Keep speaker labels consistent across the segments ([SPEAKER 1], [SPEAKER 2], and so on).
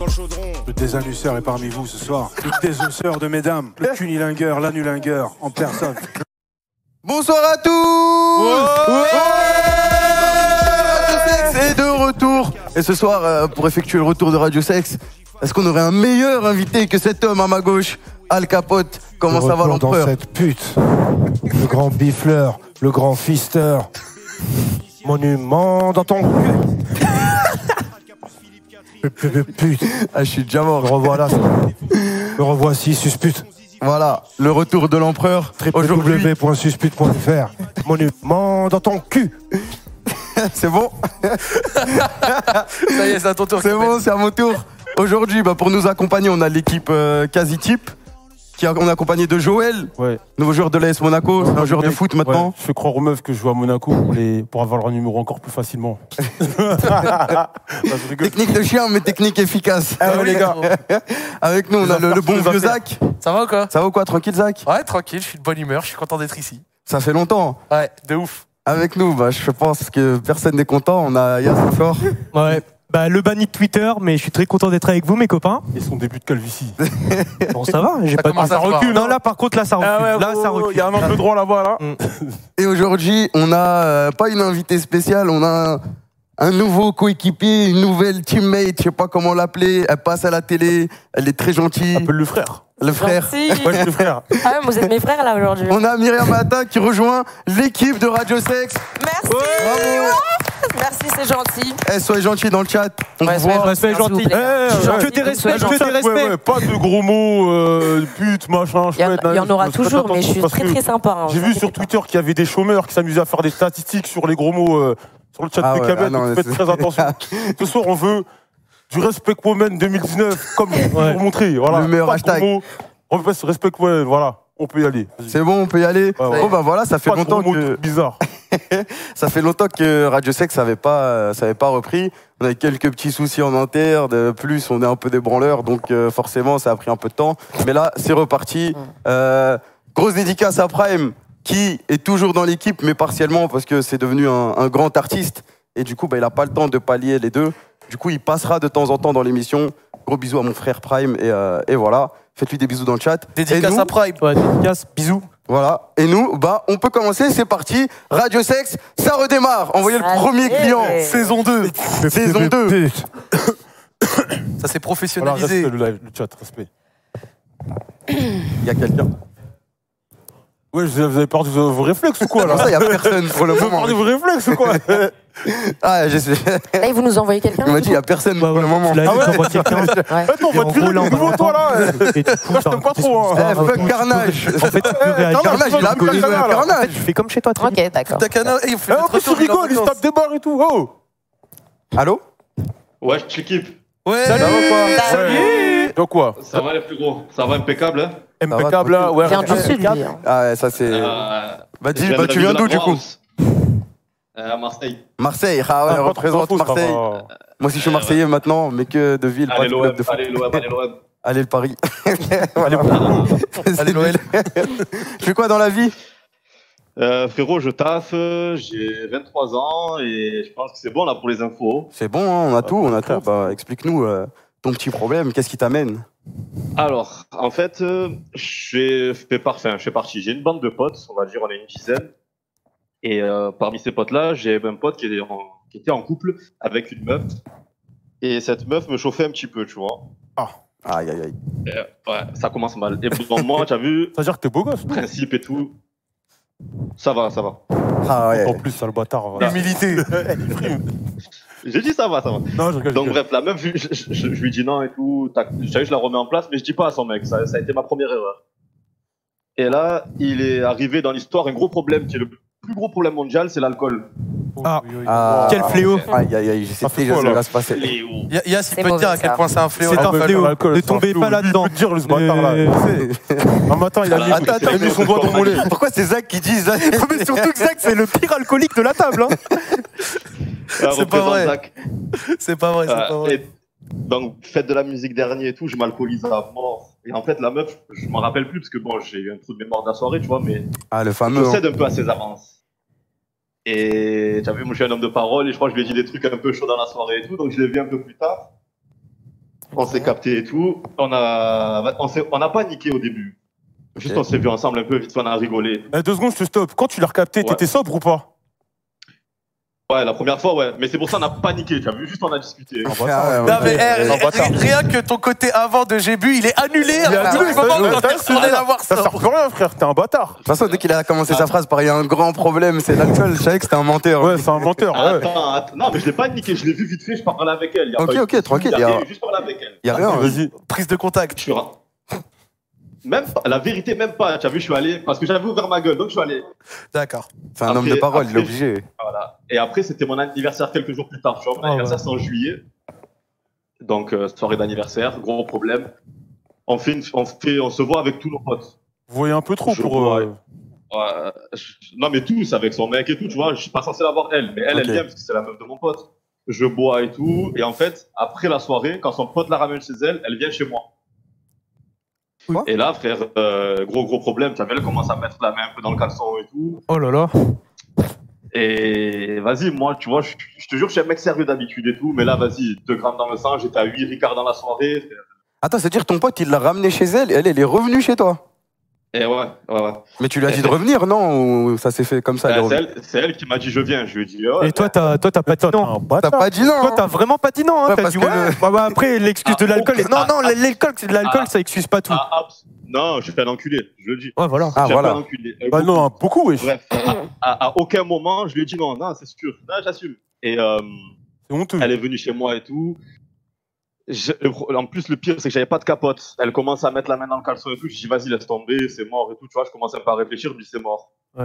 [SPEAKER 1] dans le chaudron.
[SPEAKER 2] Le désannusseur est parmi vous ce soir. Le désosseur de mesdames. Le cunilingueur, l'anulingueur, en personne.
[SPEAKER 3] Bonsoir à tous Radio Sex est de retour Et ce soir, euh, pour effectuer le retour de Radio Sex, est-ce qu'on aurait un meilleur invité que cet homme à ma gauche Al Capote, comment
[SPEAKER 4] Le
[SPEAKER 3] ça va
[SPEAKER 4] retour dans
[SPEAKER 3] l'empereur
[SPEAKER 4] cette pute. Le grand bifleur, le grand fister. Monument dans ton cul. Pute, pute, pute.
[SPEAKER 3] Ah, je suis déjà
[SPEAKER 4] Me
[SPEAKER 3] mort.
[SPEAKER 4] revoilà. Me revoici, suspute.
[SPEAKER 3] Voilà, le retour de l'empereur. Aujourd'hui,
[SPEAKER 4] www.suspute.fr. Monument dans ton cul.
[SPEAKER 3] c'est bon
[SPEAKER 5] Ça y est, c'est à ton tour.
[SPEAKER 3] C'est bon, c'est à mon tour. Aujourd'hui, bah, pour nous accompagner, on a l'équipe euh, quasi type. Qui a- on est accompagné de Joël,
[SPEAKER 6] Ouais.
[SPEAKER 3] nouveau joueur de l'AS Monaco, c'est un joueur de foot maintenant.
[SPEAKER 6] Ouais, je fais croire aux meufs que je joue à Monaco pour, les, pour avoir leur numéro encore plus facilement. Non, Bah, je rigole.
[SPEAKER 3] Technique de chien, mais technique efficace.
[SPEAKER 6] Ah ouais, les gars.
[SPEAKER 3] Avec nous, on a le, le bon vieux Zach.
[SPEAKER 5] Ça va ou quoi
[SPEAKER 3] Ça va ou quoi, tranquille Zach
[SPEAKER 5] Ouais, tranquille, je suis de bonne humeur, je suis content d'être ici.
[SPEAKER 3] Ça fait longtemps.
[SPEAKER 5] Ouais, de ouf.
[SPEAKER 3] Avec nous, bah, je pense que personne n'est content. On a Yassine Fort.
[SPEAKER 7] Ouais. Bah, le banni de Twitter, mais je suis très content d'être avec vous, mes copains.
[SPEAKER 6] Et son début de calvitie.
[SPEAKER 7] Bon, ça va, j'ai
[SPEAKER 5] Ça
[SPEAKER 7] pas hein.
[SPEAKER 5] commence à se voir.
[SPEAKER 7] Non, là, par contre, là, ça recule. là, ça
[SPEAKER 6] gros, Ah oh,
[SPEAKER 7] recule. Mm.
[SPEAKER 6] Il y a un angle droit là-bas, là.
[SPEAKER 3] Et aujourd'hui, on a euh, pas une invitée spéciale, on a un, un nouveau coéquipier, une nouvelle teammate, je sais pas comment l'appeler. Elle passe à la télé, elle est très gentille.
[SPEAKER 6] Appelle le frère.
[SPEAKER 3] Le frère.
[SPEAKER 8] Si.
[SPEAKER 6] Moi, je suis le frère.
[SPEAKER 8] Ah ouais, vous êtes mes frères là aujourd'hui.
[SPEAKER 3] On a Myriam Atta qui rejoint l'équipe de Radio Sex.
[SPEAKER 8] Merci.
[SPEAKER 3] Bravo.
[SPEAKER 8] Merci, c'est gentil.
[SPEAKER 3] Eh, soyez gentils dans le chat. On
[SPEAKER 8] Ouais,
[SPEAKER 3] vous voit.
[SPEAKER 7] Ouais, soyez
[SPEAKER 8] Merci beaucoup,
[SPEAKER 7] gentils.
[SPEAKER 8] les gars.
[SPEAKER 6] Eh,
[SPEAKER 8] Je suis
[SPEAKER 6] ouais.
[SPEAKER 8] gentille,
[SPEAKER 7] Que des
[SPEAKER 8] donc
[SPEAKER 7] respects,
[SPEAKER 8] soyez
[SPEAKER 7] que des
[SPEAKER 8] gentils.
[SPEAKER 7] respects.
[SPEAKER 6] Ouais, ouais, pas de gros mots, euh, pute, machin,
[SPEAKER 8] Il y en-
[SPEAKER 6] chouette.
[SPEAKER 8] il y en aura
[SPEAKER 6] Parce que
[SPEAKER 8] toujours,
[SPEAKER 6] t'attends,
[SPEAKER 8] mais je suis
[SPEAKER 6] parce que
[SPEAKER 8] très très sympa. hein,
[SPEAKER 6] J'ai
[SPEAKER 8] vous
[SPEAKER 6] vu
[SPEAKER 8] inquiétez
[SPEAKER 6] sur
[SPEAKER 8] pas.
[SPEAKER 6] Twitter qu'il y avait des chômeurs qui s'amusaient à faire des statistiques sur les gros mots euh, sur le chat
[SPEAKER 3] Ah
[SPEAKER 6] de
[SPEAKER 3] ouais,
[SPEAKER 6] Kamel,
[SPEAKER 3] ah non,
[SPEAKER 6] donc
[SPEAKER 3] mais
[SPEAKER 6] faites
[SPEAKER 3] c'est-
[SPEAKER 6] très attention. Ce soir, on veut du Respect Woman 2019, comme pour
[SPEAKER 7] Ouais.
[SPEAKER 6] montrer. Voilà,
[SPEAKER 3] Le meilleur
[SPEAKER 6] Pas de gros
[SPEAKER 3] hashtag.
[SPEAKER 6] mots. On peut passer Respect Woman, voilà, on peut y aller.
[SPEAKER 3] C'est bon, on peut y aller.
[SPEAKER 6] Ouais, ouais.
[SPEAKER 3] Bon bah voilà, ça fait
[SPEAKER 6] Pas de gros
[SPEAKER 3] longtemps
[SPEAKER 6] mots
[SPEAKER 3] que
[SPEAKER 6] trucs bizarres.
[SPEAKER 3] ça fait longtemps que Radio Sex avait pas euh, ça avait pas repris. On avait quelques petits soucis en interne, de plus on est un peu des branleurs, donc euh, forcément ça a pris un peu de temps. Mais là, c'est reparti. Euh, grosse dédicace à Prime qui est toujours dans l'équipe, mais partiellement parce que c'est devenu un, un grand artiste et du coup bah, il a pas le temps de pallier les deux. Du coup, il passera de temps en temps dans l'émission. Gros bisous à mon frère Prime et, euh, et voilà. Faites-lui des bisous dans le chat. et
[SPEAKER 5] Dédicace
[SPEAKER 3] nous,
[SPEAKER 5] à Prime.
[SPEAKER 7] Ouais, dédicace, bisous.
[SPEAKER 3] Voilà. Et nous, bah, on peut commencer. C'est parti. Radio Sex, ça redémarre. Envoyez le
[SPEAKER 8] Allez.
[SPEAKER 3] premier client.
[SPEAKER 5] Saison 2.
[SPEAKER 3] Saison 2.
[SPEAKER 4] Pute.
[SPEAKER 5] Ça s'est
[SPEAKER 6] Voilà,
[SPEAKER 5] professionnalisé.
[SPEAKER 6] respect, le live, le chat, respect.
[SPEAKER 3] Il y a quelqu'un.
[SPEAKER 6] Ouais, vous avez perdu vos vos réflexes ou quoi,
[SPEAKER 3] Comment ça,
[SPEAKER 6] là
[SPEAKER 3] il y a personne pour le
[SPEAKER 6] Vous avez
[SPEAKER 3] moment.
[SPEAKER 6] perdu vos réflexes ou quoi Euh,
[SPEAKER 3] Ah, je sais.
[SPEAKER 8] Là, Eh, vous nous envoyez quelqu'un
[SPEAKER 3] Il m'a dit, il y a personne
[SPEAKER 7] Bah,
[SPEAKER 3] pour
[SPEAKER 7] ouais,
[SPEAKER 3] le moment.
[SPEAKER 7] Tu l'as
[SPEAKER 6] Ah
[SPEAKER 7] vu,
[SPEAKER 6] ouais.
[SPEAKER 7] t'envoies quelqu'un.
[SPEAKER 8] Ouais.
[SPEAKER 6] Attends, on
[SPEAKER 7] Et
[SPEAKER 6] va te virer
[SPEAKER 7] roule un
[SPEAKER 6] de nouveau,
[SPEAKER 7] ballon.
[SPEAKER 6] toi, là
[SPEAKER 7] Et du coup,
[SPEAKER 6] Moi, je
[SPEAKER 7] ça
[SPEAKER 6] t'aime pas
[SPEAKER 7] raconte
[SPEAKER 6] trop, hein.
[SPEAKER 7] son
[SPEAKER 3] Eh,
[SPEAKER 7] histoire,
[SPEAKER 3] fuck
[SPEAKER 7] raconte-
[SPEAKER 3] carnage.
[SPEAKER 7] En fait, tu
[SPEAKER 6] carnage,
[SPEAKER 7] réagis.
[SPEAKER 3] Carnage, il a
[SPEAKER 6] Carnage,
[SPEAKER 3] connu le
[SPEAKER 6] alors.
[SPEAKER 3] carnage.
[SPEAKER 7] Tu fais comme chez toi, très
[SPEAKER 8] Ok, d'accord.
[SPEAKER 5] Takana, eh, il fait
[SPEAKER 6] Eh, En
[SPEAKER 5] notre
[SPEAKER 6] plus, il
[SPEAKER 5] tour, il est en
[SPEAKER 6] rigole, il se
[SPEAKER 5] vacances.
[SPEAKER 6] tape des barres et tout. Oh
[SPEAKER 3] Allô
[SPEAKER 9] Ouais, je l'équipe.
[SPEAKER 5] Ouais,
[SPEAKER 3] Ça va ou pas
[SPEAKER 6] Ouais. Donc quoi
[SPEAKER 9] Ça va les plus gros. Ça va impeccable. Hein
[SPEAKER 6] Impeccable, là, ouais.
[SPEAKER 8] Il vient du
[SPEAKER 6] impeccable.
[SPEAKER 8] sud, lui. hein.
[SPEAKER 3] Ah, ouais, ça c'est.
[SPEAKER 9] Euh,
[SPEAKER 3] Bah,
[SPEAKER 9] je
[SPEAKER 3] dis,
[SPEAKER 9] viens
[SPEAKER 3] bah,
[SPEAKER 9] de la
[SPEAKER 3] tu
[SPEAKER 9] ville
[SPEAKER 3] viens
[SPEAKER 9] de
[SPEAKER 3] d'où
[SPEAKER 9] la
[SPEAKER 3] du coup
[SPEAKER 9] Provence. Euh, À Marseille.
[SPEAKER 3] Marseille. Ah ouais,
[SPEAKER 6] Ah, pas de
[SPEAKER 3] représente
[SPEAKER 6] infos, ça
[SPEAKER 3] Marseille.
[SPEAKER 6] va.
[SPEAKER 3] Moi aussi, je suis Marseillais maintenant, mais que de ville, pas
[SPEAKER 9] Allez
[SPEAKER 3] de club
[SPEAKER 9] l'OM,
[SPEAKER 3] de foot.
[SPEAKER 9] allez l'OM, allez l'OM.
[SPEAKER 3] Allez, le Paris. Voilà.
[SPEAKER 9] Ah,
[SPEAKER 3] C'est l'OL. Tu fais quoi dans la vie
[SPEAKER 9] Euh, frérot, je taffe, euh, j'ai 23 ans et je pense que c'est bon là pour les infos.
[SPEAKER 3] C'est bon, hein, on a tout, on a tout.
[SPEAKER 6] frère.
[SPEAKER 3] Bah, explique-nous euh, ton petit problème, qu'est-ce qui t'amène
[SPEAKER 9] Alors, en fait, euh, je fais- fais par- enfin, je fais partie. J'ai une bande de potes, on va dire, on est une dizaine. Et euh, parmi ces potes-là, j'ai un pote qui, est en- qui était en couple avec une meuf. Et cette meuf me chauffait un petit peu, tu vois.
[SPEAKER 6] Ah.
[SPEAKER 3] Aïe, aïe, aïe.
[SPEAKER 9] Ouais, ça commence mal. Et pour moi, t'as vu,
[SPEAKER 6] Ça veut dire que t'es beau gosse.
[SPEAKER 9] principe et tout. Ça va, ça va.
[SPEAKER 3] Ah ouais.
[SPEAKER 6] En plus, sale bâtard. voilà.
[SPEAKER 5] Humilité.
[SPEAKER 9] J'ai dit ça va, ça va.
[SPEAKER 6] Non, je rigole.
[SPEAKER 9] Donc
[SPEAKER 6] je rigole.
[SPEAKER 9] bref, la meuf, je, je- je lui dis non et tout. Tac, Je savais que je la remets en place, mais je dis pas à son mec. Ça, ça a été ma première erreur. Et là, il est arrivé dans l'histoire un gros problème qui est le plus gros problème mondial, c'est l'alcool.
[SPEAKER 7] Ah.
[SPEAKER 6] Oui, oui, oui.
[SPEAKER 3] Ah.
[SPEAKER 7] Quel fléau.
[SPEAKER 3] Aïe, aïe, aïe, je sais
[SPEAKER 6] Ça fait
[SPEAKER 3] déjà
[SPEAKER 6] quoi,
[SPEAKER 3] ce qui
[SPEAKER 6] là
[SPEAKER 3] va se passer.
[SPEAKER 9] Léo.
[SPEAKER 5] Y- Yass, il
[SPEAKER 8] C'est
[SPEAKER 5] peut te dire à
[SPEAKER 8] mauvais,
[SPEAKER 5] quel
[SPEAKER 8] ça.
[SPEAKER 5] point c'est un fléau.
[SPEAKER 7] C'est
[SPEAKER 6] Ah,
[SPEAKER 7] un
[SPEAKER 6] bah,
[SPEAKER 7] fléau.
[SPEAKER 6] dans l'alcool,
[SPEAKER 7] Ne
[SPEAKER 6] c'est un
[SPEAKER 7] tombez
[SPEAKER 6] fléau.
[SPEAKER 7] pas là-dedans.
[SPEAKER 6] Il peut te dire, le bâtard, là.
[SPEAKER 7] Euh,
[SPEAKER 6] Tu sais. Un matin, il a mis-
[SPEAKER 3] Attends,
[SPEAKER 6] il a mis son doigt dans mon lait.
[SPEAKER 3] Pourquoi c'est Zach qui dit Zach
[SPEAKER 7] Mais surtout que Zach, c'est le pire alcoolique de la table. Hein.
[SPEAKER 9] Ça
[SPEAKER 5] C'est
[SPEAKER 9] représente
[SPEAKER 5] pas vrai.
[SPEAKER 9] Zach.
[SPEAKER 5] C'est pas vrai, c'est pas
[SPEAKER 9] Euh,
[SPEAKER 5] vrai.
[SPEAKER 9] et donc, fête de la musique dernier et tout, je m'alcoolise à mort. Et en fait, la meuf, je m'en rappelle plus parce que bon, j'ai eu un trou de mémoire de la soirée, tu vois, mais
[SPEAKER 3] Ah, le
[SPEAKER 9] Je
[SPEAKER 3] fameux. hein.
[SPEAKER 9] cède un peu à ses avances. Et t'as vu, moi je suis un homme de parole et je crois que je lui ai dit des trucs un peu chauds dans la soirée et tout, donc je l'ai vu un peu plus tard. on s'est capté et tout. On a, on s'est- on n'a pas niqué au début. Juste, on s'est vu ensemble un peu, vite fait, on a rigolé.
[SPEAKER 6] Eh, deux secondes, je te stoppe. Quand tu l'as recapté,
[SPEAKER 9] Ouais.
[SPEAKER 6] t'étais sobre ou pas
[SPEAKER 9] Ouais, la première fois, ouais. Mais c'est pour ça, on n'a pas niqué, t'as vu? Juste, on a discuté.
[SPEAKER 3] Ah, ouais,
[SPEAKER 5] Non, mais
[SPEAKER 3] ouais.
[SPEAKER 5] eh,
[SPEAKER 3] Ouais.
[SPEAKER 5] ri- ri- rien que ton côté avant de j'ai bu, il est annulé. à partir
[SPEAKER 6] annulé,
[SPEAKER 5] du moment
[SPEAKER 6] ça,
[SPEAKER 5] où
[SPEAKER 6] ouais,
[SPEAKER 5] on
[SPEAKER 6] ça,
[SPEAKER 5] est retourné la voir
[SPEAKER 6] Ça sert
[SPEAKER 5] sobre.
[SPEAKER 6] plus à rien, frère. T'es un bâtard.
[SPEAKER 3] De toute façon, dès qu'il a commencé sa phrase par il y a un grand problème, c'est l'alcool, je savais que c'était un menteur.
[SPEAKER 6] Ouais, c'est un menteur. ouais.
[SPEAKER 9] Attends, attends. Non, mais je l'ai pas niqué, je l'ai vu vite fait, je parlais avec elle. Y a
[SPEAKER 3] Ok,
[SPEAKER 9] pas eu de
[SPEAKER 3] ok,
[SPEAKER 9] soucis,
[SPEAKER 3] tranquille,
[SPEAKER 9] y a
[SPEAKER 3] y a-
[SPEAKER 9] rien eu, juste parler avec elle.
[SPEAKER 3] Il y
[SPEAKER 5] Ah,
[SPEAKER 3] a rien. hein.
[SPEAKER 6] Vas-y.
[SPEAKER 5] Prise de contact.
[SPEAKER 9] Je suis ra- Même pas- la vérité, même pas. Tu as vu, je suis allé parce que j'avais ouvert ma gueule, donc je suis allé.
[SPEAKER 5] D'accord.
[SPEAKER 3] C'est un homme de
[SPEAKER 9] Après-
[SPEAKER 3] parole, il est
[SPEAKER 9] après-
[SPEAKER 3] obligé.
[SPEAKER 9] Voilà. Et après, c'était mon anniversaire quelques jours plus tard. Tu vois, mon
[SPEAKER 6] Ah,
[SPEAKER 9] anniversaire, c'est en juillet. Donc, euh, soirée d'anniversaire, gros problème. On, fait une- on, fait, on se voit avec tous nos potes.
[SPEAKER 6] Vous voyez un peu trop
[SPEAKER 9] Je
[SPEAKER 6] pour. euh,
[SPEAKER 9] Euh, je- non, mais tous, avec son mec et tout, tu vois. Je suis pas censé l'avoir, elle. Mais elle,
[SPEAKER 3] Ok.
[SPEAKER 9] elle vient parce que c'est la meuf de mon pote. Je bois et tout. Et en fait, après la soirée, quand son pote la ramène chez elle, elle vient chez moi.
[SPEAKER 3] Quoi
[SPEAKER 9] Et là, frère, euh, gros, gros problème. Tu savais, elle commence à mettre la main un peu dans le caleçon et tout.
[SPEAKER 7] Oh là là.
[SPEAKER 9] Et vas-y, moi, tu vois, je, je te jure, je suis un mec sérieux d'habitude et tout, mais là, vas-y, 2 grammes dans le sang, j'étais à 8 Ricard dans la soirée.
[SPEAKER 3] Attends, c'est-à-dire ton pote, il l'a ramené chez elle, et elle, elle est revenue chez toi.
[SPEAKER 9] Et ouais, ouais, ouais.
[SPEAKER 3] Mais tu lui as dit de revenir, non Ou ça s'est fait comme ça elle est
[SPEAKER 9] Euh, c'est
[SPEAKER 3] revenue
[SPEAKER 9] elle, c'est elle qui m'a dit je viens. Je lui ai dit, ouais,
[SPEAKER 7] Et toi, t'as, toi, t'as pas dit
[SPEAKER 6] t'es
[SPEAKER 7] non.
[SPEAKER 6] un bâtard.
[SPEAKER 3] T'as pas dit non
[SPEAKER 7] Toi,
[SPEAKER 3] hein
[SPEAKER 7] t'as vraiment pas dit non. Hein.
[SPEAKER 3] Ouais,
[SPEAKER 7] T'as
[SPEAKER 3] parce
[SPEAKER 7] dit
[SPEAKER 3] que
[SPEAKER 7] ouais.
[SPEAKER 3] le-
[SPEAKER 7] Bah, bah, après, l'excuse
[SPEAKER 9] Ah,
[SPEAKER 7] de l'alcool. est-
[SPEAKER 9] ok.
[SPEAKER 7] Non,
[SPEAKER 9] Ah,
[SPEAKER 7] non,
[SPEAKER 9] ah,
[SPEAKER 7] l'alcool, c'est de l'alcool,
[SPEAKER 9] ah.
[SPEAKER 7] ça excuse pas tout.
[SPEAKER 9] ah, abs- non, je suis un enculé, je le dis.
[SPEAKER 7] Ouais, voilà.
[SPEAKER 3] Ah,
[SPEAKER 9] je suis
[SPEAKER 3] voilà.
[SPEAKER 9] un enculé. Euh,
[SPEAKER 6] Bah non, hein, beaucoup, wesh.
[SPEAKER 9] Bref, à, à- à aucun moment, je lui ai dit non, non, c'est sûr, non, j'assume. Et euh,
[SPEAKER 6] C'est honteux.
[SPEAKER 9] elle est venue chez moi et tout. Je- le pro- en plus, le pire, c'est que j'avais pas de capote. Elle commence à mettre la main dans le caleçon et tout. Je dis, vas-y, laisse tomber, c'est mort et tout. Tu vois, je commence un peu à réfléchir, je dis, c'est mort.
[SPEAKER 7] Ouais.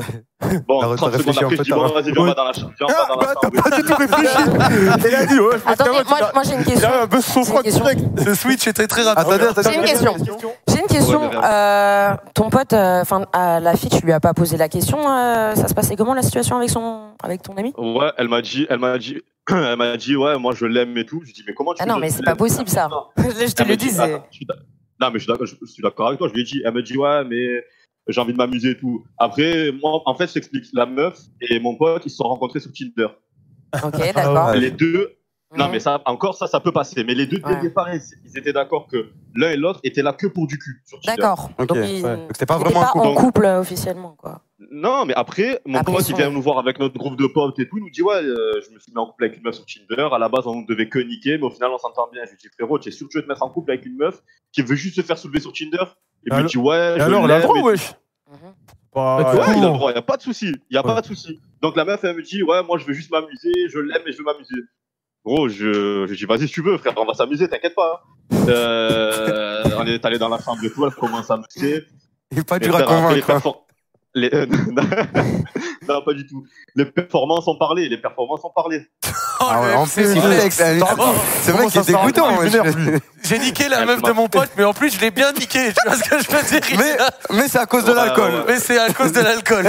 [SPEAKER 9] Bon,
[SPEAKER 3] T'as
[SPEAKER 9] 30
[SPEAKER 3] réfléchi
[SPEAKER 9] secondes
[SPEAKER 3] un
[SPEAKER 9] après,
[SPEAKER 3] peu
[SPEAKER 9] je dis, bon,
[SPEAKER 3] tard.
[SPEAKER 9] vas-y, viens, on va dans la chambre. Viens,
[SPEAKER 7] Ah,
[SPEAKER 9] on va
[SPEAKER 7] bah,
[SPEAKER 9] dans la chambre.
[SPEAKER 6] Pas du tout réfléchi. Elle a dit, ouais, je pense
[SPEAKER 8] Attendez, moi, moi j'ai une
[SPEAKER 6] Il
[SPEAKER 8] question.
[SPEAKER 6] a un buzz sans froid
[SPEAKER 8] J'ai une
[SPEAKER 6] direct.
[SPEAKER 5] Le switch est très très rapide.
[SPEAKER 3] Attendez,
[SPEAKER 8] J'ai une
[SPEAKER 3] attendez.
[SPEAKER 8] question. J'ai une question.
[SPEAKER 9] Ouais, mais
[SPEAKER 8] Euh, ton pote, enfin euh, la fille, tu lui as pas posé la question. euh, ça se passait comment la situation avec son, avec ton ami
[SPEAKER 9] Ouais, elle m'a dit, elle m'a dit, elle m'a dit, ouais, moi je l'aime et tout. Je dis, mais comment tu
[SPEAKER 8] Ah
[SPEAKER 9] veux
[SPEAKER 8] non,
[SPEAKER 9] que
[SPEAKER 8] mais
[SPEAKER 9] je
[SPEAKER 8] c'est pas
[SPEAKER 9] l'aime
[SPEAKER 8] possible, ça.
[SPEAKER 9] Non.
[SPEAKER 8] Je te
[SPEAKER 9] Elle me
[SPEAKER 8] le
[SPEAKER 9] dit,
[SPEAKER 8] dis. c'est-
[SPEAKER 9] attends, je suis d'ac- Non, mais je suis d'accord- je je suis d'accord avec toi. Je lui ai dit, elle me dit, ouais, mais j'ai envie de m'amuser et tout. Après, moi, en fait, je t'explique, la meuf et mon pote, ils se sont rencontrés sur Tinder.
[SPEAKER 8] Ok, d'accord.
[SPEAKER 3] Ah ouais.
[SPEAKER 9] Les deux, non,
[SPEAKER 8] Mhm.
[SPEAKER 9] mais ça, encore ça, ça peut passer. Mais les deux, dès
[SPEAKER 8] Ouais.
[SPEAKER 9] le départ, ils ils étaient d'accord que l'un et l'autre étaient là que pour du cul sur Tinder.
[SPEAKER 8] D'accord.
[SPEAKER 3] Ok,
[SPEAKER 8] Donc, il-
[SPEAKER 3] ouais. Donc, c'était pas
[SPEAKER 8] il était
[SPEAKER 3] vraiment un
[SPEAKER 8] pas
[SPEAKER 3] couple.
[SPEAKER 8] en couple euh, officiellement, quoi.
[SPEAKER 9] Non, mais après, mon
[SPEAKER 8] Après,
[SPEAKER 9] pote,
[SPEAKER 8] ils
[SPEAKER 9] il
[SPEAKER 8] sont-
[SPEAKER 9] vient nous voir avec notre groupe de potes et tout. Il nous dit Ouais, euh, je me suis mis en couple avec une meuf sur Tinder. À la base, on ne devait que niquer, mais au final, on s'entend bien. Je lui dis Frérot, tu es sûr que tu veux te mettre en couple avec une meuf qui veut juste se faire soulever sur Tinder Et puis, il
[SPEAKER 6] Alors-
[SPEAKER 9] dit Ouais,
[SPEAKER 6] Et
[SPEAKER 9] je
[SPEAKER 6] alors, elle a
[SPEAKER 9] l'aime.
[SPEAKER 6] le droit,
[SPEAKER 9] et-
[SPEAKER 6] wesh.
[SPEAKER 8] Mhm.
[SPEAKER 6] Bah,
[SPEAKER 9] Ouais,
[SPEAKER 6] ouais.
[SPEAKER 9] il a le droit, il n'y a pas de souci. Il n'y a
[SPEAKER 6] Ouais.
[SPEAKER 9] pas de souci. Donc, la meuf, elle me dit Ouais, moi, je veux juste m'amuser, je l'aime et je veux m'amuser. Gros, je, je dis Vas-y, si tu veux, frère, on va s'amuser, t'inquiète pas. hein. Euh, on est allé dans la chambre de tout, elle commence à me dire
[SPEAKER 3] Il est pas
[SPEAKER 9] les
[SPEAKER 3] dur à
[SPEAKER 9] frères, après, les
[SPEAKER 3] convaincre. hein.
[SPEAKER 9] perfor- les- euh, non, pas du tout. Les performances ont parlé, les performances ont parlé.
[SPEAKER 3] Ah ouais, en plus, il
[SPEAKER 5] flex.
[SPEAKER 3] flexe. hein.
[SPEAKER 5] Pardon.
[SPEAKER 3] Ce mec
[SPEAKER 5] ça
[SPEAKER 3] est
[SPEAKER 5] sert à
[SPEAKER 3] dégoûtant.
[SPEAKER 5] rien, il
[SPEAKER 3] wesh.
[SPEAKER 5] J'ai niqué la
[SPEAKER 9] Elle
[SPEAKER 5] meuf
[SPEAKER 9] m'a-
[SPEAKER 5] de mon pote, mais en plus je l'ai bien niqué. Tu vois ce que je veux dire
[SPEAKER 3] Mais, mais c'est à cause de
[SPEAKER 9] Ouais,
[SPEAKER 3] l'alcool.
[SPEAKER 5] Mais c'est à cause de l'alcool.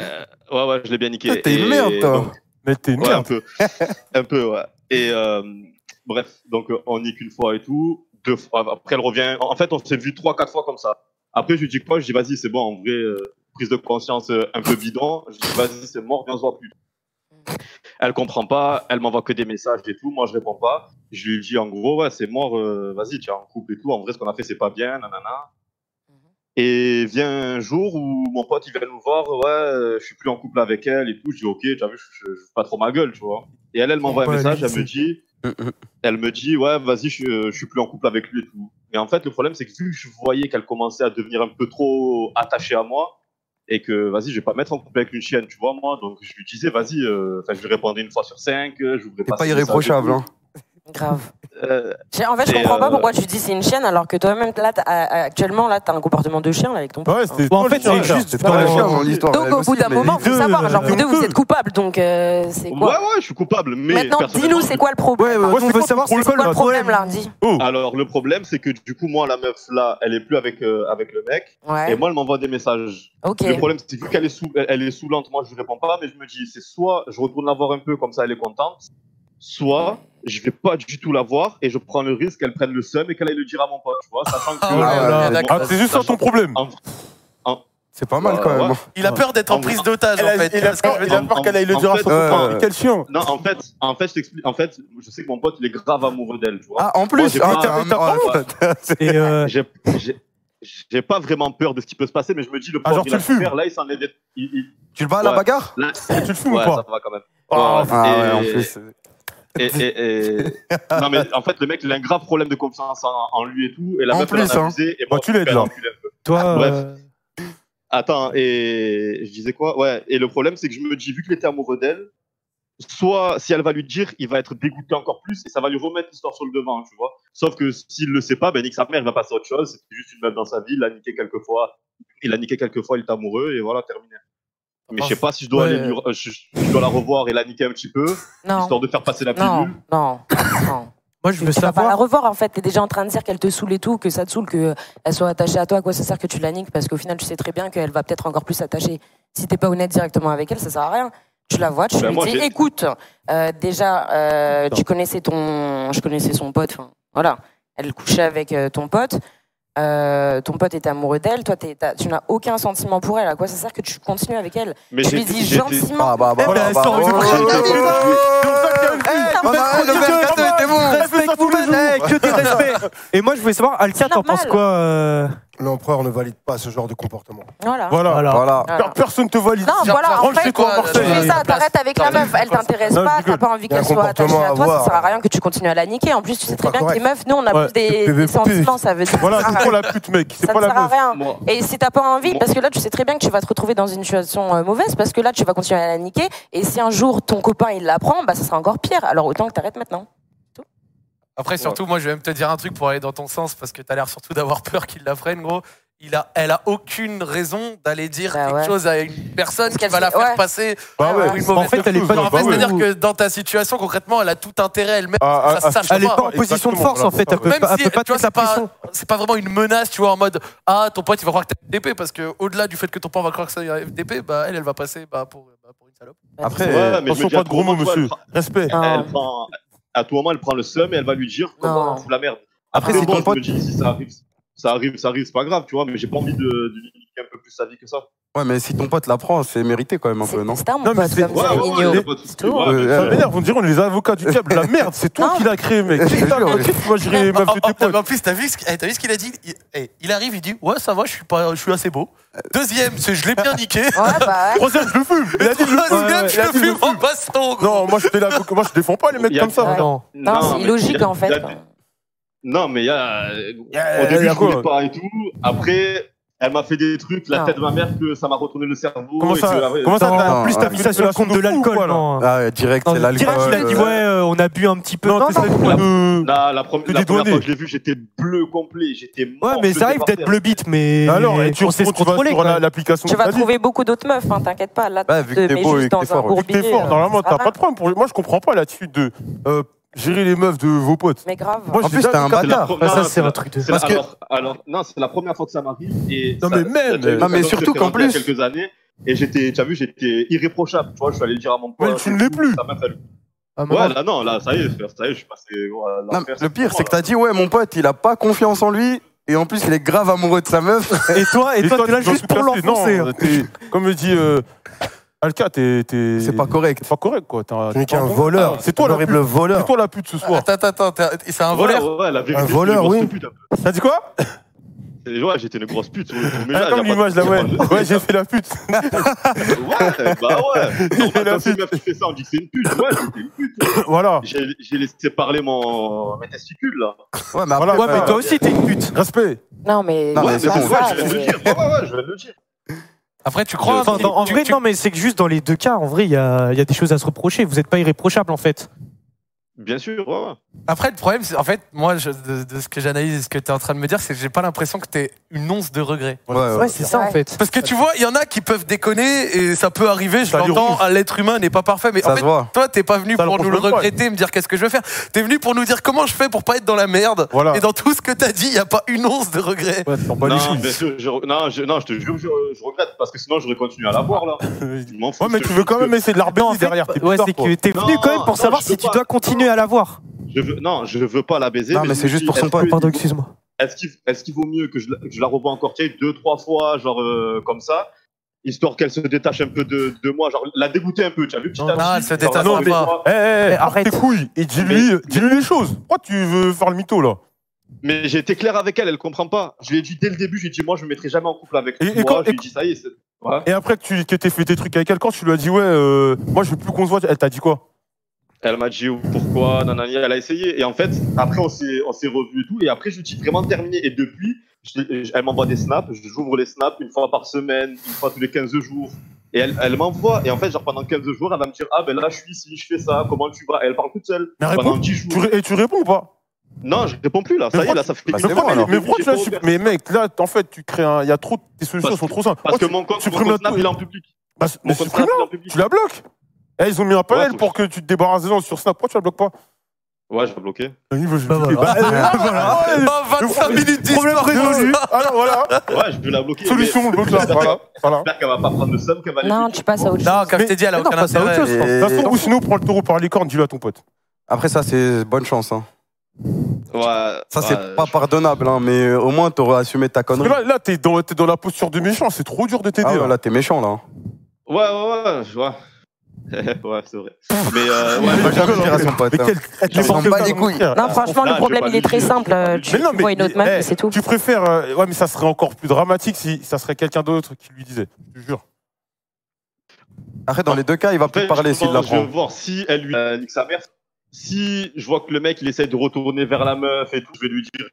[SPEAKER 9] Euh, ouais, ouais, je l'ai bien niqué.
[SPEAKER 3] Putain, T'es une
[SPEAKER 9] Et
[SPEAKER 3] merde, toi.
[SPEAKER 9] donc,
[SPEAKER 6] Mais t'es une
[SPEAKER 9] ouais, un
[SPEAKER 6] merde.
[SPEAKER 9] peu. un peu, ouais. Et euh, bref, donc euh, on nique une fois et tout. Deux fois. Après, elle revient. En en fait, on s'est vu trois, quatre fois comme ça. Après, je lui dis quoi Je dis, vas-y, c'est bon, en vrai, euh, prise de conscience euh, un peu bidon. Je dis, vas-y, c'est mort, viens, on se voit plus. Elle comprend pas, elle m'envoie que des messages et tout. Moi, je réponds pas. Je lui dis, en gros, ouais, c'est mort, euh, vas-y, tu es en couple et tout. En vrai, ce qu'on a fait, c'est pas bien, nanana. Et vient un jour où mon pote, il vient nous voir, ouais, euh, je suis plus en couple avec elle et tout. Je dis, ok, tu as vu, je, je, je fais pas trop ma gueule, tu vois. Et elle, elle m'envoie un
[SPEAKER 5] Ouais,
[SPEAKER 9] message, elle
[SPEAKER 5] c'est-
[SPEAKER 9] me dit, elle me dit, ouais, vas-y, je, euh, je suis plus en couple avec lui et tout. Mais en fait, le problème, c'est que vu que je voyais qu'elle commençait à devenir un peu trop attachée à moi, et que, vas-y, je vais pas mettre en couple avec une chienne, tu vois, moi. Donc, je lui disais, vas-y, euh, enfin, je lui répondais une fois sur cinq, euh, je voulais
[SPEAKER 3] T'es pas irréprochable. Hein.
[SPEAKER 8] Grave.
[SPEAKER 9] Euh,
[SPEAKER 8] J'ai- En fait, je
[SPEAKER 9] Et,
[SPEAKER 8] comprends pas
[SPEAKER 9] euh,
[SPEAKER 8] pourquoi tu dis c'est une chienne alors que toi-même là, t'as- euh, actuellement là, t'as un comportement de chien là, avec ton. pote.
[SPEAKER 6] Ouais, c'était.
[SPEAKER 7] Bon, en
[SPEAKER 6] toi,
[SPEAKER 7] fait,
[SPEAKER 6] le chien,
[SPEAKER 7] c'est
[SPEAKER 6] frère.
[SPEAKER 7] juste
[SPEAKER 6] C'est
[SPEAKER 3] Dans
[SPEAKER 6] toi,
[SPEAKER 3] la
[SPEAKER 6] le chien.
[SPEAKER 3] dans l'histoire.
[SPEAKER 8] Donc
[SPEAKER 3] elle
[SPEAKER 8] au
[SPEAKER 3] aussi,
[SPEAKER 8] bout d'un
[SPEAKER 3] mais-
[SPEAKER 8] moment,
[SPEAKER 6] les
[SPEAKER 8] faut
[SPEAKER 6] deux,
[SPEAKER 8] savoir. Genre
[SPEAKER 6] euh,
[SPEAKER 8] vous deux, vous
[SPEAKER 6] honteux.
[SPEAKER 8] êtes coupables, donc euh, c'est
[SPEAKER 9] ouais,
[SPEAKER 8] quoi
[SPEAKER 9] ouais, je suis coupable, mais.
[SPEAKER 8] Maintenant,
[SPEAKER 9] personnellement,
[SPEAKER 8] dis-nous c'est quoi le problème
[SPEAKER 3] Ouais, ouais,
[SPEAKER 6] Ouais,
[SPEAKER 3] on
[SPEAKER 6] c'est
[SPEAKER 3] veut
[SPEAKER 6] quoi
[SPEAKER 3] savoir.
[SPEAKER 6] ton
[SPEAKER 8] C'est quoi le
[SPEAKER 6] problème,
[SPEAKER 8] problème là Dis.
[SPEAKER 9] Alors, le problème, c'est que du coup, moi, la meuf, là, elle est plus avec, euh, avec le mec, et
[SPEAKER 8] Ouais.
[SPEAKER 9] moi, elle m'envoie des messages.
[SPEAKER 8] Ok.
[SPEAKER 9] Le problème, c'est que vu qu'elle est, sous, elle, elle est saoulante, moi, je lui réponds pas, mais je me dis, c'est soit je retourne la voir un peu, comme ça, elle est contente, soit je vais pas du tout la voir, et je prends le risque qu'elle prenne le seum et qu'elle aille le dire à mon pote, tu vois, sachant que.
[SPEAKER 5] Ah ouais,
[SPEAKER 3] ouais,
[SPEAKER 9] Bon,
[SPEAKER 3] ouais,
[SPEAKER 6] Ah, c'est juste ça ton problème.
[SPEAKER 9] En-
[SPEAKER 3] C'est pas mal
[SPEAKER 9] Bah,
[SPEAKER 3] quand même.
[SPEAKER 9] ouais.
[SPEAKER 5] Il a peur d'être en prise d'otage, en
[SPEAKER 6] Elle a-
[SPEAKER 5] fait.
[SPEAKER 6] Il a
[SPEAKER 5] C'est ce que je
[SPEAKER 6] peur,
[SPEAKER 5] veux
[SPEAKER 6] il a
[SPEAKER 5] dire.
[SPEAKER 6] peur qu'elle aille le
[SPEAKER 9] en
[SPEAKER 6] dire à
[SPEAKER 9] fait,
[SPEAKER 6] son
[SPEAKER 3] euh,
[SPEAKER 6] copain. Quel chien
[SPEAKER 9] Non, en fait, en fait, je t'explique. En fait, je sais que mon pote, il est grave amoureux d'elle, tu vois.
[SPEAKER 3] Ah, en
[SPEAKER 9] Moi,
[SPEAKER 3] plus,
[SPEAKER 9] j'ai pas-
[SPEAKER 3] ah, t'as-
[SPEAKER 9] j'ai
[SPEAKER 3] t'as
[SPEAKER 9] pas-
[SPEAKER 3] pas-
[SPEAKER 7] Et euh,
[SPEAKER 9] J'ai- j'ai- J'ai pas vraiment peur de ce qui peut se passer, mais je me dis, le
[SPEAKER 6] Ah,
[SPEAKER 9] pauvre,
[SPEAKER 6] genre,
[SPEAKER 9] il
[SPEAKER 6] tu
[SPEAKER 9] a
[SPEAKER 6] le fumes.
[SPEAKER 9] souffert, là, il s'en est. dé- il- il-
[SPEAKER 3] tu le bats à la
[SPEAKER 9] Ouais.
[SPEAKER 3] bagarre
[SPEAKER 9] là-
[SPEAKER 6] Tu le fumes
[SPEAKER 9] ouais,
[SPEAKER 6] ou
[SPEAKER 9] ça
[SPEAKER 6] pas
[SPEAKER 9] va quand même.
[SPEAKER 3] Ah
[SPEAKER 7] Oh,
[SPEAKER 9] Ouais,
[SPEAKER 3] ouais, en
[SPEAKER 9] et-
[SPEAKER 3] plus.
[SPEAKER 9] Et, et- et- non, mais en fait, le mec, il a un grave problème de confiance en, en lui et tout. Et la
[SPEAKER 3] En
[SPEAKER 9] meuf, elle en
[SPEAKER 3] plus,
[SPEAKER 9] a
[SPEAKER 3] hein.
[SPEAKER 9] abusé, et
[SPEAKER 6] Bah,
[SPEAKER 9] moi, je
[SPEAKER 6] tu
[SPEAKER 9] me
[SPEAKER 6] l'aides,
[SPEAKER 9] fais
[SPEAKER 6] là.
[SPEAKER 9] enculer un peu.
[SPEAKER 7] toi,
[SPEAKER 9] Bref.
[SPEAKER 7] euh,
[SPEAKER 9] Ah, Attends, et je disais quoi Ouais, et le problème, c'est que je me dis, vu qu'il était amoureux d'elle, soit si elle va lui dire, il va être dégoûté encore plus et ça va lui remettre l'histoire sur le devant, tu vois. Sauf que s'il le sait pas, ben nique sa mère, il va passer à autre chose. C'était juste une meuf dans sa vie, il l'a niqué quelques fois, il a niqué quelques fois, il est amoureux et voilà, terminé. Mais je sais pas si je dois,
[SPEAKER 7] Ouais.
[SPEAKER 9] aller lui- euh, je, je dois la revoir et la niquer un petit peu,
[SPEAKER 8] Non,
[SPEAKER 9] histoire de faire passer la
[SPEAKER 8] non,
[SPEAKER 9] pilule.
[SPEAKER 8] non, non.
[SPEAKER 7] moi je veux
[SPEAKER 8] tu vas pas la
[SPEAKER 7] savoir.
[SPEAKER 8] revoir en fait. T'es déjà en train de dire qu'elle te saoule et tout, que ça te saoule, que elle soit attachée à toi. À quoi ça sert que tu la niques Parce qu'au final, tu sais très bien qu'elle va peut-être encore plus s'attacher. Si t'es pas honnête directement avec elle, ça sert à rien. Tu la vois, tu
[SPEAKER 9] Ben,
[SPEAKER 8] lui
[SPEAKER 9] moi,
[SPEAKER 8] dis
[SPEAKER 9] j'ai-
[SPEAKER 8] écoute, euh, déjà, euh, tu connaissais ton, je connaissais son pote. Enfin, voilà, elle couchait avec euh, ton pote. Euh, ton pote était amoureux d'elle. Toi, t'es- t'as- tu n'as aucun sentiment pour elle. À quoi ça sert que tu continues avec elle
[SPEAKER 9] Mais
[SPEAKER 8] Tu lui
[SPEAKER 9] j'étais-
[SPEAKER 8] dis
[SPEAKER 9] j'étais-
[SPEAKER 8] gentiment.
[SPEAKER 3] bah bah
[SPEAKER 7] Voilà, sort une
[SPEAKER 3] oh,
[SPEAKER 7] prochaine
[SPEAKER 3] oh,
[SPEAKER 9] vidéo.
[SPEAKER 3] oh, oh, oh, oh. Eh, pas mal, le 24, c'était bon.
[SPEAKER 7] Respect pour le
[SPEAKER 3] Eh,
[SPEAKER 7] jour. Que des respects. Et moi je voulais savoir, Altia,
[SPEAKER 8] C'est
[SPEAKER 7] t'en
[SPEAKER 8] normal.
[SPEAKER 7] penses quoi euh,
[SPEAKER 4] L'empereur ne valide pas ce genre de comportement.
[SPEAKER 8] Voilà.
[SPEAKER 6] Voilà.
[SPEAKER 3] Voilà.
[SPEAKER 8] Voilà.
[SPEAKER 6] Personne te valide.
[SPEAKER 8] Non,
[SPEAKER 5] Genre,
[SPEAKER 8] voilà, en
[SPEAKER 5] range
[SPEAKER 8] fait,
[SPEAKER 5] chez toi,
[SPEAKER 8] tu
[SPEAKER 5] à Marseille.
[SPEAKER 8] fais ça, t'arrêtes avec la
[SPEAKER 5] Non,
[SPEAKER 8] meuf, elle t'intéresse
[SPEAKER 6] Non, je
[SPEAKER 8] pas, t'as
[SPEAKER 6] rigole.
[SPEAKER 8] pas envie
[SPEAKER 4] Il y a
[SPEAKER 8] qu'elle
[SPEAKER 4] un
[SPEAKER 8] soit attachée
[SPEAKER 4] comportement
[SPEAKER 8] à
[SPEAKER 4] à
[SPEAKER 8] toi, ça
[SPEAKER 4] avoir.
[SPEAKER 8] sert à rien que tu continues à la niquer. En plus, tu sais
[SPEAKER 4] C'est
[SPEAKER 8] très
[SPEAKER 4] pas
[SPEAKER 8] bien que les
[SPEAKER 4] correct.
[SPEAKER 8] meufs, nous, on a
[SPEAKER 6] Ouais,
[SPEAKER 8] plus des,
[SPEAKER 4] c'est
[SPEAKER 8] des
[SPEAKER 4] pute.
[SPEAKER 8] sentiments, ça veut dire.
[SPEAKER 6] Voilà,
[SPEAKER 8] ça
[SPEAKER 6] c'est
[SPEAKER 8] sert à
[SPEAKER 6] pour
[SPEAKER 8] rien.
[SPEAKER 6] la pute, mec. C'est
[SPEAKER 8] Ça
[SPEAKER 6] pas
[SPEAKER 8] ne
[SPEAKER 6] la
[SPEAKER 8] sert à
[SPEAKER 6] meuf.
[SPEAKER 8] rien.
[SPEAKER 9] Moi,
[SPEAKER 8] Et si t'as pas envie, parce que là, tu sais très bien que tu vas te retrouver dans une situation euh, mauvaise, parce que là, tu vas continuer à la niquer, et si un jour ton copain il l'apprend, bah ça sera encore pire. Alors autant que t'arrêtes maintenant.
[SPEAKER 5] Après, surtout, moi, je vais même te dire un truc pour aller dans ton sens, parce que t'as l'air surtout d'avoir peur qu'il la prenne, gros. Il a, elle a aucune raison d'aller dire
[SPEAKER 8] Bah
[SPEAKER 5] quelque
[SPEAKER 8] ouais.
[SPEAKER 5] chose à une personne
[SPEAKER 8] Parce
[SPEAKER 5] qui
[SPEAKER 8] qu'elle
[SPEAKER 5] va la
[SPEAKER 8] sait-
[SPEAKER 5] faire
[SPEAKER 8] ouais.
[SPEAKER 5] passer.
[SPEAKER 6] Bah
[SPEAKER 8] ouais.
[SPEAKER 5] pour une
[SPEAKER 6] En
[SPEAKER 5] mauvaise
[SPEAKER 6] fait, elle est pas
[SPEAKER 5] Genre, en fait,
[SPEAKER 6] dans-
[SPEAKER 5] c'est-à-dire
[SPEAKER 6] ouais.
[SPEAKER 5] que dans ta situation, concrètement, elle a tout intérêt elle-même.
[SPEAKER 6] Ah, ah,
[SPEAKER 5] Ça se sache
[SPEAKER 7] Elle est
[SPEAKER 5] pas.
[SPEAKER 7] pas en position de
[SPEAKER 6] Exactement,
[SPEAKER 7] force en fait. Elle peut
[SPEAKER 5] Même
[SPEAKER 7] pas elle
[SPEAKER 5] si,
[SPEAKER 7] peut pas
[SPEAKER 5] tu
[SPEAKER 7] te
[SPEAKER 5] vois,
[SPEAKER 7] mettre
[SPEAKER 5] c'est
[SPEAKER 7] la
[SPEAKER 5] pas,
[SPEAKER 7] pression.
[SPEAKER 5] c'est pas vraiment une menace, tu vois, en mode Ah, ton pote, il va croire que t'es FDP, parce que au-delà du fait que ton pote va croire que c'est un FDP, bah, elle, elle va passer bah, pour, bah, pour une salope.
[SPEAKER 9] eh.
[SPEAKER 3] Après,
[SPEAKER 9] Ouais, mais je me
[SPEAKER 6] Attention,
[SPEAKER 9] dis, à
[SPEAKER 6] pas de
[SPEAKER 9] tout
[SPEAKER 6] gros mots,
[SPEAKER 9] moment, tu vois,
[SPEAKER 6] monsieur. Respect.
[SPEAKER 8] Non.
[SPEAKER 9] Elle prend, à tout moment, elle prend le seum et elle va lui dire comment
[SPEAKER 8] Ah. Non.
[SPEAKER 9] on fout la merde.
[SPEAKER 3] Après,
[SPEAKER 9] Mais
[SPEAKER 3] c'est
[SPEAKER 9] bon,
[SPEAKER 3] ton
[SPEAKER 9] je me
[SPEAKER 3] pote.
[SPEAKER 9] dis, si ça arrive, ça arrive, ça arrive, c'est pas grave, tu vois, mais j'ai pas envie de, de lui niquer un peu plus sa vie que ça.
[SPEAKER 3] Ouais, mais si ton pote la prend, c'est mérité quand même un
[SPEAKER 8] C'est
[SPEAKER 3] peu, non
[SPEAKER 8] c'est un
[SPEAKER 6] Non, mais
[SPEAKER 8] pote
[SPEAKER 6] c'est-
[SPEAKER 8] comme
[SPEAKER 6] Ouais,
[SPEAKER 8] ça,
[SPEAKER 6] ouais,
[SPEAKER 8] Nino.
[SPEAKER 6] ouais.
[SPEAKER 8] C'est tout.
[SPEAKER 7] hein.
[SPEAKER 9] Ouais, mais
[SPEAKER 6] Ça
[SPEAKER 9] ça-
[SPEAKER 6] m'énerve, on dirait on est les avocats du diable. La merde, c'est toi qui l'as créé, mec.
[SPEAKER 3] Je
[SPEAKER 6] Qu'est-ce
[SPEAKER 3] te jure, oui.
[SPEAKER 6] que Moi, j'irais meuf
[SPEAKER 5] Oh,
[SPEAKER 6] de
[SPEAKER 5] oh,
[SPEAKER 6] tes potes.
[SPEAKER 5] mais en plus, t'as vu, ce qu'- eh, t'as vu ce qu'il a dit il, eh, il arrive, il dit Ouais, ça va, je suis, pas, je suis assez beau. Deuxième, c'est je l'ai bien niqué.
[SPEAKER 8] Ouais, bah ouais.
[SPEAKER 6] Troisième, je le fume. Il a dit, je le fume.
[SPEAKER 5] Troisième,
[SPEAKER 6] Il a
[SPEAKER 5] je
[SPEAKER 6] dit,
[SPEAKER 5] le fume en baston, gros.
[SPEAKER 6] Non, moi, je fais la- moi, je défends pas les mecs
[SPEAKER 9] Il y a-
[SPEAKER 6] comme ça.
[SPEAKER 8] Ouais.
[SPEAKER 7] Non.
[SPEAKER 8] Ah, Non, c'est
[SPEAKER 9] mais
[SPEAKER 8] illogique
[SPEAKER 9] il y a-
[SPEAKER 8] en
[SPEAKER 9] il y
[SPEAKER 8] fait.
[SPEAKER 9] a- Non, mais il y a.
[SPEAKER 6] a-
[SPEAKER 9] Au
[SPEAKER 6] il y
[SPEAKER 9] début,
[SPEAKER 6] a
[SPEAKER 9] je
[SPEAKER 6] quoi
[SPEAKER 9] voulais pas et tout. Après, elle m'a fait des trucs, la
[SPEAKER 8] Non.
[SPEAKER 9] tête de ma mère, que ça m'a retourné le cerveau.
[SPEAKER 6] Comment
[SPEAKER 9] et
[SPEAKER 6] ça,
[SPEAKER 9] que- euh,
[SPEAKER 6] comment ça
[SPEAKER 7] Non,
[SPEAKER 6] t'as-
[SPEAKER 3] non,
[SPEAKER 6] En plus, t'as
[SPEAKER 3] non,
[SPEAKER 6] mis
[SPEAKER 7] Mis ça sur le compte de l'alcool. non.
[SPEAKER 3] Ah, ouais, direct,
[SPEAKER 7] Non,
[SPEAKER 3] c'est
[SPEAKER 7] Direct, il a dit
[SPEAKER 3] l'alcool.
[SPEAKER 7] ouais, euh, on a bu un petit peu.
[SPEAKER 6] Non,
[SPEAKER 7] Non,
[SPEAKER 6] t'essaies
[SPEAKER 7] non,
[SPEAKER 6] de- de-
[SPEAKER 9] Là, la, première-
[SPEAKER 6] Tu
[SPEAKER 9] la
[SPEAKER 6] t'es
[SPEAKER 9] première
[SPEAKER 6] donné.
[SPEAKER 9] fois que je l'ai vue, j'étais bleu complet. J'étais
[SPEAKER 7] Ouais,
[SPEAKER 9] mort,
[SPEAKER 7] mais
[SPEAKER 9] jeté
[SPEAKER 7] ça arrive
[SPEAKER 9] par
[SPEAKER 7] d'être
[SPEAKER 9] terre.
[SPEAKER 7] bleu bite, mais
[SPEAKER 6] Alors, et
[SPEAKER 7] mais
[SPEAKER 6] tu
[SPEAKER 7] on sait se
[SPEAKER 6] retrouves- tu vas
[SPEAKER 7] contrôler.
[SPEAKER 6] sur
[SPEAKER 7] quand
[SPEAKER 6] la-
[SPEAKER 7] même.
[SPEAKER 6] l'application.
[SPEAKER 8] Tu vas
[SPEAKER 6] que t'as dit.
[SPEAKER 8] trouver beaucoup d'autres meufs, hein, t'inquiète pas. Là,
[SPEAKER 3] Bah, vu que
[SPEAKER 8] te
[SPEAKER 3] t'es
[SPEAKER 8] mets
[SPEAKER 3] beau et
[SPEAKER 8] juste
[SPEAKER 3] que
[SPEAKER 8] dans
[SPEAKER 3] t'es
[SPEAKER 8] un
[SPEAKER 3] fort, vu
[SPEAKER 6] Vu que t'es
[SPEAKER 8] bourbier,
[SPEAKER 6] fort,
[SPEAKER 8] euh,
[SPEAKER 6] normalement,
[SPEAKER 8] ça
[SPEAKER 6] t'as
[SPEAKER 8] va.
[SPEAKER 6] pas de problème. pour- Moi, je comprends pas l'attitude de euh, gérer les meufs de vos potes.
[SPEAKER 8] Mais grave.
[SPEAKER 6] Moi,
[SPEAKER 3] En
[SPEAKER 6] j'ai
[SPEAKER 3] plus,
[SPEAKER 6] déjà
[SPEAKER 3] t'es
[SPEAKER 6] vu
[SPEAKER 3] un
[SPEAKER 6] comme-
[SPEAKER 9] C'est la
[SPEAKER 3] bâtard.
[SPEAKER 9] pro-
[SPEAKER 7] Ouais,
[SPEAKER 9] non,
[SPEAKER 7] ça,
[SPEAKER 9] non,
[SPEAKER 7] c'est un truc de.
[SPEAKER 9] C'est la-
[SPEAKER 3] Parce que-
[SPEAKER 9] alors, alors, non, c'est la première fois que ça m'arrive. Et
[SPEAKER 6] Non,
[SPEAKER 9] ça-
[SPEAKER 6] mais même.
[SPEAKER 9] j'avais eu
[SPEAKER 3] Non, mais
[SPEAKER 9] l'occasion de
[SPEAKER 3] surtout
[SPEAKER 9] le
[SPEAKER 3] qu'en
[SPEAKER 9] présenter il y a
[SPEAKER 3] plus-
[SPEAKER 9] quelques années. Et j'étais, tu as vu, j'étais irréprochable. Tu vois, je suis allé le dire à mon
[SPEAKER 6] Mais
[SPEAKER 9] pote.
[SPEAKER 6] tu
[SPEAKER 9] et
[SPEAKER 6] ne l'es
[SPEAKER 9] tout,
[SPEAKER 6] plus.
[SPEAKER 9] ça m'a fallu.
[SPEAKER 7] Ah, mais
[SPEAKER 9] Ouais,
[SPEAKER 7] non.
[SPEAKER 9] là, non, là, ça y est, frère, ça y est, je suis passé. ouais, à
[SPEAKER 3] Non,
[SPEAKER 9] l'enfer,
[SPEAKER 3] le pire, c'est que
[SPEAKER 9] voilà.
[SPEAKER 3] t'as dit ouais, mon pote, il a pas confiance en lui, et en plus, il est grave amoureux de sa meuf.
[SPEAKER 7] Et toi, et
[SPEAKER 6] Et
[SPEAKER 7] toi, t'es là
[SPEAKER 6] tu dois
[SPEAKER 7] juste
[SPEAKER 6] tout
[SPEAKER 7] pour
[SPEAKER 6] casser.
[SPEAKER 7] l'enfoncer. hein.
[SPEAKER 6] Non, t'es- Comme me dit euh, Alka, t'es. t'es-
[SPEAKER 3] C'est pas
[SPEAKER 6] C'est
[SPEAKER 3] correct.
[SPEAKER 6] pas correct, Ah, quoi. T'as-
[SPEAKER 4] Tu n'es
[SPEAKER 6] t'as
[SPEAKER 4] qu'un
[SPEAKER 6] un-
[SPEAKER 4] voleur.
[SPEAKER 6] C'est toi
[SPEAKER 4] Un
[SPEAKER 6] la
[SPEAKER 4] horrible
[SPEAKER 6] pute. C'est
[SPEAKER 4] voleur.
[SPEAKER 6] toi la pute ce soir.
[SPEAKER 5] Attends, attends, attends, t'es- c'est un voleur.
[SPEAKER 9] Ouais, ouais, la vérité,
[SPEAKER 4] Un
[SPEAKER 9] c'est une
[SPEAKER 4] voleur,
[SPEAKER 9] grosse
[SPEAKER 4] oui.
[SPEAKER 9] pute, un peu.
[SPEAKER 6] hein. T'as dit quoi
[SPEAKER 9] Et Ouais, j'étais une grosse pute sur le coup. Mais
[SPEAKER 6] Ah,
[SPEAKER 9] là,
[SPEAKER 6] Comme
[SPEAKER 9] y a
[SPEAKER 6] l'image
[SPEAKER 9] pas
[SPEAKER 6] là,
[SPEAKER 9] de-
[SPEAKER 6] ouais.
[SPEAKER 9] y a pas de-
[SPEAKER 6] Ouais, j'ai fait la pute.
[SPEAKER 9] Ouais, bah ouais. Non,
[SPEAKER 6] fait la
[SPEAKER 9] quand c'est une
[SPEAKER 6] pute.
[SPEAKER 9] meuf qui fait ça, on dit que c'est une pute. Ouais, c'était une pute.
[SPEAKER 6] Voilà.
[SPEAKER 9] J'ai j'ai laissé parler mon mes testicules, là.
[SPEAKER 3] Ouais, mais
[SPEAKER 6] Voilà.
[SPEAKER 3] après,
[SPEAKER 6] Ouais, mais
[SPEAKER 3] euh,
[SPEAKER 7] Toi aussi, t'es une pute.
[SPEAKER 6] Respect.
[SPEAKER 8] Non, mais.
[SPEAKER 3] Non, mais
[SPEAKER 9] Ouais,
[SPEAKER 3] c'est
[SPEAKER 9] mais
[SPEAKER 3] bon.
[SPEAKER 9] ouais,
[SPEAKER 8] ça,
[SPEAKER 9] je vais le
[SPEAKER 8] mais-
[SPEAKER 9] dire. Ouais, ouais, ouais, je vais le dire.
[SPEAKER 5] Après, tu crois.
[SPEAKER 7] Enfin, dans- en
[SPEAKER 5] tu-
[SPEAKER 7] vrai,
[SPEAKER 5] tu-
[SPEAKER 7] non, mais c'est que juste dans les deux cas, en vrai, il y a, il y a des choses à se reprocher. Vous n'êtes pas irréprochable, en fait.
[SPEAKER 9] Bien sûr, ouais, ouais.
[SPEAKER 5] Après, le problème, c'est en fait, moi, je- de, de ce que j'analyse et ce que tu es en train de me dire, c'est que j'ai pas l'impression que tu une once de regret.
[SPEAKER 3] ouais, ouais.
[SPEAKER 7] Ouais, c'est ça,
[SPEAKER 8] Ouais.
[SPEAKER 7] en fait.
[SPEAKER 5] Parce que tu vois, il y en a qui peuvent déconner et ça peut arriver, je
[SPEAKER 6] Ça lui
[SPEAKER 5] l'entends,
[SPEAKER 6] rouge.
[SPEAKER 5] un- l'être humain n'est pas parfait, mais en
[SPEAKER 3] Ça
[SPEAKER 5] fait,
[SPEAKER 3] se voit.
[SPEAKER 5] toi, t'es pas venu
[SPEAKER 6] Ça
[SPEAKER 5] pour
[SPEAKER 6] le
[SPEAKER 5] nous le
[SPEAKER 6] prouve même pas.
[SPEAKER 5] regretter, me dire qu'est-ce que je vais faire. T'es venu pour nous dire comment je fais pour pas être dans la merde.
[SPEAKER 6] Voilà.
[SPEAKER 5] Et dans tout ce que t'as dit, il n'y a pas une once de regret.
[SPEAKER 6] Ouais, t'en bats les
[SPEAKER 9] Non,
[SPEAKER 6] couilles.
[SPEAKER 9] bien sûr, je, non, je, non, je te jure, je, je regrette parce que sinon j'aurais continué à la voir là. Je m'en fous,
[SPEAKER 6] Ouais, mais
[SPEAKER 9] je
[SPEAKER 6] tu
[SPEAKER 9] te
[SPEAKER 6] veux
[SPEAKER 9] jure
[SPEAKER 6] quand
[SPEAKER 9] que-
[SPEAKER 6] même essayer de l'arbitre
[SPEAKER 7] Non, en fait,
[SPEAKER 6] derrière. T'es
[SPEAKER 7] ouais,
[SPEAKER 6] bizarre,
[SPEAKER 7] c'est
[SPEAKER 6] quoi.
[SPEAKER 7] que t'es venu
[SPEAKER 9] Non,
[SPEAKER 7] quand même pour
[SPEAKER 9] non,
[SPEAKER 7] savoir
[SPEAKER 9] je
[SPEAKER 7] si
[SPEAKER 9] peux
[SPEAKER 7] tu
[SPEAKER 9] pas.
[SPEAKER 7] dois continuer à l'avoir.
[SPEAKER 9] Je veux, non, je veux pas la baiser.
[SPEAKER 3] Non, mais c'est
[SPEAKER 9] je me
[SPEAKER 3] juste
[SPEAKER 9] dis,
[SPEAKER 3] pour son
[SPEAKER 9] est-ce
[SPEAKER 3] pote.
[SPEAKER 9] que-
[SPEAKER 7] Pardon, excuse-moi.
[SPEAKER 9] est-ce qu'il est-ce qu'il vaut mieux que je, la- que je la revoie en quartier deux, trois fois, genre euh, comme ça, histoire qu'elle se détache un peu de, de moi, genre la dégoûter un peu, tu as vu petit
[SPEAKER 5] Non,
[SPEAKER 9] à
[SPEAKER 5] non,
[SPEAKER 9] petit,
[SPEAKER 5] elle se
[SPEAKER 9] genre,
[SPEAKER 5] détache
[SPEAKER 9] la-
[SPEAKER 5] pas.
[SPEAKER 9] moi-
[SPEAKER 6] Eh, eh, eh,
[SPEAKER 7] Mais
[SPEAKER 6] arrête tes
[SPEAKER 7] arrête.
[SPEAKER 6] couilles et dis-lui dis-lui les choses. Pourquoi tu veux faire le mytho, là
[SPEAKER 9] Mais j'ai été clair avec elle, elle comprend pas. Je lui ai dit dès le début, j'ai dit moi je me mettrai jamais en couple avec
[SPEAKER 6] Et- et
[SPEAKER 9] toi.
[SPEAKER 6] quand-
[SPEAKER 9] je lui
[SPEAKER 6] et-
[SPEAKER 9] ai dit ça y est. c'est- Voilà.
[SPEAKER 6] Et après que tu que t'aies fait tes trucs avec elle, quand tu lui as dit, ouais, euh, moi, je veux plus qu'on se voit, elle t'a dit quoi
[SPEAKER 9] Elle m'a dit pourquoi, nanani, elle a essayé. Et en fait, après on s'est on s'est revus et tout. Et après je lui ai dit vraiment terminé. Et depuis, je- je- elle m'envoie des snaps. je- J'ouvre les snaps une fois par semaine, une fois tous les 15 jours. Et elle, elle m'envoie. Et en fait, genre pendant 15 jours, elle va me dire ah ben là je suis ici, je fais ça. Comment tu vas Et Elle parle toute seule
[SPEAKER 6] Mais réponds.
[SPEAKER 9] pendant 10
[SPEAKER 6] Tu
[SPEAKER 9] jours.
[SPEAKER 6] ré- Et tu réponds ou pas
[SPEAKER 9] Non, je réponds plus là. Ça
[SPEAKER 6] Mais
[SPEAKER 9] y est,
[SPEAKER 6] pourquoi-
[SPEAKER 9] là ça fait.
[SPEAKER 3] Bah,
[SPEAKER 6] Mais
[SPEAKER 3] c'est
[SPEAKER 6] pourquoi,
[SPEAKER 3] bon, alors.
[SPEAKER 6] mais, pourquoi tu
[SPEAKER 9] J'ai
[SPEAKER 6] la
[SPEAKER 9] pas
[SPEAKER 6] supp-
[SPEAKER 9] ouvert.
[SPEAKER 6] Mais mec, là, en fait, tu crées un. Il y a trop. Tes solutions
[SPEAKER 9] Parce
[SPEAKER 6] sont
[SPEAKER 9] que-
[SPEAKER 6] trop simples.
[SPEAKER 9] Parce
[SPEAKER 6] Moi,
[SPEAKER 9] que
[SPEAKER 6] tu-
[SPEAKER 9] mon compte, mon
[SPEAKER 6] supprimes
[SPEAKER 9] compte
[SPEAKER 6] la
[SPEAKER 9] Snap, il est en public.
[SPEAKER 6] bah, c'est-
[SPEAKER 9] Mon
[SPEAKER 6] mais
[SPEAKER 9] compte
[SPEAKER 6] supprime-la,
[SPEAKER 9] Snap, il est en public.
[SPEAKER 6] tu la bloques. Eh, ils ont mis un panel
[SPEAKER 9] Ouais,
[SPEAKER 6] pour que tu te débarrasses des gens sur Snap. Pourquoi tu la bloques pas
[SPEAKER 9] Ouais, je vais bloquer.
[SPEAKER 6] Au niveau, je-
[SPEAKER 7] Bah, voilà.
[SPEAKER 6] Bah, eh, voilà.
[SPEAKER 5] Ah,
[SPEAKER 6] Eh,
[SPEAKER 5] 25 minutes
[SPEAKER 6] Problème
[SPEAKER 5] d'histoire.
[SPEAKER 6] résolu. Alors ah voilà.
[SPEAKER 9] Ouais, je vais la bloquer.
[SPEAKER 6] Solution, on le bloque là. Voilà. voilà.
[SPEAKER 9] J'espère qu'elle va pas prendre de somme, qu'elle va aller
[SPEAKER 8] Non, tu passes à autre chose.
[SPEAKER 5] Non, comme je t'ai dit, elle a
[SPEAKER 7] Mais non,
[SPEAKER 5] aucun
[SPEAKER 7] passe à autre
[SPEAKER 5] intérêt.
[SPEAKER 7] chose.
[SPEAKER 3] Et-
[SPEAKER 6] De toute façon, ou sinon, prends le taureau par les cornes, dis-le à ton pote.
[SPEAKER 3] Après ça, c'est bonne chance. hein.
[SPEAKER 9] Ouais,
[SPEAKER 3] Ça, c'est
[SPEAKER 9] ouais,
[SPEAKER 3] pas
[SPEAKER 9] je-
[SPEAKER 3] pardonnable, hein, mais euh, au moins, t'aurais assumé ta
[SPEAKER 6] Parce
[SPEAKER 3] connerie.
[SPEAKER 6] que là, là t'es dans, t'es dans la posture de méchant, c'est trop dur de t'aider. hein.
[SPEAKER 3] Ah ouais,
[SPEAKER 6] là.
[SPEAKER 3] là, t'es méchant, là.
[SPEAKER 9] Ouais, ouais, ouais, je vois. ouais, c'est vrai. Mais euh, ouais,
[SPEAKER 3] Il va jamais dire à son pote.
[SPEAKER 6] Ah Mais
[SPEAKER 3] hein.
[SPEAKER 6] quel. eh,
[SPEAKER 3] Je m'en
[SPEAKER 6] porté
[SPEAKER 3] bats
[SPEAKER 6] au
[SPEAKER 3] les
[SPEAKER 6] talon,
[SPEAKER 3] couilles.
[SPEAKER 6] frère.
[SPEAKER 8] Non, franchement,
[SPEAKER 9] là,
[SPEAKER 8] le
[SPEAKER 9] j'ai
[SPEAKER 8] problème,
[SPEAKER 9] pas
[SPEAKER 8] il est
[SPEAKER 9] lu.
[SPEAKER 8] très simple. euh, Tu,
[SPEAKER 6] Mais non,
[SPEAKER 8] tu
[SPEAKER 6] mais-
[SPEAKER 8] vois une autre
[SPEAKER 6] mais-
[SPEAKER 8] meuf,
[SPEAKER 6] eh,
[SPEAKER 8] et c'est tout.
[SPEAKER 6] Tu préfères. euh, ouais, mais ça serait encore plus dramatique si ça serait quelqu'un d'autre qui lui disait. Je te jure.
[SPEAKER 3] Après, dans les deux cas, il va
[SPEAKER 9] après,
[SPEAKER 3] plus parler
[SPEAKER 9] je
[SPEAKER 3] s'il
[SPEAKER 9] pense- Je
[SPEAKER 3] l'apprend.
[SPEAKER 9] vais voir si elle lui euh, nique sa mère. Si je vois que le mec il essaye de retourner vers la meuf et tout, je vais lui dire.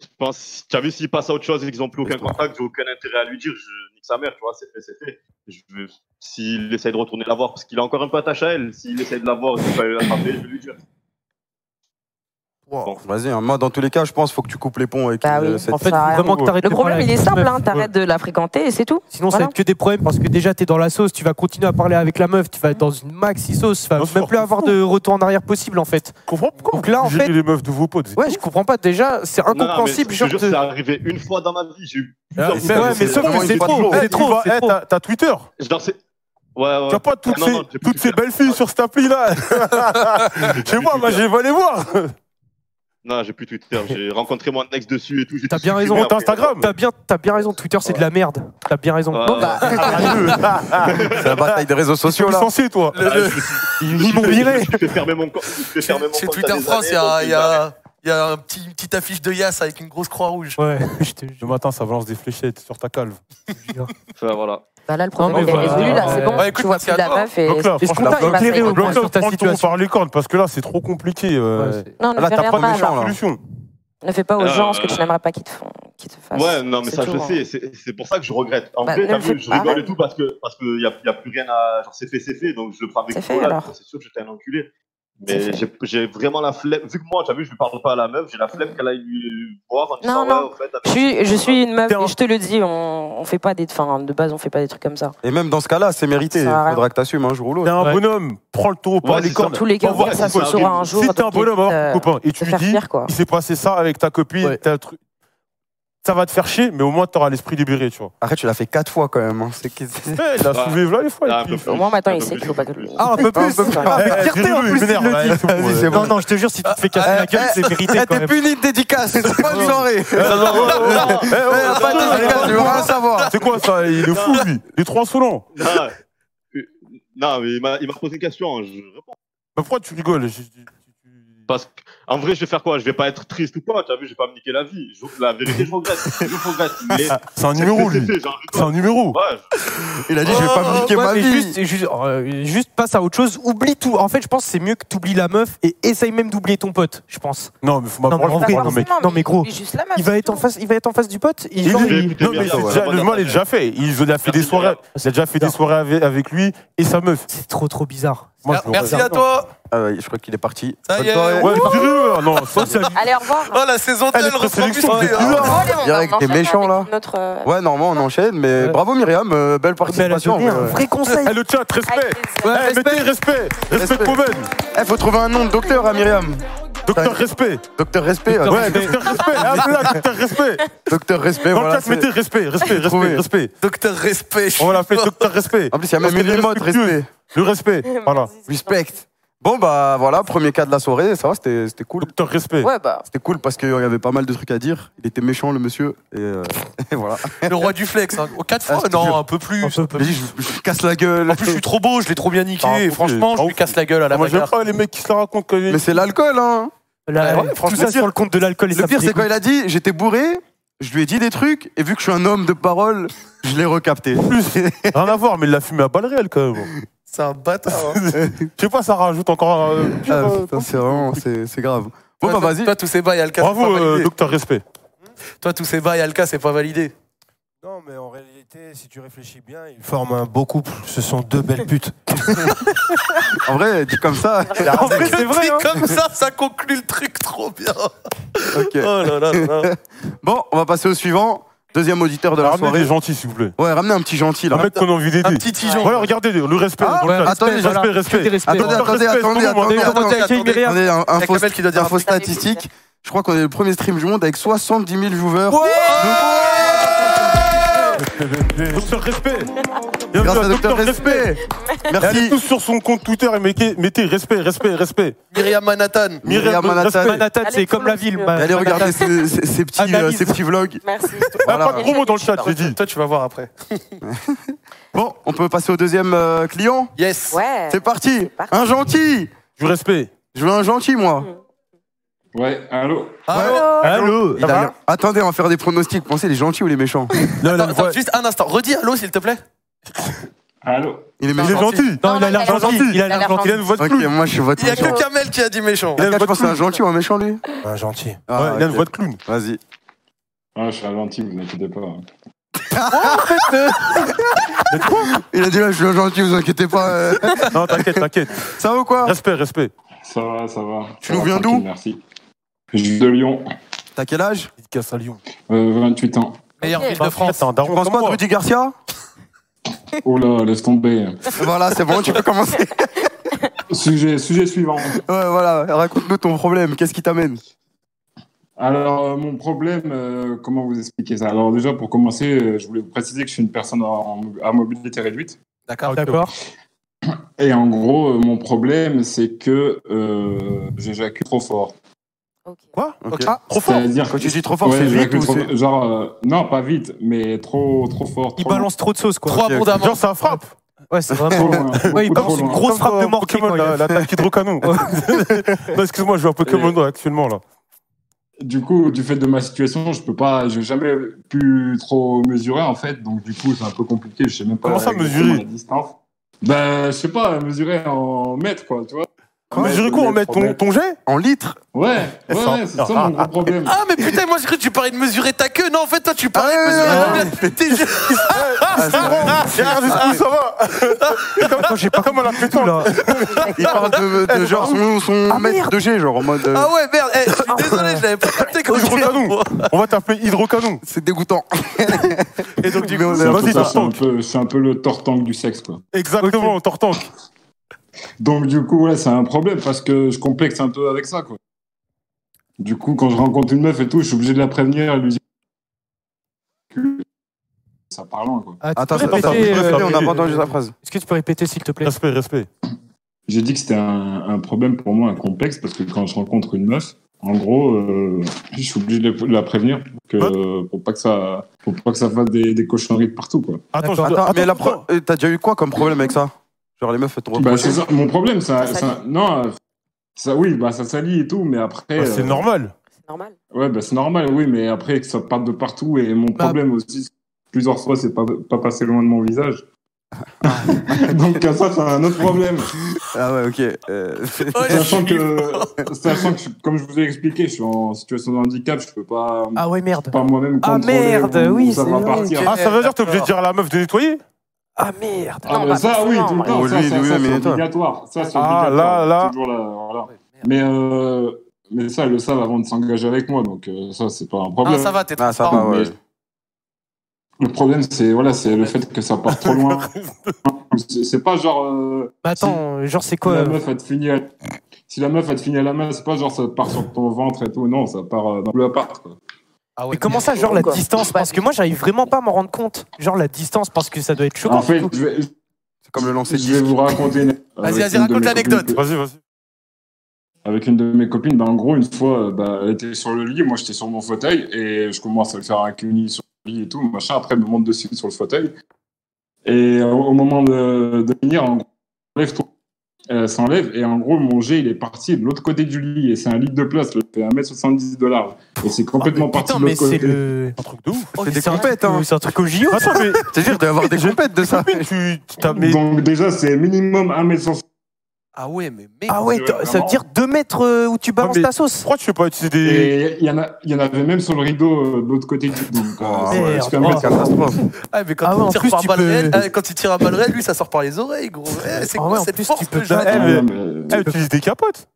[SPEAKER 9] Je pense, tu as vu s'il passe à autre chose et qu'ils n'ont plus aucun contact, j'ai aucun intérêt à lui dire, je nique sa mère, tu vois, c'est fait, c'est fait. Je vais- S'il essaye de retourner la voir, parce qu'il est encore un peu attaché à elle, s'il essaye de la voir et qu'il va l'attraper, je vais lui dire.
[SPEAKER 3] Bon, Vas-y, hein. moi, dans tous les cas, je pense faut que tu coupes les ponts avec
[SPEAKER 8] Bah oui.
[SPEAKER 3] euh, cette.
[SPEAKER 7] En fait, faut
[SPEAKER 8] Ça a rien.
[SPEAKER 7] vraiment que t'arrêtes
[SPEAKER 8] Le
[SPEAKER 7] de
[SPEAKER 8] problème,
[SPEAKER 7] parler
[SPEAKER 8] il est
[SPEAKER 7] avec
[SPEAKER 8] simple.
[SPEAKER 7] cette
[SPEAKER 8] hein,
[SPEAKER 7] meuf.
[SPEAKER 8] T'arrêtes de la fréquenter et c'est tout.
[SPEAKER 7] Sinon, ça
[SPEAKER 8] Voilà.
[SPEAKER 7] va être que des problèmes parce que déjà, t'es dans la sauce, tu vas continuer à parler avec la meuf, tu vas être dans une maxi sauce, tu vas
[SPEAKER 6] Non, c'est
[SPEAKER 7] même plus
[SPEAKER 6] fou.
[SPEAKER 7] avoir de retour en arrière possible en fait.
[SPEAKER 6] Je comprends pourquoi
[SPEAKER 7] Donc là, en
[SPEAKER 6] vous
[SPEAKER 7] fait-
[SPEAKER 6] jugez les meufs de vos potes.
[SPEAKER 7] Ouais, je comprends pas. Déjà, c'est
[SPEAKER 9] Non, non, mais
[SPEAKER 7] incompréhensible.
[SPEAKER 9] je te
[SPEAKER 7] genre
[SPEAKER 9] jure,
[SPEAKER 7] de-
[SPEAKER 9] c'est arrivé une fois dans ma vie, j'ai eu
[SPEAKER 6] Ah,
[SPEAKER 9] plusieurs
[SPEAKER 6] c'est-
[SPEAKER 9] fois,
[SPEAKER 6] ouais, mais sauf
[SPEAKER 3] vraiment
[SPEAKER 6] que c'est
[SPEAKER 3] une fois
[SPEAKER 6] trop,
[SPEAKER 3] toujours.
[SPEAKER 6] c'est
[SPEAKER 7] Eh,
[SPEAKER 6] trop,
[SPEAKER 7] tu vas-
[SPEAKER 6] c'est
[SPEAKER 7] eh,
[SPEAKER 6] trop.
[SPEAKER 7] t'as-
[SPEAKER 6] T'as Twitter.
[SPEAKER 9] Je leur sais- Ouais, ouais.
[SPEAKER 6] Tu as pas toutes
[SPEAKER 9] Ah, non,
[SPEAKER 6] ces,
[SPEAKER 9] non, j'ai pas
[SPEAKER 6] toutes
[SPEAKER 9] pu
[SPEAKER 6] ces
[SPEAKER 9] faire.
[SPEAKER 6] belles filles sur cette appli là. Je sais pas, moi, j'ai vais les voir.
[SPEAKER 9] Non, j'ai plus Twitter. J'ai rencontré mon ex dessus et tout. j'ai
[SPEAKER 7] T'as
[SPEAKER 9] tout Euh,
[SPEAKER 7] bien
[SPEAKER 9] supprimé
[SPEAKER 7] raison.
[SPEAKER 9] après.
[SPEAKER 6] Instagram.
[SPEAKER 7] T'as bien, t'as bien raison. Twitter, c'est de la merde. T'as bien raison.
[SPEAKER 9] Ouais.
[SPEAKER 8] Bon, bah,
[SPEAKER 3] C'est la bataille des réseaux sociaux,
[SPEAKER 6] Tu es
[SPEAKER 3] là.
[SPEAKER 6] censé, toi.
[SPEAKER 5] Le- le-
[SPEAKER 6] Ils m'ont viré.
[SPEAKER 9] Ah, Je fais fermer mon compte. Je fais
[SPEAKER 5] Chez
[SPEAKER 9] fermer mon
[SPEAKER 5] chez
[SPEAKER 9] compte à
[SPEAKER 5] Twitter
[SPEAKER 9] des
[SPEAKER 5] France, il y a,
[SPEAKER 9] années, donc
[SPEAKER 5] il y a, il y a un petit, une petite affiche de Yass avec une grosse croix rouge.
[SPEAKER 7] Ouais, je te
[SPEAKER 6] Le
[SPEAKER 7] jure.
[SPEAKER 6] matin, ça balance des fléchettes sur ta calve.
[SPEAKER 9] Enfin, voilà.
[SPEAKER 8] bah là, le
[SPEAKER 7] mais
[SPEAKER 8] problème, il est
[SPEAKER 7] voilà.
[SPEAKER 8] résolu. Là, c'est bon.
[SPEAKER 5] Ouais, écoute,
[SPEAKER 8] Tu vois
[SPEAKER 5] merci
[SPEAKER 8] plus
[SPEAKER 5] à
[SPEAKER 8] la
[SPEAKER 5] toi.
[SPEAKER 8] meuf et.
[SPEAKER 6] Donc là,
[SPEAKER 7] Est-ce qu'on
[SPEAKER 6] franchement,
[SPEAKER 8] il
[SPEAKER 7] t'a
[SPEAKER 8] va
[SPEAKER 7] éclairé au
[SPEAKER 8] s'éclairer
[SPEAKER 7] moins
[SPEAKER 6] bloque
[SPEAKER 7] sur
[SPEAKER 6] là,
[SPEAKER 7] ta
[SPEAKER 6] prends le taureau
[SPEAKER 7] situation
[SPEAKER 6] par les cornes parce que là, c'est trop compliqué. euh,
[SPEAKER 8] Non, ne
[SPEAKER 3] Là,
[SPEAKER 8] fais
[SPEAKER 3] t'as
[SPEAKER 8] rien
[SPEAKER 3] pas
[SPEAKER 8] pas.
[SPEAKER 3] méchant,
[SPEAKER 8] alors.
[SPEAKER 3] là.
[SPEAKER 6] Solution.
[SPEAKER 8] Ne fais pas aux
[SPEAKER 9] Alors,
[SPEAKER 8] gens ce que
[SPEAKER 9] euh,
[SPEAKER 8] tu n'aimerais pas qu'ils te font, qu'ils te fassent.
[SPEAKER 9] Ouais, non, mais
[SPEAKER 8] C'est
[SPEAKER 9] ça,
[SPEAKER 8] tout,
[SPEAKER 9] je
[SPEAKER 8] hein.
[SPEAKER 9] sais. C'est c'est pour ça que je regrette. En
[SPEAKER 8] Bah,
[SPEAKER 9] vrai,
[SPEAKER 8] ne
[SPEAKER 9] t'as
[SPEAKER 8] le fais
[SPEAKER 9] vu, je
[SPEAKER 8] pas,
[SPEAKER 9] rigole et
[SPEAKER 8] ouais.
[SPEAKER 9] tout parce que parce que y a, y a plus rien à. Genre, c'est fait, c'est fait. Donc, je le prends avec
[SPEAKER 8] C'est
[SPEAKER 9] du
[SPEAKER 8] fait,
[SPEAKER 9] recul,
[SPEAKER 8] alors.
[SPEAKER 9] parce que C'est sûr que j'étais un enculé.
[SPEAKER 8] C'est
[SPEAKER 9] Mais j'ai- j'ai vraiment la flemme. Vu que moi, t'as vu, je lui parle pas à la meuf. J'ai la flemme qu'elle aille lui voir en disant
[SPEAKER 8] non.
[SPEAKER 9] ouais, en fait.
[SPEAKER 8] hein. Je suis, je suis une meuf,
[SPEAKER 6] T'es en-
[SPEAKER 8] et je te le dis, on, on fait pas des. Enfin, de base, on fait pas des trucs comme ça.
[SPEAKER 3] Et même dans ce cas-là, c'est mérité.
[SPEAKER 8] Ça sert à rien.
[SPEAKER 3] Faudra que t'assumes hein, un jour ou
[SPEAKER 6] T'es
[SPEAKER 3] l'autre.
[SPEAKER 6] un
[SPEAKER 7] Ouais.
[SPEAKER 6] bonhomme, prends le taureau par
[SPEAKER 9] Ouais,
[SPEAKER 6] les
[SPEAKER 9] c'est
[SPEAKER 6] cornes.
[SPEAKER 9] ça.
[SPEAKER 8] Tous les
[SPEAKER 6] Au
[SPEAKER 8] cas,
[SPEAKER 6] revoir,
[SPEAKER 8] ça se
[SPEAKER 6] ton pote.
[SPEAKER 8] saura un jour.
[SPEAKER 6] Si t'es un
[SPEAKER 8] donc,
[SPEAKER 6] bonhomme, alors
[SPEAKER 8] euh,
[SPEAKER 6] ton copain, et tu
[SPEAKER 8] Se
[SPEAKER 6] lui
[SPEAKER 8] faire
[SPEAKER 6] dis,
[SPEAKER 8] fier, quoi.
[SPEAKER 6] il s'est passé ça avec ta copine,
[SPEAKER 7] Ouais.
[SPEAKER 6] t'as un truc- Ça va te faire chier, mais au moins t'auras l'esprit libéré, tu vois.
[SPEAKER 3] Arrête, tu l'as fait quatre fois quand même. hein. C'est qui- c'est-
[SPEAKER 6] Eh, il a
[SPEAKER 9] Ouais.
[SPEAKER 6] soulevé là les fois.
[SPEAKER 9] Ah, un
[SPEAKER 6] et
[SPEAKER 9] peu
[SPEAKER 6] puis-
[SPEAKER 9] plus,
[SPEAKER 8] Au moins, maintenant,
[SPEAKER 9] un
[SPEAKER 8] il
[SPEAKER 9] peu
[SPEAKER 8] sait qu'il faut pas que lui.
[SPEAKER 7] Ah, un peu
[SPEAKER 3] Ah, un
[SPEAKER 7] plus.
[SPEAKER 3] peu plus.
[SPEAKER 7] Ah, mais
[SPEAKER 6] Eh,
[SPEAKER 7] fierté, en
[SPEAKER 6] dis-lui,
[SPEAKER 7] plus, il
[SPEAKER 6] m'énerve,
[SPEAKER 7] le
[SPEAKER 6] là,
[SPEAKER 7] dit.
[SPEAKER 6] il faut-
[SPEAKER 3] Vas-y, c'est
[SPEAKER 7] Non,
[SPEAKER 3] bon.
[SPEAKER 7] non, je te jure, si tu te fais casser
[SPEAKER 3] Eh,
[SPEAKER 7] la gueule,
[SPEAKER 3] eh,
[SPEAKER 7] c'est mérité
[SPEAKER 3] Eh,
[SPEAKER 7] quand
[SPEAKER 3] T'es
[SPEAKER 7] même.
[SPEAKER 3] puni de dédicace. Bonne soirée.
[SPEAKER 9] Non,
[SPEAKER 3] Eh, ouais, pas hein. de dédicace, je veux rien savoir.
[SPEAKER 6] C'est quoi ça Il est fou, lui. Il est trop insolent.
[SPEAKER 9] non, euh, non, mais il m'a il m'a posé une question. hein. Je réponds.
[SPEAKER 6] Mais pourquoi tu rigoles Je- je- je-
[SPEAKER 9] Parce que, en vrai, je vais faire quoi Je vais pas être triste ou quoi Tu as vu, je vais pas me niquer la vie. Je- la vérité, je regrette. Je regrette. Mais
[SPEAKER 6] C'est un
[SPEAKER 9] c'est-
[SPEAKER 6] numéro,
[SPEAKER 9] c'est-
[SPEAKER 6] lui.
[SPEAKER 9] c'est- j'ai envie de-
[SPEAKER 6] C'est un numéro.
[SPEAKER 9] Ouais,
[SPEAKER 3] Il a dit, je vais pas me niquer
[SPEAKER 7] Oh, Ouais,
[SPEAKER 3] ma
[SPEAKER 7] mais
[SPEAKER 3] vie.
[SPEAKER 7] Juste, juste, euh, juste passe à autre chose, oublie tout. En fait, je pense que c'est mieux que t'oublies la meuf et essaye même d'oublier ton pote, je pense.
[SPEAKER 6] Non, mais faut
[SPEAKER 7] Non, mais
[SPEAKER 6] m'apprendre
[SPEAKER 7] en vrai,
[SPEAKER 6] parler, non, mec.
[SPEAKER 8] forcément,
[SPEAKER 7] non, mais gros,
[SPEAKER 8] il est juste la meuf,
[SPEAKER 7] Il va
[SPEAKER 8] c'est
[SPEAKER 7] être en
[SPEAKER 8] tout.
[SPEAKER 7] face, il va être en face du pote. Il
[SPEAKER 6] Il
[SPEAKER 7] genre,
[SPEAKER 6] est-
[SPEAKER 9] j'ai
[SPEAKER 7] il-
[SPEAKER 9] écouté
[SPEAKER 6] non, mais
[SPEAKER 9] Myriam,
[SPEAKER 6] c'est
[SPEAKER 9] ouais.
[SPEAKER 6] déjà- le mal est déjà fait. Il il a fait des
[SPEAKER 9] Merci,
[SPEAKER 6] soirées,
[SPEAKER 9] Myriam.
[SPEAKER 6] il a déjà fait des soirées avec, avec lui et sa meuf.
[SPEAKER 7] c'est trop trop bizarre.
[SPEAKER 6] Moi,
[SPEAKER 5] Ah,
[SPEAKER 6] je le
[SPEAKER 5] Merci
[SPEAKER 6] regarde.
[SPEAKER 5] à toi.
[SPEAKER 3] Ah ouais, je crois qu'il est parti.
[SPEAKER 5] Ça y
[SPEAKER 3] Bonne
[SPEAKER 5] est.
[SPEAKER 3] soirée.
[SPEAKER 6] Ouais, sérieux, non, ça, c'est-
[SPEAKER 8] Allez, au revoir.
[SPEAKER 5] Oh, la saison
[SPEAKER 6] Ah, les
[SPEAKER 5] 2, elle reprend du
[SPEAKER 6] présélections,
[SPEAKER 5] succès,
[SPEAKER 6] c'est
[SPEAKER 5] hein.
[SPEAKER 6] dur.
[SPEAKER 8] Allez, on
[SPEAKER 3] Direct,
[SPEAKER 8] va
[SPEAKER 3] t'es
[SPEAKER 8] enchaîner
[SPEAKER 3] méchant,
[SPEAKER 8] avec
[SPEAKER 3] là.
[SPEAKER 8] Notre, euh,
[SPEAKER 3] Ouais, normalement, on enchaîne, mais
[SPEAKER 7] Ouais.
[SPEAKER 3] bravo Myriam, euh, belle
[SPEAKER 7] Mais elle a
[SPEAKER 3] participation.
[SPEAKER 7] donné un
[SPEAKER 3] mais, euh,
[SPEAKER 7] vrai conseil.
[SPEAKER 6] Eh, le chat, respect.
[SPEAKER 8] avec les-
[SPEAKER 6] Eh, mettez respect. Respect
[SPEAKER 3] Respect.
[SPEAKER 6] Coven.
[SPEAKER 3] Eh, faut trouver un nom de docteur à Myriam.
[SPEAKER 6] Docteur Respect.
[SPEAKER 3] Docteur Respect. euh,
[SPEAKER 6] Ouais, docteur Respect. Appelez-la, docteur Respect.
[SPEAKER 3] Docteur Respect,
[SPEAKER 6] Dans le
[SPEAKER 3] voilà.
[SPEAKER 6] chat, mettez
[SPEAKER 3] c'est-
[SPEAKER 6] respect, respect,
[SPEAKER 3] Trouvé.
[SPEAKER 6] respect, respect.
[SPEAKER 5] Docteur Respect.
[SPEAKER 6] On va l'appeler docteur Respect.
[SPEAKER 3] En plus, il y a même
[SPEAKER 6] Parce
[SPEAKER 3] une
[SPEAKER 6] qu'elle est
[SPEAKER 3] emote
[SPEAKER 6] respectueuse.
[SPEAKER 3] Respect.
[SPEAKER 6] Le respect. Voilà.
[SPEAKER 8] Merci, c'est
[SPEAKER 3] Respect. Bon, bah voilà, premier cas de la soirée, ça va, c'était c'était cool.
[SPEAKER 6] Docteur Respect.
[SPEAKER 8] Ouais, bah.
[SPEAKER 3] C'était cool parce qu'il y avait pas mal de trucs à dire. Il était méchant, le monsieur. Et, euh, et voilà.
[SPEAKER 5] Le roi du flex. Hein. Oh, Quatre fois
[SPEAKER 3] Ah, je te jure.
[SPEAKER 5] Non, un peu plus.
[SPEAKER 3] Il dit, je, je casse la gueule.
[SPEAKER 5] En plus, je suis trop beau, je l'ai trop bien niqué.
[SPEAKER 6] Ah,
[SPEAKER 5] et
[SPEAKER 6] ok.
[SPEAKER 5] franchement, je
[SPEAKER 6] Ah,
[SPEAKER 5] lui
[SPEAKER 6] ouf.
[SPEAKER 5] casse la gueule à la
[SPEAKER 6] Moi, j'aime
[SPEAKER 5] bagarre.
[SPEAKER 6] pas les mecs qui se la racontent quand ils.
[SPEAKER 3] Mais c'est l'alcool, hein.
[SPEAKER 7] Là,
[SPEAKER 5] Ouais, ouais,
[SPEAKER 7] tout
[SPEAKER 5] franchement,
[SPEAKER 7] ça sur le compte de l'alcool et
[SPEAKER 3] Le
[SPEAKER 7] ça
[SPEAKER 3] pire,
[SPEAKER 7] fait
[SPEAKER 3] c'est quand il a dit j'étais bourré, je lui ai dit des trucs, et vu que je suis un homme de parole, je l'ai recapté.
[SPEAKER 6] Rien à voir, mais il l'a fumé à balles réelles quand même.
[SPEAKER 5] C'est un bâtard. hein.
[SPEAKER 6] Je sais pas, ça rajoute encore. euh, pire,
[SPEAKER 3] Ah,
[SPEAKER 6] euh,
[SPEAKER 3] putain, c'est vraiment, c'est c'est grave. Bon, bah
[SPEAKER 5] Toi,
[SPEAKER 3] vas-y.
[SPEAKER 5] Toi, tous ces bails, Alka, c'est
[SPEAKER 6] Bravo,
[SPEAKER 5] pas
[SPEAKER 6] euh,
[SPEAKER 5] validé.
[SPEAKER 6] docteur Respect.
[SPEAKER 5] Toi, tous ces bails, Alka, c'est pas validé.
[SPEAKER 2] Non, mais en réalité, si tu réfléchis bien, ils forment un beau couple. Ce sont deux belles putes.
[SPEAKER 3] En vrai, dit comme ça.
[SPEAKER 7] En vrai, c'est vrai.
[SPEAKER 5] Dit
[SPEAKER 7] hein.
[SPEAKER 5] comme ça, ça conclut le truc trop bien.
[SPEAKER 3] ok.
[SPEAKER 5] Oh là là là là.
[SPEAKER 3] Bon, on va passer au suivant. Deuxième auditeur de la
[SPEAKER 6] Ramenez
[SPEAKER 3] soirée.
[SPEAKER 6] des gentils, s'il vous plaît.
[SPEAKER 3] Ouais, ramenez un petit gentil
[SPEAKER 6] Un
[SPEAKER 3] là.
[SPEAKER 6] mec qu'on a envie d'aider.
[SPEAKER 5] Un petit tigeon.
[SPEAKER 6] Ouais, regardez, le respect.
[SPEAKER 3] Ah,
[SPEAKER 6] dans le
[SPEAKER 3] ouais,
[SPEAKER 6] chat.
[SPEAKER 3] attendez,
[SPEAKER 6] respect,
[SPEAKER 7] Voilà,
[SPEAKER 6] respect.
[SPEAKER 7] que des respects.
[SPEAKER 3] Attendez,
[SPEAKER 6] Docteur
[SPEAKER 3] attendez,
[SPEAKER 6] Respect,
[SPEAKER 3] attendez,
[SPEAKER 6] comment on
[SPEAKER 3] attendez,
[SPEAKER 6] dit
[SPEAKER 7] Attendez,
[SPEAKER 3] attendez.
[SPEAKER 7] attendez,
[SPEAKER 5] attendez.
[SPEAKER 7] Kylian.
[SPEAKER 3] Attendez, un- un
[SPEAKER 5] Avec
[SPEAKER 3] faux
[SPEAKER 5] Abel qui doit dire un
[SPEAKER 3] info
[SPEAKER 5] truc.
[SPEAKER 3] statistique. Je crois qu'on est le premier stream du monde avec 70 000 viewers.
[SPEAKER 6] Docteur Respect.
[SPEAKER 3] Grâce
[SPEAKER 6] Bienvenue
[SPEAKER 3] à Docteur Respect.
[SPEAKER 6] Allez
[SPEAKER 3] Merci.
[SPEAKER 6] tous sur son compte Twitter et mettez, mettez respect, respect, respect.
[SPEAKER 5] Myriam Manhattan.
[SPEAKER 3] Myriam
[SPEAKER 6] Myriam
[SPEAKER 3] Manhattan.
[SPEAKER 6] Respect.
[SPEAKER 7] Manhattan,
[SPEAKER 8] Allez,
[SPEAKER 7] c'est comme la
[SPEAKER 8] follow,
[SPEAKER 7] ville.
[SPEAKER 8] monsieur.
[SPEAKER 7] ma-
[SPEAKER 3] Allez,
[SPEAKER 7] Manhattan.
[SPEAKER 3] regardez ces, ces- ces
[SPEAKER 5] Ah,
[SPEAKER 3] petits, euh,
[SPEAKER 7] Analyse.
[SPEAKER 3] ces petits vlogs.
[SPEAKER 8] Merci.
[SPEAKER 3] Voilà.
[SPEAKER 6] Ah, pas de promo dans le chat, j'ai dit.
[SPEAKER 5] Toi, tu vas voir après.
[SPEAKER 3] Bon, on peut passer au deuxième euh, client.
[SPEAKER 5] Yes.
[SPEAKER 8] Ouais.
[SPEAKER 3] C'est parti.
[SPEAKER 8] parti.
[SPEAKER 3] Un gentil.
[SPEAKER 6] Du respect.
[SPEAKER 3] Je veux un gentil, moi.
[SPEAKER 1] Ouais, allô
[SPEAKER 5] Ah, ouais.
[SPEAKER 8] Allô
[SPEAKER 6] Allô
[SPEAKER 3] Il a- Attendez, on va faire des pronostics. Pensez les gentils ou les méchants
[SPEAKER 6] Non,
[SPEAKER 5] Attends,
[SPEAKER 6] non,
[SPEAKER 5] attends,
[SPEAKER 6] ouais.
[SPEAKER 5] juste un instant. Redis allô, s'il te plaît.
[SPEAKER 1] Allô
[SPEAKER 3] Il est
[SPEAKER 6] Il est
[SPEAKER 3] méchant.
[SPEAKER 6] gentil.
[SPEAKER 7] Non, il a l'air
[SPEAKER 8] Non,
[SPEAKER 7] gentil. Il a l'air gentil.
[SPEAKER 6] Il a une voix de
[SPEAKER 3] Ok,
[SPEAKER 6] clown.
[SPEAKER 3] moi je suis votre
[SPEAKER 5] Il y a que
[SPEAKER 3] méchant.
[SPEAKER 5] Kamel qui a dit méchant.
[SPEAKER 6] Il a une
[SPEAKER 3] Attends,
[SPEAKER 6] voix
[SPEAKER 3] Je pense
[SPEAKER 6] de
[SPEAKER 3] que c'est un gentil ou un méchant, lui
[SPEAKER 2] Un gentil.
[SPEAKER 3] Ah,
[SPEAKER 6] Ouais, il a une
[SPEAKER 3] ok.
[SPEAKER 6] voix de clown.
[SPEAKER 3] Vas-y.
[SPEAKER 1] Ah, je serai gentil, vous inquiétez pas. hein.
[SPEAKER 3] Il a dit là, je suis un gentil, vous inquiétez pas. euh.
[SPEAKER 6] Non, t'inquiète, t'inquiète.
[SPEAKER 3] Ça va Ah, ou quoi
[SPEAKER 6] Respect, respect.
[SPEAKER 1] Ça va, ça va.
[SPEAKER 3] Tu
[SPEAKER 1] Ça
[SPEAKER 3] nous
[SPEAKER 1] va,
[SPEAKER 3] viens d'où
[SPEAKER 1] tranquille, Merci. Je suis de Lyon,
[SPEAKER 3] T'as quel âge
[SPEAKER 6] Il casse à Lyon.
[SPEAKER 1] euh, 28 ans.
[SPEAKER 5] Meilleure
[SPEAKER 8] Ok.
[SPEAKER 5] ville de France.
[SPEAKER 6] C'est un
[SPEAKER 3] Tu
[SPEAKER 6] daron
[SPEAKER 3] penses
[SPEAKER 6] comme
[SPEAKER 3] quoi de
[SPEAKER 6] moi.
[SPEAKER 3] Rudy Garcia
[SPEAKER 1] Oh là, laisse tomber.
[SPEAKER 3] Voilà, c'est bon, tu peux commencer. Ouais,
[SPEAKER 1] Sujet, sujet suivant.
[SPEAKER 3] voilà, raconte-nous ton problème, qu'est-ce qui t'amène
[SPEAKER 1] Alors, euh, mon problème, euh, comment vous expliquer ça Alors, déjà, pour commencer, euh, je voulais vous préciser que je suis une personne en- à mobilité réduite.
[SPEAKER 6] Ah,
[SPEAKER 5] D'accord.
[SPEAKER 7] D'accord.
[SPEAKER 1] Et en gros, euh, mon problème, c'est que euh, j'éjacule trop fort.
[SPEAKER 8] Ok.
[SPEAKER 3] Quoi
[SPEAKER 5] Ok.
[SPEAKER 3] Ah, trop fort
[SPEAKER 1] C'est-à-dire
[SPEAKER 3] Quand tu dis trop fort,
[SPEAKER 1] Ouais,
[SPEAKER 3] c'est vite
[SPEAKER 1] j'éjacule
[SPEAKER 3] ou
[SPEAKER 1] trop-
[SPEAKER 3] c'est.
[SPEAKER 1] Genre, euh, non, pas vite, mais trop, trop fort.
[SPEAKER 7] Il
[SPEAKER 1] trop
[SPEAKER 7] balance trop de sauce, quoi.
[SPEAKER 5] Trois
[SPEAKER 3] Ok,
[SPEAKER 5] bons
[SPEAKER 3] ok.
[SPEAKER 5] d'avant.
[SPEAKER 6] Genre, ça frappe.
[SPEAKER 7] Ouais, c'est
[SPEAKER 1] loin, trop
[SPEAKER 7] vraiment.
[SPEAKER 1] loin,
[SPEAKER 7] Ouais, il
[SPEAKER 1] beaucoup trop
[SPEAKER 7] balance une
[SPEAKER 1] loin.
[SPEAKER 7] grosse frappe de
[SPEAKER 6] Comme dans
[SPEAKER 7] mortier.
[SPEAKER 6] Pokémon,
[SPEAKER 7] quoi,
[SPEAKER 6] la-
[SPEAKER 7] il a-
[SPEAKER 6] l'attaque hydrocanon. Non, excuse-moi, je joue à Pokémon Go actuellement, là.
[SPEAKER 1] Du coup, du fait de ma situation, je peux pas, j'ai jamais pu trop mesurer en fait, donc du coup, c'est un peu compliqué. Je sais même pas
[SPEAKER 6] Comment ça,
[SPEAKER 1] exactement
[SPEAKER 6] mesurer
[SPEAKER 1] la distance. Ben, je sais pas, mesurer en mètres quoi, tu vois.
[SPEAKER 6] Mais
[SPEAKER 1] Mètres,
[SPEAKER 6] je quoi, on met
[SPEAKER 1] mètres,
[SPEAKER 6] ton,
[SPEAKER 1] mètres.
[SPEAKER 6] ton jet
[SPEAKER 3] En Eh, litres
[SPEAKER 1] Ouais, ouais,
[SPEAKER 6] Ça-
[SPEAKER 1] ouais, c'est ça mon gros problème.
[SPEAKER 5] Ah, mais putain, moi, j'ai cru que tu parlais de mesurer ta queue. Non, en fait, toi, tu parlais de
[SPEAKER 3] Ah, ouais,
[SPEAKER 5] mesurer ta queue.
[SPEAKER 3] Ah, c'est vrai.
[SPEAKER 7] Ah,
[SPEAKER 6] ça va
[SPEAKER 7] Attends, j'ai pas
[SPEAKER 6] Comme on a fait tout,
[SPEAKER 7] tout,
[SPEAKER 6] là.
[SPEAKER 7] là.
[SPEAKER 3] Il parle de, de genre son, son
[SPEAKER 6] Ah,
[SPEAKER 3] mètre de G, genre en mode. euh,
[SPEAKER 5] Ah ouais, merde. Eh, je suis désolé, je l'avais pas capté quand
[SPEAKER 6] Hydro Canon. On va t'appeler hydrocanon.
[SPEAKER 3] C'est dégoûtant.
[SPEAKER 6] Et donc, du
[SPEAKER 3] Mais on
[SPEAKER 6] coup,
[SPEAKER 3] est-
[SPEAKER 1] C'est un peu
[SPEAKER 6] vas-y,
[SPEAKER 1] ça, c'est un
[SPEAKER 6] Tortank.
[SPEAKER 1] peu- c'est un peu le tortank du sexe quoi.
[SPEAKER 6] Exactement, Tortank.
[SPEAKER 1] Donc du coup, ouais, c'est un problème parce que je complexe un peu avec ça, quoi. Du coup, quand je rencontre une meuf et tout, je suis obligé de la prévenir et lui dire que ça parlant, quoi.
[SPEAKER 3] Attends,
[SPEAKER 7] Ah, tu peux
[SPEAKER 3] attends, attends,
[SPEAKER 7] répéter,
[SPEAKER 6] attends,
[SPEAKER 7] euh,
[SPEAKER 6] attends,
[SPEAKER 3] on n'a pas entendu sa phrase.
[SPEAKER 7] Est-ce que tu peux répéter, s'il te plaît
[SPEAKER 6] Respect, respect.
[SPEAKER 1] J'ai dit que c'était un, un problème pour moi, un complexe, parce que quand je rencontre une meuf, en gros, euh, je suis obligé de la prévenir pour, que, pour pas que ça, pour pas que ça fasse des, des cochonneries de partout, quoi.
[SPEAKER 6] Attends, je-
[SPEAKER 7] D'accord.
[SPEAKER 3] Attends, mais la
[SPEAKER 6] attends.
[SPEAKER 3] pro- euh, t'as déjà eu quoi comme problème avec ça Genre les meufs, elles te
[SPEAKER 1] Bah,
[SPEAKER 3] reprochent.
[SPEAKER 1] c'est ça. Mon problème, ça,
[SPEAKER 8] Ça
[SPEAKER 1] ça- non, euh, ça, oui, bah ça salit et tout, mais après,
[SPEAKER 6] Bah, C'est
[SPEAKER 1] euh,
[SPEAKER 6] normal.
[SPEAKER 8] C'est normal.
[SPEAKER 1] Ouais, bah, c'est normal, oui, mais après que ça parte de partout. Et mon
[SPEAKER 7] Bah-
[SPEAKER 1] problème aussi, plusieurs fois, c'est pas, pas passer loin de mon visage. Donc, à ça, c'est un autre problème.
[SPEAKER 3] Ah ouais, ok. euh,
[SPEAKER 1] Sachant que, sachant que, je- comme je vous ai expliqué, je suis en situation de handicap, je peux pas,
[SPEAKER 7] Ah ouais, merde.
[SPEAKER 1] pas moi-même
[SPEAKER 7] Ah,
[SPEAKER 1] contrôler
[SPEAKER 7] merde,
[SPEAKER 1] où
[SPEAKER 7] oui,
[SPEAKER 1] ça
[SPEAKER 7] c'est
[SPEAKER 1] va
[SPEAKER 7] vrai.
[SPEAKER 1] partir.
[SPEAKER 6] Ah, ça veut dire que t'es obligé de dire à la meuf de nettoyer
[SPEAKER 7] Ah merde.
[SPEAKER 1] Ah,
[SPEAKER 8] Non,
[SPEAKER 1] bah,
[SPEAKER 8] bah,
[SPEAKER 1] ça, oui, tout
[SPEAKER 8] forcément,
[SPEAKER 1] le temps,
[SPEAKER 3] ouais.
[SPEAKER 1] ça, ça,
[SPEAKER 3] Oui, oui,
[SPEAKER 1] ça,
[SPEAKER 3] oui,
[SPEAKER 1] c'est
[SPEAKER 3] mais toi.
[SPEAKER 1] obligatoire. Ça, c'est
[SPEAKER 6] Ah,
[SPEAKER 1] obligatoire.
[SPEAKER 6] là, là.
[SPEAKER 1] Toujours là, voilà. Mais, euh, mais ça, elles le savent avant de s'engager avec moi, donc euh, ça, c'est pas un problème.
[SPEAKER 5] Ah, ça va, t'es
[SPEAKER 3] Ah, ça
[SPEAKER 5] transparent.
[SPEAKER 3] va, ouais.
[SPEAKER 1] mais- Le problème, c'est voilà, c'est le fait que ça part trop loin. Hein, C'est c'est pas genre euh,
[SPEAKER 7] Mais Bah, attends, genre, c'est
[SPEAKER 1] si
[SPEAKER 7] quoi
[SPEAKER 1] la
[SPEAKER 7] euh,
[SPEAKER 1] meuf a te fini. à- Si la meuf a te fini à la main, c'est pas genre ça part sur ton ventre et tout. Non, ça part euh, dans le appart. Quoi.
[SPEAKER 5] Ah ouais,
[SPEAKER 7] Mais comment ça, genre la distance Parce que moi, j'arrive vraiment pas à m'en rendre compte. Genre la distance, parce que ça doit être choquant.
[SPEAKER 1] En fait,
[SPEAKER 7] surtout.
[SPEAKER 1] je vais,
[SPEAKER 3] C'est comme le lancer
[SPEAKER 1] je vais vous raconter. une-
[SPEAKER 5] Vas-y, vas-y,
[SPEAKER 1] avec une de mes
[SPEAKER 5] raconte l'anecdote.
[SPEAKER 1] copines
[SPEAKER 6] Vas-y, vas-y.
[SPEAKER 1] avec une de mes copines. Bah, en gros, une fois, euh, bah, elle était sur le lit, moi j'étais sur mon fauteuil, et je commence à le faire incliner sur le lit et tout, machin. Après, elle me monte dessus sur le fauteuil. Et au, au moment de, de finir, en gros, lève-toi. Elle s'enlève, et en gros, mon jet, il est parti de l'autre côté du lit, et c'est un lit de place, là, il fait 1m70 de large. Et c'est complètement parti
[SPEAKER 7] Putain,
[SPEAKER 1] de
[SPEAKER 7] mais
[SPEAKER 1] l'autre
[SPEAKER 7] c'est
[SPEAKER 1] côté.
[SPEAKER 7] le.
[SPEAKER 6] Un truc de ouf.
[SPEAKER 7] Oh,
[SPEAKER 3] C'est
[SPEAKER 7] mais
[SPEAKER 3] des
[SPEAKER 7] c'est un-
[SPEAKER 3] compètes, hein.
[SPEAKER 7] C'est un truc au JO.
[SPEAKER 6] Attends, mais
[SPEAKER 3] C'est-à-dire, il doit y avoir des compètes de ça.
[SPEAKER 6] mais tu t'as mais
[SPEAKER 1] Donc, déjà, c'est minimum 1m70.
[SPEAKER 5] Ah ouais, mais mec.
[SPEAKER 7] Ah ouais,
[SPEAKER 1] Ouais,
[SPEAKER 7] t'as- ça
[SPEAKER 1] vraiment.
[SPEAKER 7] veut dire 2 mètres euh, où tu balances
[SPEAKER 6] euh, mais-
[SPEAKER 7] ta sauce.
[SPEAKER 6] pourquoi tu fais pas utiliser des
[SPEAKER 1] Et il y, en a- il y en avait même sur le rideau euh, de l'autre côté du lit. Donc, euh,
[SPEAKER 3] Ah,
[SPEAKER 1] c'est-
[SPEAKER 7] merde.
[SPEAKER 1] c'est quand même-
[SPEAKER 7] Oh.
[SPEAKER 3] Catastrophe.
[SPEAKER 5] Ah, mais quand
[SPEAKER 7] Ah ouais, en
[SPEAKER 5] il tire
[SPEAKER 7] plus,
[SPEAKER 5] par
[SPEAKER 7] tu
[SPEAKER 5] balle
[SPEAKER 7] peux-
[SPEAKER 5] réelle, ah, quand il tire à balle réelle, lui, ça sort par les oreilles, gros. Eh, c'est
[SPEAKER 7] Ah
[SPEAKER 5] quoi
[SPEAKER 7] ouais, en
[SPEAKER 5] cette
[SPEAKER 7] plus,
[SPEAKER 5] force
[SPEAKER 7] tu peux
[SPEAKER 5] que j'ai
[SPEAKER 6] Eh,
[SPEAKER 1] Ah, non,
[SPEAKER 6] mais-
[SPEAKER 1] mais-
[SPEAKER 6] Elle utilise des capotes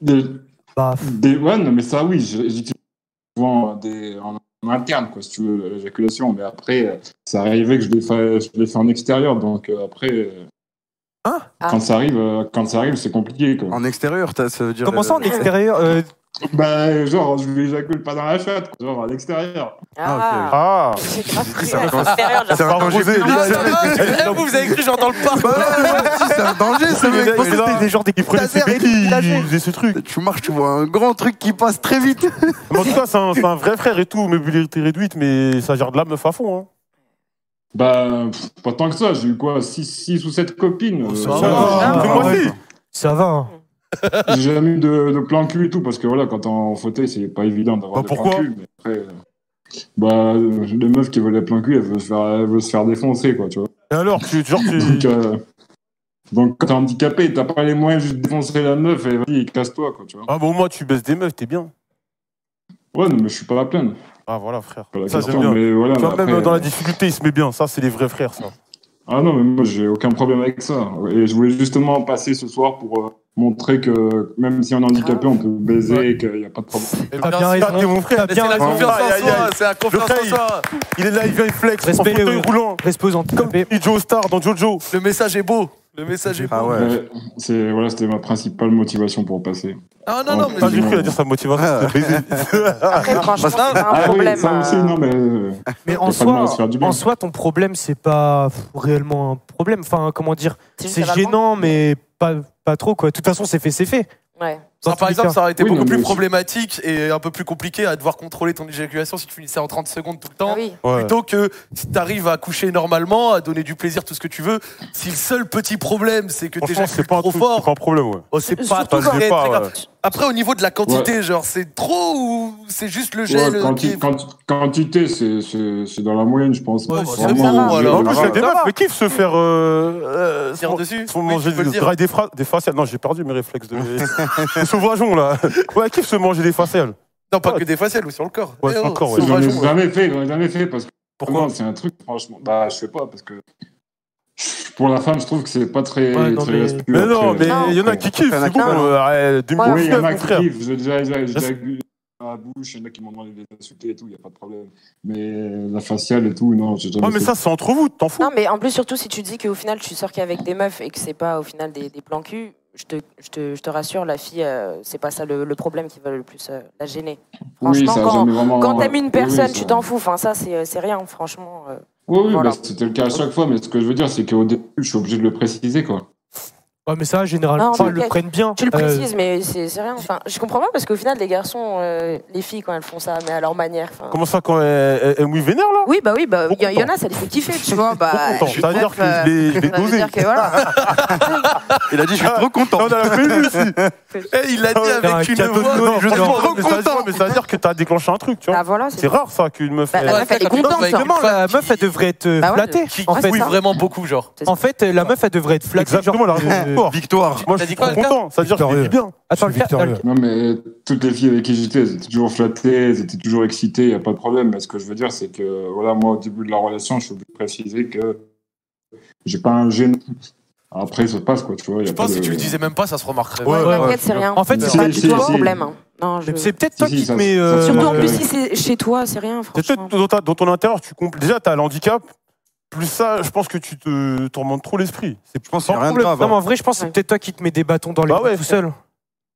[SPEAKER 1] Des,
[SPEAKER 7] Bah,
[SPEAKER 1] des, ouais, non, mais ça, oui, j'ai- j'utilise souvent euh, des, en, en interne, quoi, si tu veux, l'éjaculation. Mais après, euh, ça arrivait que je l'ai fait, je l'ai fait en extérieur. Donc euh, après, euh,
[SPEAKER 7] Ah.
[SPEAKER 1] quand ça arrive, euh, quand ça arrive, c'est compliqué. Quoi.
[SPEAKER 3] En extérieur, t'as- ça veut dire.
[SPEAKER 7] comment ça en
[SPEAKER 3] euh,
[SPEAKER 7] extérieur euh,
[SPEAKER 1] Bah, genre, je l'éjacule pas dans la chatte, quoi, genre à l'extérieur.
[SPEAKER 8] Ah,
[SPEAKER 6] Ah
[SPEAKER 8] C'est grave cru,
[SPEAKER 3] Ça
[SPEAKER 8] à
[SPEAKER 3] commence-
[SPEAKER 8] l'extérieur,
[SPEAKER 3] C'est
[SPEAKER 8] genre.
[SPEAKER 3] un danger.
[SPEAKER 6] Proposé,
[SPEAKER 5] Ah,
[SPEAKER 3] Bah,
[SPEAKER 5] ça va, eh, vous, vous avez cru, genre dans le
[SPEAKER 6] Bah,
[SPEAKER 5] parc.
[SPEAKER 3] ouais, si, C'est un danger, ce
[SPEAKER 6] Le
[SPEAKER 3] mec.
[SPEAKER 6] mec,
[SPEAKER 3] Parce que
[SPEAKER 6] il est là,
[SPEAKER 3] t'es-
[SPEAKER 7] gens des
[SPEAKER 6] Il prenait ses
[SPEAKER 7] lasers et des
[SPEAKER 6] béquilles,
[SPEAKER 7] lasers.
[SPEAKER 6] il faisait ce truc.
[SPEAKER 3] Tu marches, tu vois un grand truc qui passe très vite.
[SPEAKER 6] Mais en tout cas, c'est un, c'est un vrai frère et tout, mobilité réduite, mais ça gère de la meuf à fond. Hein.
[SPEAKER 1] Bah, pff, pas tant que ça, j'ai eu quoi, 6 ou 7 copines. euh,
[SPEAKER 5] ça va.
[SPEAKER 1] voilà.
[SPEAKER 7] Ah,
[SPEAKER 6] Fais-moi
[SPEAKER 7] ouais.
[SPEAKER 6] si.
[SPEAKER 7] Ça va. hein.
[SPEAKER 1] J'ai jamais eu de, de plan cul et tout, parce que voilà, quand t'es en fauteuil, c'est pas évident d'avoir
[SPEAKER 6] Bah,
[SPEAKER 1] des
[SPEAKER 6] pourquoi
[SPEAKER 1] plans cul. Mais après, euh, bah, euh, les meufs qui veulent des plans cul, elles veulent se faire, elles veulent se faire défoncer, quoi, tu vois.
[SPEAKER 6] Et alors, tu, genre, tu.
[SPEAKER 1] Donc, euh, donc quand t'es handicapé, t'as pas les moyens juste de défoncer la meuf et vas-y, casse-toi, quoi, tu vois.
[SPEAKER 6] Ah bon, moi, tu baisses des meufs, t'es bien.
[SPEAKER 1] Ouais, non, mais je suis pas à plaindre.
[SPEAKER 6] Ah voilà, frère.
[SPEAKER 1] Pas la
[SPEAKER 6] Ça, j'aime
[SPEAKER 1] question,
[SPEAKER 6] bien.
[SPEAKER 1] mais voilà.
[SPEAKER 6] Tu vois,
[SPEAKER 1] mais
[SPEAKER 6] même
[SPEAKER 1] après, euh,
[SPEAKER 6] dans la difficulté, il se met bien. Ça, c'est les vrais frères, ça.
[SPEAKER 1] Ah non, mais moi, j'ai aucun problème avec ça. Et je voulais justement passer ce soir pour euh, montrer que même si on est handicapé, on peut baiser et qu'il n'y a pas de problème.
[SPEAKER 5] Mais
[SPEAKER 7] T'as
[SPEAKER 5] Eh bien
[SPEAKER 7] bien
[SPEAKER 5] sûr,
[SPEAKER 7] raison.
[SPEAKER 6] t'es mon frère,
[SPEAKER 5] mais C'est la
[SPEAKER 6] raison.
[SPEAKER 5] confiance en
[SPEAKER 6] Aïe, aïe,
[SPEAKER 5] soi,
[SPEAKER 6] aïe.
[SPEAKER 5] c'est la confiance en
[SPEAKER 6] Creil.
[SPEAKER 5] soi.
[SPEAKER 6] Il est là, il vient, il flex. en
[SPEAKER 7] Respect, euh,
[SPEAKER 6] fauteuil
[SPEAKER 7] Léo.
[SPEAKER 6] roulant.
[SPEAKER 7] Respect aux
[SPEAKER 6] Comme
[SPEAKER 7] handicapés.
[SPEAKER 6] Joe Star dans Jojo.
[SPEAKER 5] Le message est beau. Le message est beau.
[SPEAKER 3] Ah ouais.
[SPEAKER 1] Mais c'est voilà, c'était ma principale motivation pour passer.
[SPEAKER 5] Ah non, non,
[SPEAKER 1] Ouais.
[SPEAKER 5] mais
[SPEAKER 6] T'as
[SPEAKER 1] Pas
[SPEAKER 6] vu qu'il a dire sa motivation
[SPEAKER 3] Ah.
[SPEAKER 6] c'était baiser.
[SPEAKER 8] Après, franchement, c'est
[SPEAKER 5] Parce-
[SPEAKER 8] pas
[SPEAKER 1] Ah
[SPEAKER 8] un
[SPEAKER 1] oui,
[SPEAKER 8] problème.
[SPEAKER 1] ça aussi,
[SPEAKER 8] euh,
[SPEAKER 1] non mais euh,
[SPEAKER 4] Ah,
[SPEAKER 7] Mais
[SPEAKER 1] pas
[SPEAKER 7] en
[SPEAKER 1] de mal à se
[SPEAKER 7] soi,
[SPEAKER 1] faire du bien.
[SPEAKER 7] en soi, ton problème, c'est pas pff, réellement un problème. Enfin, comment dire
[SPEAKER 8] juste
[SPEAKER 7] C'est
[SPEAKER 8] ça va le
[SPEAKER 7] gênant, mais pas, pas trop, quoi. De toute façon, c'est fait, c'est fait.
[SPEAKER 8] prendre. Ouais.
[SPEAKER 5] Ça, par exemple, ça aurait été
[SPEAKER 1] Oui,
[SPEAKER 5] beaucoup
[SPEAKER 1] non,
[SPEAKER 5] plus
[SPEAKER 1] mais-
[SPEAKER 5] problématique et un peu plus compliqué à devoir contrôler ton éjaculation si tu finissais en 30 secondes tout le temps.
[SPEAKER 8] Ah oui.
[SPEAKER 6] Ouais.
[SPEAKER 5] Plutôt que si t'arrives à coucher normalement, à donner du plaisir, tout ce que tu veux, si le seul petit problème c'est que
[SPEAKER 6] Franchement,
[SPEAKER 5] t'éjacules
[SPEAKER 6] c'est pas un
[SPEAKER 5] trop
[SPEAKER 6] truc, c'est
[SPEAKER 5] fort,
[SPEAKER 6] pas un problème, ouais.
[SPEAKER 5] oh, c'est pas,
[SPEAKER 8] Surtout
[SPEAKER 5] très,
[SPEAKER 6] quand-
[SPEAKER 5] très
[SPEAKER 6] pas,
[SPEAKER 5] grave. Après, au niveau de la quantité, genre, c'est trop ou c'est juste le gel euh,
[SPEAKER 1] ouais,
[SPEAKER 5] qui
[SPEAKER 1] quanti-
[SPEAKER 5] est-
[SPEAKER 1] quanti- quantité, c'est- c'est c'est dans la moyenne, je pense.
[SPEAKER 5] Ouais, bah, c'est
[SPEAKER 1] Vraiment,
[SPEAKER 8] bon,
[SPEAKER 1] euh,
[SPEAKER 5] alors.
[SPEAKER 6] En plus,
[SPEAKER 5] Ça
[SPEAKER 6] il y a des
[SPEAKER 5] va.
[SPEAKER 6] meufs, mais kiffent se faire. euh, euh,
[SPEAKER 5] Tire
[SPEAKER 6] se-
[SPEAKER 5] dessus.
[SPEAKER 6] se font
[SPEAKER 5] Oui,
[SPEAKER 6] manger
[SPEAKER 5] tu peux le
[SPEAKER 6] des,
[SPEAKER 5] dire.
[SPEAKER 6] des, fra- des faciales. Non, j'ai perdu mes réflexes de. des sauvageons, là. Ouais, kiffent se manger des faciales.
[SPEAKER 5] Non, pas que des faciales ou sur le corps.
[SPEAKER 6] Ouais,
[SPEAKER 5] Eh
[SPEAKER 6] sur le
[SPEAKER 5] oh,
[SPEAKER 6] corps, ouais.
[SPEAKER 5] c'est
[SPEAKER 1] J'en ai
[SPEAKER 5] rageant, ouais.
[SPEAKER 1] jamais fait, j'en ai jamais fait parce que
[SPEAKER 6] Pourquoi
[SPEAKER 1] non, c'est un truc franchement. Bah je sais pas parce que pour la femme, je trouve que c'est pas très
[SPEAKER 7] Ouais, non,
[SPEAKER 1] très
[SPEAKER 7] mais-
[SPEAKER 1] respectueux,
[SPEAKER 6] Mais non,
[SPEAKER 1] après.
[SPEAKER 6] mais il y en a qui kiffent,
[SPEAKER 3] Il y en a
[SPEAKER 6] c'est
[SPEAKER 3] qui
[SPEAKER 6] bon.
[SPEAKER 3] kiffent.
[SPEAKER 6] euh, ouais,
[SPEAKER 1] Oui, il y
[SPEAKER 6] 2019,
[SPEAKER 1] en a
[SPEAKER 6] mon frère.
[SPEAKER 1] qui kiffent. J'ai déjà, j'ai déjà eu à la bouche, il y en a qui m'ont demandé de les insulter et tout, il n'y a pas de problème. Mais la faciale et tout, non, j'ai jamais
[SPEAKER 6] Ouais, mais
[SPEAKER 1] fait.
[SPEAKER 6] ça, c'est entre vous, t'en fous.
[SPEAKER 8] Non, mais en plus, surtout si tu dis qu'au final, tu sors qu'avec des meufs et que c'est pas au final des, des plans cul, je te, je, te, je te rassure, la fille, euh, c'est pas ça le, le problème qui va le plus euh, la gêner.
[SPEAKER 1] oui,
[SPEAKER 8] Franchement,
[SPEAKER 1] ça a
[SPEAKER 8] quand,
[SPEAKER 1] jamais vraiment...
[SPEAKER 8] quand t'aimes une personne,
[SPEAKER 1] Oui,
[SPEAKER 8] tu
[SPEAKER 1] ça-
[SPEAKER 8] t'en fous. Enfin, ça, c'est euh, c'est rien, franchement. euh.
[SPEAKER 1] Oui, oui,
[SPEAKER 8] Voilà.
[SPEAKER 1] bah, c'était le cas à chaque fois, mais ce que je veux dire, c'est qu'au début, je suis obligé de le préciser, quoi.
[SPEAKER 7] Ouais, mais ça, généralement,
[SPEAKER 8] Non,
[SPEAKER 7] enfin,
[SPEAKER 8] mais
[SPEAKER 7] ils le
[SPEAKER 8] ok.
[SPEAKER 7] prennent bien.
[SPEAKER 8] Tu le
[SPEAKER 7] Euh,
[SPEAKER 8] précises, mais c'est c'est rien. Enfin, je comprends pas parce qu'au final, les garçons, euh, les filles, quand elles font ça, mais à leur manière. enfin.
[SPEAKER 6] Comment ça, quand elle, elle, elle mouille vénère, là
[SPEAKER 8] Oui, bah oui, bah il y, y en
[SPEAKER 6] content.
[SPEAKER 8] a, ça les fait kiffer, tu vois. Bah,
[SPEAKER 6] Trop content.
[SPEAKER 8] une
[SPEAKER 6] C'est-à-dire
[SPEAKER 8] meuf,
[SPEAKER 6] que
[SPEAKER 8] euh,
[SPEAKER 6] je vais- je vais
[SPEAKER 8] ça veut
[SPEAKER 6] doser.
[SPEAKER 8] dire que voilà.
[SPEAKER 3] Il a dit, je suis trop content.
[SPEAKER 6] Non, Ah, on a la même aussi. Ah,
[SPEAKER 5] Eh, il l'a dit
[SPEAKER 7] t'as un
[SPEAKER 5] avec une
[SPEAKER 7] cadeau de
[SPEAKER 5] voix.
[SPEAKER 7] Noël,
[SPEAKER 5] mais
[SPEAKER 7] je
[SPEAKER 5] franchement,
[SPEAKER 7] l'aurais
[SPEAKER 6] Trop content. Mais ça veut dire que t'as déclenché un truc, tu vois.
[SPEAKER 8] Bah, voilà,
[SPEAKER 6] C'est
[SPEAKER 8] c'est
[SPEAKER 6] rare, ça, qu'une meuf.
[SPEAKER 8] Bah,
[SPEAKER 6] elle-
[SPEAKER 8] la
[SPEAKER 7] Euh,
[SPEAKER 8] meuf, elle est contente.
[SPEAKER 5] Bah,
[SPEAKER 8] hein.
[SPEAKER 7] Vraiment, la meuf, elle devrait être euh,
[SPEAKER 8] Bah ouais,
[SPEAKER 7] flattée.
[SPEAKER 8] qui-
[SPEAKER 7] En
[SPEAKER 8] Ah,
[SPEAKER 7] fait,
[SPEAKER 8] c'est
[SPEAKER 5] Oui,
[SPEAKER 8] ça.
[SPEAKER 5] vraiment beaucoup, genre.
[SPEAKER 7] en fait, euh, la meuf, elle devrait être flattée.
[SPEAKER 6] Exactement, la
[SPEAKER 7] genre,
[SPEAKER 6] raison.
[SPEAKER 7] euh,
[SPEAKER 6] Victoire.
[SPEAKER 3] Victoire.
[SPEAKER 5] T'as
[SPEAKER 6] Moi, je
[SPEAKER 5] dit
[SPEAKER 6] suis
[SPEAKER 5] quoi,
[SPEAKER 6] trop content. Ça veut dire que je
[SPEAKER 4] Victorieux.
[SPEAKER 6] vis bien.
[SPEAKER 7] Attends, le
[SPEAKER 4] Je suis victorieux.
[SPEAKER 7] cas-
[SPEAKER 1] Non, mais toutes les filles avec qui j'étais, elles étaient toujours flattées, elles étaient toujours excitées, il n'y a pas de problème. Mais ce que je veux dire, c'est que, voilà, moi, au début de la relation, je suis obligé de préciser que j'ai pas un gêne. Après, ça passe, quoi, tu vois. y a
[SPEAKER 5] Je
[SPEAKER 1] pas
[SPEAKER 5] pense que
[SPEAKER 1] de-
[SPEAKER 5] si tu le disais même pas, ça se remarquerait.
[SPEAKER 8] Ouais,
[SPEAKER 6] ouais,
[SPEAKER 8] t'inquiète, c'est rien.
[SPEAKER 7] En fait,
[SPEAKER 8] c'est
[SPEAKER 1] si,
[SPEAKER 8] pas
[SPEAKER 1] si,
[SPEAKER 8] du tout un
[SPEAKER 1] si.
[SPEAKER 8] problème. hein. Non, je-
[SPEAKER 7] C'est peut-être
[SPEAKER 1] Si,
[SPEAKER 7] toi
[SPEAKER 1] si,
[SPEAKER 7] qui te
[SPEAKER 1] ça-
[SPEAKER 7] mets.
[SPEAKER 1] ça-
[SPEAKER 7] euh,
[SPEAKER 8] Surtout en
[SPEAKER 1] Ouais,
[SPEAKER 8] plus,
[SPEAKER 1] ouais.
[SPEAKER 8] si c'est chez toi, c'est rien,
[SPEAKER 6] C'est
[SPEAKER 8] franchement.
[SPEAKER 6] peut-être dans, ta- dans ton intérieur, tu compl- déjà, t'as l'handicap. Plus ça, je pense que tu te tourmentes trop l'esprit. C'est
[SPEAKER 3] Je pense qu'il n'y a rien de
[SPEAKER 7] problème.
[SPEAKER 3] grave.
[SPEAKER 7] Non, mais
[SPEAKER 3] hein.
[SPEAKER 7] en vrai, je pense que c'est peut-être toi qui te mets des bâtons dans les
[SPEAKER 6] Bah
[SPEAKER 7] roues
[SPEAKER 6] ouais.
[SPEAKER 7] tout seul.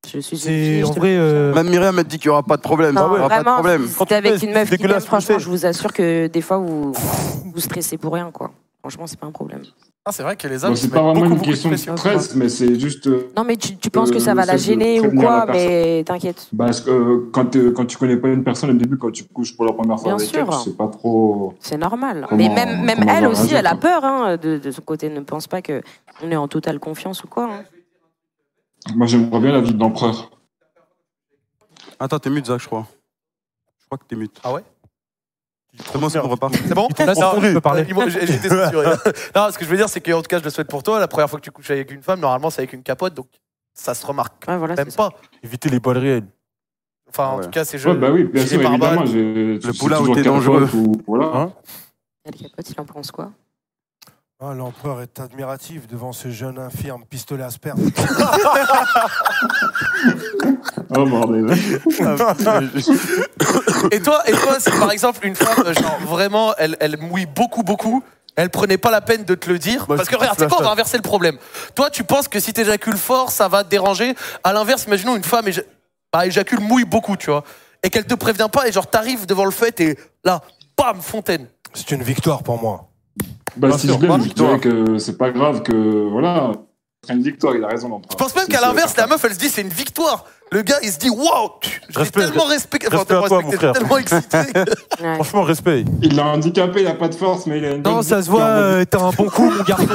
[SPEAKER 8] Je suis une
[SPEAKER 7] C'est
[SPEAKER 8] fille,
[SPEAKER 7] en
[SPEAKER 8] je te-
[SPEAKER 7] vrai. euh,
[SPEAKER 3] Même Myriam m'a dit qu'il n'y aura pas de problème.
[SPEAKER 8] Non,
[SPEAKER 3] Il y aura Ah bah pas de
[SPEAKER 8] vraiment,
[SPEAKER 3] problème.
[SPEAKER 8] si
[SPEAKER 6] Quand
[SPEAKER 8] t'es
[SPEAKER 6] tu
[SPEAKER 8] avec
[SPEAKER 6] pèses,
[SPEAKER 8] une meuf
[SPEAKER 6] c'est
[SPEAKER 8] qui t'aime,
[SPEAKER 6] dégueulasse, tu
[SPEAKER 8] franchement,
[SPEAKER 6] le sais.
[SPEAKER 8] je vous assure que des fois, vous vous stressez pour rien, quoi. Franchement, c'est pas un problème.
[SPEAKER 5] Ah, c'est vrai que les hommes.
[SPEAKER 1] Bon,
[SPEAKER 5] ils
[SPEAKER 1] c'est
[SPEAKER 5] se
[SPEAKER 1] pas
[SPEAKER 5] mettent
[SPEAKER 1] vraiment
[SPEAKER 5] beaucoup,
[SPEAKER 1] une
[SPEAKER 5] beaucoup de
[SPEAKER 1] question de
[SPEAKER 5] pression, je crois.
[SPEAKER 1] stress, mais c'est juste. euh,
[SPEAKER 8] Non, mais tu, tu penses que
[SPEAKER 1] Euh,
[SPEAKER 8] ça va
[SPEAKER 1] le
[SPEAKER 8] la
[SPEAKER 1] fait de
[SPEAKER 8] gêner ou
[SPEAKER 1] prévenir la
[SPEAKER 8] quoi,
[SPEAKER 1] personne.
[SPEAKER 8] mais t'inquiète.
[SPEAKER 1] Parce que euh, quand, tu quand tu connais pas une personne au début, quand tu couches pour la première fois
[SPEAKER 8] Bien
[SPEAKER 1] avec
[SPEAKER 8] sûr.
[SPEAKER 1] elle, tu sais pas trop.
[SPEAKER 8] C'est normal.
[SPEAKER 1] Comment-
[SPEAKER 8] mais même, même
[SPEAKER 1] comment
[SPEAKER 8] elle
[SPEAKER 1] on
[SPEAKER 8] aussi,
[SPEAKER 1] réagit,
[SPEAKER 8] elle a
[SPEAKER 1] quoi.
[SPEAKER 8] peur hein, de, de son côté. Ne pense pas que on est en totale confiance ou quoi. hein.
[SPEAKER 1] Moi, j'aimerais bien la vie de l'empereur.
[SPEAKER 3] Attends, t'es mute, Zach, je crois. Je crois que t'es mute.
[SPEAKER 5] Ah ouais
[SPEAKER 3] C'est bon, c'est bon, repart.
[SPEAKER 5] C'est bon
[SPEAKER 6] t'ont
[SPEAKER 5] Non,
[SPEAKER 6] confondu.
[SPEAKER 5] je peux parler. Ils m'ont- j'ai- J'étais censuré. non, ce que je veux dire, c'est que, en tout cas, je le souhaite pour toi. La première fois que tu couches avec une femme, normalement, c'est avec une capote, donc ça se remarque
[SPEAKER 8] Ouais, voilà,
[SPEAKER 5] même
[SPEAKER 8] c'est
[SPEAKER 5] pas.
[SPEAKER 8] ça.
[SPEAKER 6] Éviter les balles réelles.
[SPEAKER 5] Enfin, en
[SPEAKER 3] Ouais.
[SPEAKER 5] tout cas, c'est
[SPEAKER 1] Ouais,
[SPEAKER 5] joli.
[SPEAKER 1] bah oui, bien
[SPEAKER 5] Gilet
[SPEAKER 1] sûr,
[SPEAKER 5] pare-balles.
[SPEAKER 1] évidemment. j'ai- c'est
[SPEAKER 3] poulain
[SPEAKER 1] toujours
[SPEAKER 3] où t'es
[SPEAKER 1] quatre
[SPEAKER 3] dangereux.
[SPEAKER 1] fois, ou- voilà.
[SPEAKER 6] Hein
[SPEAKER 8] Elle capote, il en pense quoi
[SPEAKER 4] Ah, L'empereur est admiratif devant ce jeune infirme pistolet asperge.
[SPEAKER 1] oh, bordel.
[SPEAKER 5] Et toi, et toi, si par exemple une femme, euh, genre vraiment, elle, elle mouille beaucoup, beaucoup, elle prenait pas la peine de te le dire.
[SPEAKER 3] Moi,
[SPEAKER 5] parce
[SPEAKER 3] je
[SPEAKER 5] que
[SPEAKER 3] suis
[SPEAKER 5] regarde, c'est quoi On va
[SPEAKER 3] flash.
[SPEAKER 5] inverser le problème. Toi, tu penses que si t'éjacules fort, ça va te déranger. À l'inverse, imaginons une femme éja- bah, éjacule mouille beaucoup, tu vois, et qu'elle te prévient pas, et genre t'arrives devant le fait et là, bam, fontaine.
[SPEAKER 4] C'est une victoire pour moi.
[SPEAKER 1] Bah,
[SPEAKER 6] Bien
[SPEAKER 1] si
[SPEAKER 6] sûr,
[SPEAKER 1] je l'aime,
[SPEAKER 6] bonne
[SPEAKER 1] je
[SPEAKER 6] victoire.
[SPEAKER 1] dirais que c'est pas grave que. Voilà. C'est une victoire, il a raison, l'empereur.
[SPEAKER 5] Je pense même
[SPEAKER 1] C'est-
[SPEAKER 5] qu'à
[SPEAKER 1] c'est-
[SPEAKER 5] l'inverse, la meuf, elle se dit c'est une victoire. Le gars, il se dit waouh, je l'ai
[SPEAKER 6] Respect,
[SPEAKER 5] tellement respecté, enfin,
[SPEAKER 6] respect
[SPEAKER 5] tellement
[SPEAKER 6] à toi, mon
[SPEAKER 5] respecté,
[SPEAKER 6] frère.
[SPEAKER 5] tellement excité. que-
[SPEAKER 8] Ouais.
[SPEAKER 6] Franchement, respect.
[SPEAKER 1] Il l'a handicapé, il a pas de force, mais il a une.
[SPEAKER 7] Non,
[SPEAKER 1] bonne
[SPEAKER 7] ça se
[SPEAKER 1] victoire.
[SPEAKER 7] voit, euh, t'as un bon coup, mon garçon.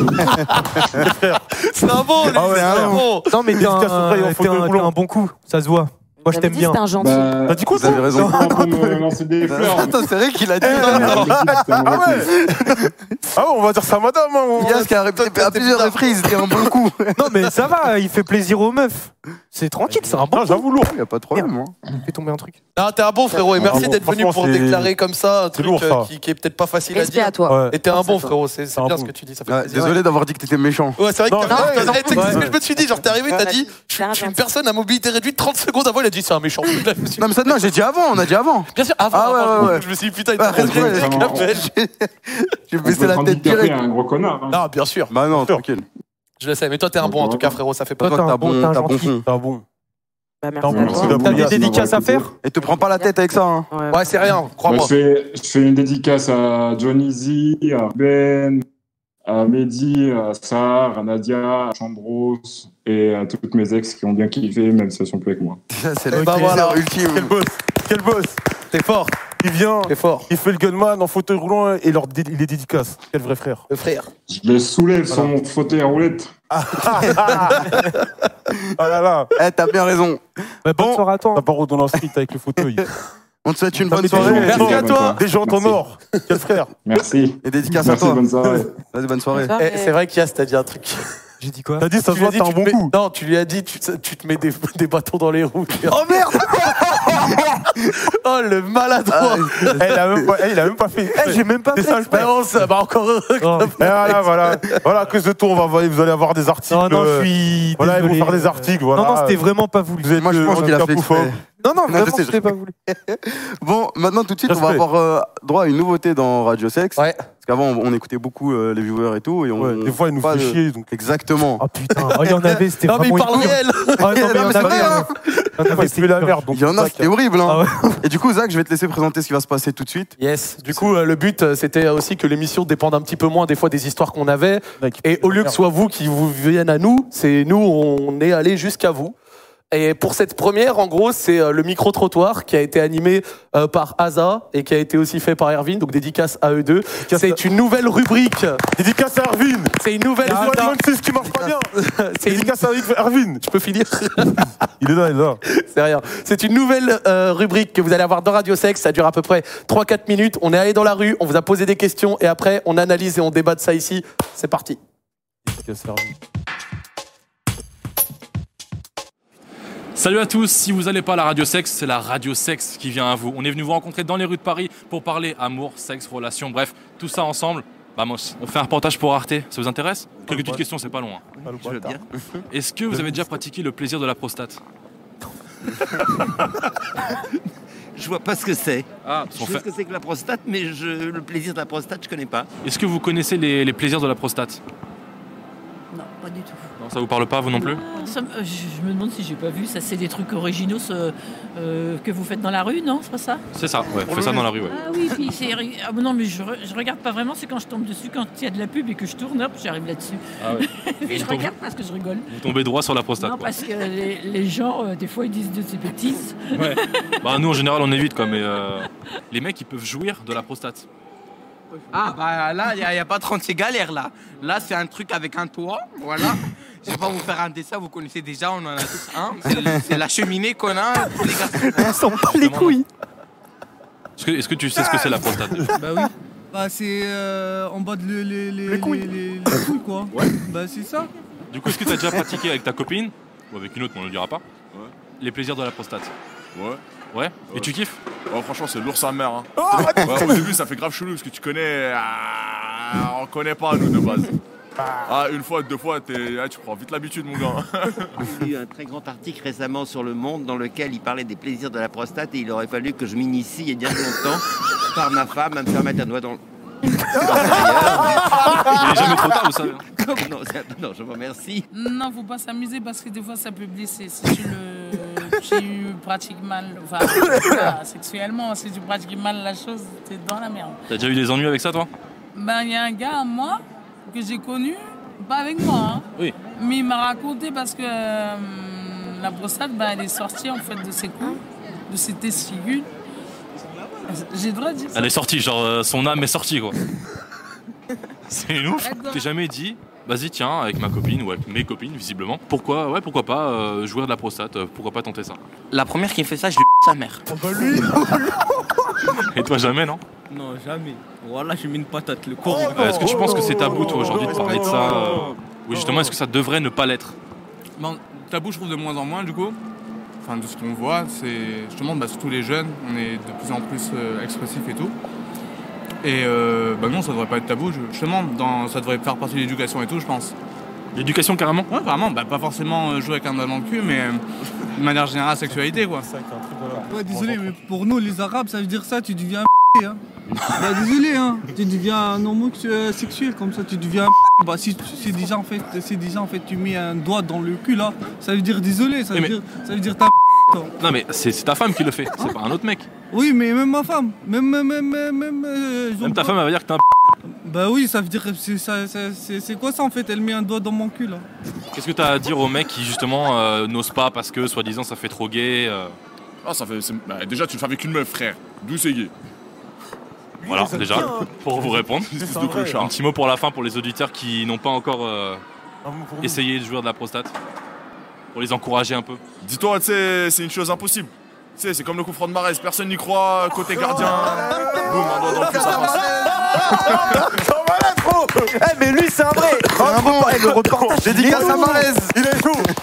[SPEAKER 5] C'est un bon, lui,
[SPEAKER 6] Ah ouais,
[SPEAKER 5] c'est un
[SPEAKER 6] hein.
[SPEAKER 5] bon.
[SPEAKER 7] Non, mais t'as
[SPEAKER 6] Dédicace au frère, il en
[SPEAKER 7] un,
[SPEAKER 6] faut
[SPEAKER 7] t'as
[SPEAKER 6] deux
[SPEAKER 7] un-
[SPEAKER 6] boulons.
[SPEAKER 7] t'as un bon coup, ça se voit. Moi, je
[SPEAKER 8] J'avais
[SPEAKER 7] t'aime
[SPEAKER 8] dit
[SPEAKER 7] bien.
[SPEAKER 8] que C'était un gentil.
[SPEAKER 1] Bah,
[SPEAKER 6] T'as dit quoi,
[SPEAKER 3] Vous avez
[SPEAKER 1] c'est
[SPEAKER 3] raison.
[SPEAKER 1] pas pour me lancer des fleurs.
[SPEAKER 3] Attends, c'est vrai qu'il a dit.
[SPEAKER 6] Eh,
[SPEAKER 1] Non, mais c'est un
[SPEAKER 6] Ah
[SPEAKER 1] vrai coup.
[SPEAKER 6] ouais Ah ouais, on va dire ça à madame. hein, on-
[SPEAKER 3] Il y a ce qui a répété à plusieurs reprises, c'était un bon coup.
[SPEAKER 7] Non, mais ça va, il fait plaisir aux meufs. C'est tranquille, c'est un bon
[SPEAKER 6] Non, j'avoue, lourd.
[SPEAKER 3] Il n'y a pas de problème. hein.
[SPEAKER 7] coup, fait tomber un truc.
[SPEAKER 5] Non, t'es un bon frérot et merci
[SPEAKER 6] Bravo.
[SPEAKER 5] d'être venu
[SPEAKER 6] Franchement,
[SPEAKER 5] pour
[SPEAKER 6] c'est-
[SPEAKER 5] déclarer comme ça un truc
[SPEAKER 6] lourd,
[SPEAKER 5] euh,
[SPEAKER 6] ça.
[SPEAKER 5] qui, qui est peut-être pas facile à
[SPEAKER 8] Respect à
[SPEAKER 5] dire.
[SPEAKER 8] toi.
[SPEAKER 6] Ouais.
[SPEAKER 5] Et t'es un bon frérot, c'est c'est
[SPEAKER 6] un
[SPEAKER 5] bien
[SPEAKER 6] bon.
[SPEAKER 5] ce que tu dis, ça fait
[SPEAKER 3] Ouais,
[SPEAKER 5] plaisir.
[SPEAKER 3] Désolé d'avoir dit que t'étais méchant.
[SPEAKER 5] Ouais, c'est vrai que
[SPEAKER 6] Non,
[SPEAKER 5] t'as-
[SPEAKER 6] ouais,
[SPEAKER 5] t'as-
[SPEAKER 6] non.
[SPEAKER 5] eh, tu sais que c'est ce que
[SPEAKER 6] Ouais.
[SPEAKER 5] je me suis dit, genre t'es arrivé, t'as dit,
[SPEAKER 8] C'est un
[SPEAKER 5] je suis une
[SPEAKER 8] gentil.
[SPEAKER 5] personne à mobilité réduite 30 secondes avant, il a dit c'est un méchant. Là, je me suis-
[SPEAKER 3] Non, mais ça, non, j'ai dit avant, on a dit avant.
[SPEAKER 5] Bien sûr, avant,
[SPEAKER 3] Ah ouais,
[SPEAKER 5] avant,
[SPEAKER 3] ouais,
[SPEAKER 5] je-
[SPEAKER 3] ouais.
[SPEAKER 5] je me suis dit putain, il
[SPEAKER 3] Ah,
[SPEAKER 5] t'a
[SPEAKER 3] respect,
[SPEAKER 5] raconté avec la
[SPEAKER 1] vraiment.
[SPEAKER 5] pelle.
[SPEAKER 3] J'ai
[SPEAKER 1] On peut
[SPEAKER 3] baissé la
[SPEAKER 1] prendre
[SPEAKER 3] tête
[SPEAKER 1] handicapé
[SPEAKER 3] direct.
[SPEAKER 1] à un gros connard. hein.
[SPEAKER 5] Non, bien sûr,
[SPEAKER 3] Bah non,
[SPEAKER 6] Sûr.
[SPEAKER 3] tranquille.
[SPEAKER 5] je le sais, mais toi t'es un
[SPEAKER 1] Ouais,
[SPEAKER 5] bon en
[SPEAKER 1] ouais.
[SPEAKER 5] tout cas, frérot, ça fait
[SPEAKER 3] Toi,
[SPEAKER 5] pas.
[SPEAKER 7] t'es
[SPEAKER 3] t'as
[SPEAKER 7] un bon,
[SPEAKER 3] bon,
[SPEAKER 7] t'es un
[SPEAKER 3] t'as bon
[SPEAKER 7] gentil.
[SPEAKER 3] fond.
[SPEAKER 6] Ah bon
[SPEAKER 8] Bah, merci à
[SPEAKER 6] Non, mais
[SPEAKER 1] Merci
[SPEAKER 8] toi.
[SPEAKER 1] beaucoup,
[SPEAKER 7] T'as des
[SPEAKER 1] merci de
[SPEAKER 7] dédicaces à
[SPEAKER 1] m'avoir écouté.
[SPEAKER 7] faire
[SPEAKER 3] Et te prends pas la tête avec ça. hein.
[SPEAKER 8] Ouais.
[SPEAKER 5] Ouais, c'est rien,
[SPEAKER 1] Moi,
[SPEAKER 5] crois-moi.
[SPEAKER 1] Bah, je, fais, je fais une dédicace à Johnny Z, à Ben, à Mehdi, à Sar, à Nadia, à Chambros et à toutes mes ex qui ont bien kiffé, même si elles sont plus avec moi.
[SPEAKER 3] Ça, C'est
[SPEAKER 5] Eh
[SPEAKER 3] le
[SPEAKER 5] ben voilà.
[SPEAKER 3] plaisir
[SPEAKER 6] Bah Quel
[SPEAKER 3] ultime.
[SPEAKER 6] boss Quel boss
[SPEAKER 5] T'es fort,
[SPEAKER 6] Il vient,
[SPEAKER 5] t'es fort,
[SPEAKER 6] il fait le gunman en fauteuil roulant et leur dé- il est dédicace. Quel vrai frère.
[SPEAKER 5] le frère.
[SPEAKER 1] Je le soulève sur mon fauteuil à roulette.
[SPEAKER 6] Ah là là
[SPEAKER 3] Eh, t'as bien raison.
[SPEAKER 7] Bah, bonne
[SPEAKER 3] Bon.
[SPEAKER 7] soirée à toi.
[SPEAKER 6] Ça part dans la street avec le fauteuil.
[SPEAKER 3] On te souhaite une
[SPEAKER 6] Ça
[SPEAKER 3] bonne
[SPEAKER 6] m'est toujours
[SPEAKER 3] soirée.
[SPEAKER 6] Merci à
[SPEAKER 1] Bonne
[SPEAKER 6] toi
[SPEAKER 1] soirée.
[SPEAKER 6] Des gens en
[SPEAKER 1] Merci.
[SPEAKER 6] or Quel frère
[SPEAKER 1] Merci.
[SPEAKER 3] Et dédicace à
[SPEAKER 1] Merci,
[SPEAKER 3] toi.
[SPEAKER 1] bonne soirée.
[SPEAKER 3] Vas-y, bonne soirée.
[SPEAKER 8] Bonne soirée.
[SPEAKER 5] Eh, C'est vrai qu'Yas t'a dit un truc.
[SPEAKER 7] J'ai dit quoi
[SPEAKER 6] T'as dit ça se
[SPEAKER 5] Tu lui as
[SPEAKER 6] voit,
[SPEAKER 5] dit,
[SPEAKER 6] t'as un
[SPEAKER 5] tu
[SPEAKER 6] bon
[SPEAKER 5] te mets-
[SPEAKER 6] coup.
[SPEAKER 5] Non, tu lui as dit, tu, tu te mets des, des bâtons dans les roues.
[SPEAKER 3] Oh merde
[SPEAKER 5] Oh le maladroit
[SPEAKER 6] Eh, il, a même pas, eh, il a même pas fait.
[SPEAKER 7] Eh, j'ai même pas
[SPEAKER 6] Des
[SPEAKER 7] fait.
[SPEAKER 6] sales
[SPEAKER 5] Bah non, ça va encore heureux que
[SPEAKER 7] Oh.
[SPEAKER 5] t'as
[SPEAKER 6] Eh, voilà, voilà. Voilà, à cause de toi, on va, voir- vous allez avoir des articles.
[SPEAKER 7] Non, non, je
[SPEAKER 6] euh,
[SPEAKER 7] suis.
[SPEAKER 6] Voilà, ils vont
[SPEAKER 7] désolé.
[SPEAKER 6] faire des articles. Voilà.
[SPEAKER 7] Non, non, c'était vraiment pas voulu.
[SPEAKER 6] Vous êtes
[SPEAKER 3] Moi, je
[SPEAKER 6] le
[SPEAKER 3] pense qu'il a fait
[SPEAKER 6] handicapophobe.
[SPEAKER 3] exprès.
[SPEAKER 7] Non, non,
[SPEAKER 3] Non,
[SPEAKER 7] vraiment,
[SPEAKER 3] je sais, je-
[SPEAKER 7] c'était pas voulu.
[SPEAKER 3] Bon, maintenant tout de suite, on va
[SPEAKER 6] Respect.
[SPEAKER 3] avoir euh, droit à une nouveauté dans Radio Sex.
[SPEAKER 5] Ouais.
[SPEAKER 3] Parce qu'avant, on, on écoutait beaucoup euh, les viewers et tout. Et on,
[SPEAKER 6] Ouais, des fois, il nous
[SPEAKER 3] pas
[SPEAKER 6] fait
[SPEAKER 3] de-
[SPEAKER 6] chier. Donc...
[SPEAKER 3] Exactement.
[SPEAKER 7] Oh putain, oh, il y en avait, c'était
[SPEAKER 5] Non mais
[SPEAKER 7] vraiment
[SPEAKER 5] il parle
[SPEAKER 7] ignoble.
[SPEAKER 5] réel
[SPEAKER 7] Ah, non,
[SPEAKER 3] Non,
[SPEAKER 7] mais il y
[SPEAKER 3] mais
[SPEAKER 7] en
[SPEAKER 3] c'est vrai,
[SPEAKER 7] avait,
[SPEAKER 3] hein.
[SPEAKER 7] il y en
[SPEAKER 6] Il
[SPEAKER 7] avait,
[SPEAKER 6] fait la merde. donc-
[SPEAKER 3] Il y en a, c'était horrible. Hein.
[SPEAKER 7] Ah
[SPEAKER 3] Et du coup, Zach, je vais te laisser présenter ce qui va se passer tout de suite.
[SPEAKER 5] Yes, du coup euh, le but euh, c'était aussi que l'émission dépende un petit peu moins des fois des histoires qu'on avait et au lieu que ce soit vous qui vous viennent à nous, c'est nous on est allé jusqu'à vous. Et pour cette première, en gros, c'est euh, le micro-trottoir qui a été animé euh, par Aza et qui a été aussi fait par Erwin, donc dédicace à eux deux. C'est une nouvelle rubrique.
[SPEAKER 6] Dédicace à Erwin
[SPEAKER 5] C'est une nouvelle
[SPEAKER 6] Il y a
[SPEAKER 5] rubrique.
[SPEAKER 6] un One qui marche pas bien
[SPEAKER 5] C'est une-
[SPEAKER 6] Dédicace à Erwin
[SPEAKER 5] Je peux finir
[SPEAKER 6] Il est là, il est là.
[SPEAKER 5] C'est rien. C'est une nouvelle euh, rubrique que vous allez avoir dans Radio Sex. Ça dure à peu près 3-4 minutes. On est allé dans la rue, on vous a posé des questions et après, on analyse et on débat de ça ici. C'est parti.
[SPEAKER 10] Salut à tous, si vous n'allez pas à la radio sexe, c'est la radio sexe qui vient à vous. On est venu vous rencontrer dans les rues de Paris pour parler amour, sexe, relations, bref, tout ça ensemble. Vamos, on fait un reportage pour Arte, ça vous intéresse Quelques petites questions, c'est pas loin. Est-ce que vous avez déjà pratiqué le plaisir de la prostate
[SPEAKER 11] Je vois pas ce que c'est.
[SPEAKER 10] Ah,
[SPEAKER 11] Je sais ce que c'est que la prostate, mais je, le plaisir de la prostate, je connais pas.
[SPEAKER 10] Est-ce que vous connaissez les, les plaisirs de la prostate
[SPEAKER 11] Non, pas du tout.
[SPEAKER 10] Non, Ça vous parle pas, vous non plus
[SPEAKER 12] Ça me- euh, je je me demande si j'ai pas vu, ça c'est des trucs originaux ce- euh, que vous faites dans la rue, non C'est pas ça
[SPEAKER 10] C'est ça, ouais, fais ça dans la rue, ouais.
[SPEAKER 12] Ah oui, puis c'est. ah non, mais je, re- je regarde pas vraiment, c'est quand je tombe dessus, quand il y a de la pub et que je tourne, hop, j'arrive là-dessus.
[SPEAKER 10] Ah ouais.
[SPEAKER 12] Puis je regarde parce que je rigole.
[SPEAKER 10] Vous tombez droit sur la prostate.
[SPEAKER 12] Non,
[SPEAKER 10] quoi.
[SPEAKER 12] parce que les, les gens, euh, des fois, ils disent de ces bêtises.
[SPEAKER 10] Ouais. Bah, nous, en général, on évite, quoi, mais euh, les mecs, ils peuvent jouir de la prostate.
[SPEAKER 11] Ah, bah là, il n'y a, pas 36 galères là. Là, c'est un truc avec un toit. Voilà. Je vais pas vous faire un dessin, vous connaissez déjà, on en a tous un. C'est le- C'est la cheminée qu'on a. Tous les garçons.
[SPEAKER 7] On s'en bat les couilles.
[SPEAKER 10] Est-ce que, est-ce que tu sais ce que c'est la prostate
[SPEAKER 11] Ah.
[SPEAKER 13] Bah oui. Bah c'est euh, en bas de le- les, les, les, couilles. Les, les couilles quoi. Bah c'est ça.
[SPEAKER 10] Du coup, est-ce que t'as déjà pratiqué avec ta copine Ou avec une autre, mais on ne le dira pas. Les plaisirs de la prostate.
[SPEAKER 14] Ouais.
[SPEAKER 10] Ouais Et tu kiffes
[SPEAKER 14] Oh, franchement, c'est lourd sa mère. Hein.
[SPEAKER 11] Oh,
[SPEAKER 14] Ouais, au début, ça fait grave chelou parce que tu connais. Ah, on connaît pas, nous, de base. Ah, une fois, deux fois, t'es- ah, tu prends vite l'habitude, mon gars.
[SPEAKER 11] Il y a eu un très grand article récemment sur Le Monde dans lequel il parlait des plaisirs de la prostate et il aurait fallu que je m'initie il y a bien longtemps par ma femme à me faire mettre un doigt dans le.
[SPEAKER 10] Il est jamais trop tard, vous savez. hein.
[SPEAKER 11] Comme- Non, c'est- non, je vous remercie.
[SPEAKER 15] Non, faut pas s'amuser parce que des fois ça peut blesser. Si tu le tu pratiques mal, enfin, pas sexuellement, si tu pratiques mal la chose, t'es dans la merde.
[SPEAKER 10] T'as déjà eu des ennuis avec ça, toi
[SPEAKER 15] Ben, il y a un gars, moi, que j'ai connu, pas avec moi, hein,
[SPEAKER 10] Oui.
[SPEAKER 15] mais il m'a raconté parce que euh, la prostate, ben, elle est sortie en fait de ses coups, de ses testicules. J'ai le droit de dire ça.
[SPEAKER 10] Elle est sortie, genre euh, son âme est sortie quoi. C'est une ouf. T'es jamais dit, vas-y tiens, avec ma copine ou avec mes copines visiblement, pourquoi, ouais, pourquoi pas euh, jouer de la prostate, euh, pourquoi pas tenter ça
[SPEAKER 11] La première qui me fait ça, je lui sa mère.
[SPEAKER 10] Et toi jamais non
[SPEAKER 13] Non jamais. Voilà j'ai mis une patate le
[SPEAKER 10] Euh,
[SPEAKER 16] Oh,
[SPEAKER 13] corps.
[SPEAKER 7] Oh,
[SPEAKER 10] Est-ce que tu penses que c'est tabou toi aujourd'hui de parler de ça euh, Ou justement est-ce que ça devrait ne pas l'être
[SPEAKER 13] Ben, tabou, je trouve de moins en moins, du coup. Enfin, de ce qu'on voit, c'est justement, bah, surtout les jeunes, on est de plus en plus euh, expressifs et tout. Et euh, bah non, ça devrait pas être tabou, je- justement, dans, ça devrait faire partie de l'éducation et tout, je pense.
[SPEAKER 10] L'éducation carrément
[SPEAKER 13] Ouais, vraiment, bah, pas forcément euh, jouer avec un doigt dans le cul, mais euh, de manière générale, sexualité, quoi.
[SPEAKER 6] Ouais,
[SPEAKER 13] désolé,
[SPEAKER 6] mais
[SPEAKER 13] pour nous, les Arabes, ça veut dire ça, tu deviens
[SPEAKER 16] hein. Bah, désolé, hein. tu deviens un homme euh, sexuel comme ça, tu deviens un bah, si, si déjà en fait, si déjà en fait tu mets un doigt dans le cul là, ça veut dire désolé, ça veut, dire, ça veut dire ta toi.
[SPEAKER 10] Non mais c'est c'est ta femme qui le fait, c'est pas un autre mec.
[SPEAKER 16] Oui, mais même ma femme, même même même même. euh, ils ont
[SPEAKER 10] Même ta
[SPEAKER 16] pas-
[SPEAKER 10] femme elle va dire que t'es un
[SPEAKER 16] Bah oui, ça veut dire c'est ça- ça- c'est c'est quoi ça en fait Elle met un doigt dans mon cul là.
[SPEAKER 10] p- Qu'est-ce que t'as à dire aux mecs qui justement euh, n'osent pas parce que soi-disant ça fait trop gay euh,
[SPEAKER 14] Ah, ça fait. c'est- bah, déjà, tu le fais avec une meuf, frère. D'où c'est gay
[SPEAKER 10] Voilà
[SPEAKER 14] ça
[SPEAKER 10] déjà,
[SPEAKER 14] tient, hein.
[SPEAKER 10] pour vous répondre.
[SPEAKER 14] Espèce de clochard.
[SPEAKER 10] Un petit mot pour la fin pour les auditeurs qui n'ont pas encore euh,
[SPEAKER 3] Ah,
[SPEAKER 10] essayé de jouer de la prostate. Pour les encourager un peu.
[SPEAKER 14] Dis-toi, tu sais, c'est une chose impossible. Tu sais, c'est comme le coup franc de Marès, personne n'y croit, côté
[SPEAKER 3] Oh,
[SPEAKER 14] gardien. Boum, un doigt dans le cul, ça passe.
[SPEAKER 3] Eh, mais lui, c'est un vrai Bravo Eh, Le reportage,
[SPEAKER 6] Dédicace à Marez.
[SPEAKER 3] Il est chaud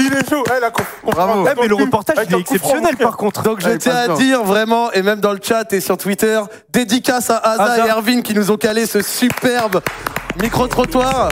[SPEAKER 3] Il est chaud Eh, la Bravo
[SPEAKER 7] Ouais, mais le reportage, il est exceptionnel par contre.
[SPEAKER 5] Donc je tiens à dire vraiment, et même dans le chat et sur Twitter, dédicace à Aza
[SPEAKER 7] Aza.
[SPEAKER 5] et Ervin qui nous ont calé ce superbe micro-trottoir.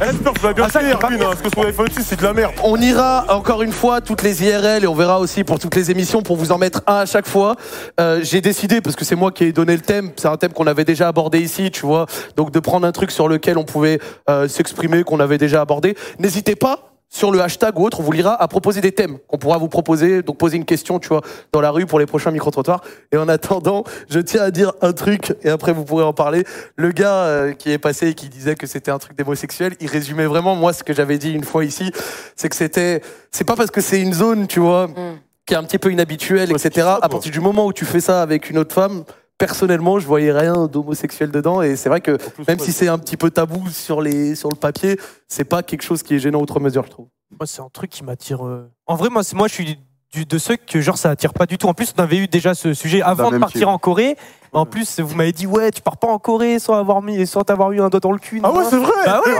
[SPEAKER 6] bien
[SPEAKER 7] Ah,
[SPEAKER 6] fait, Erwin, hein, parce que ce qu'on avait fait au-dessus, c'est de la merde.
[SPEAKER 5] On ira encore une fois toutes les IRL et on verra aussi pour toutes les émissions pour vous en mettre un à chaque fois. Euh, J'ai décidé parce que c'est moi qui ai donné le thème, c'est un thème qu'on avait déjà abordé ici, tu vois. Donc de prendre un truc sur lequel on pouvait euh, s'exprimer, qu'on avait déjà abordé. N'hésitez pas. Sur le hashtag ou autre, on vous lira à proposer des thèmes qu'on pourra vous proposer, donc poser une question, tu vois, dans la rue pour les prochains micro-trottoirs. Et en attendant, je tiens à dire un truc, et après vous pourrez en parler. Le gars euh, qui est passé et qui disait que c'était un truc d'homosexuel, il résumait vraiment, moi, ce que j'avais dit une fois ici, c'est que c'était. C'est pas parce que c'est une zone, tu vois, qui est un petit peu inhabituelle, etc. À partir du moment où tu fais ça avec une autre femme, personnellement, je voyais rien d'homosexuel dedans. Et c'est vrai que, même si c'est un petit peu tabou sur, les, sur le papier, c'est pas quelque chose qui est gênant outre mesure, je trouve.
[SPEAKER 7] Moi, c'est un truc qui m'attire. euh, En vrai, moi, c'est- moi je suis du- de ceux que genre ça attire pas du tout. En plus, on avait eu déjà ce sujet
[SPEAKER 6] Bah,
[SPEAKER 7] avant de
[SPEAKER 3] même
[SPEAKER 7] partir
[SPEAKER 3] team.
[SPEAKER 7] en Corée. En plus, vous m'avez dit ouais, tu pars pas en Corée sans avoir mis, sans t'avoir eu un doigt dans le cul. Ah ouais, c'est vrai. Ah ouais,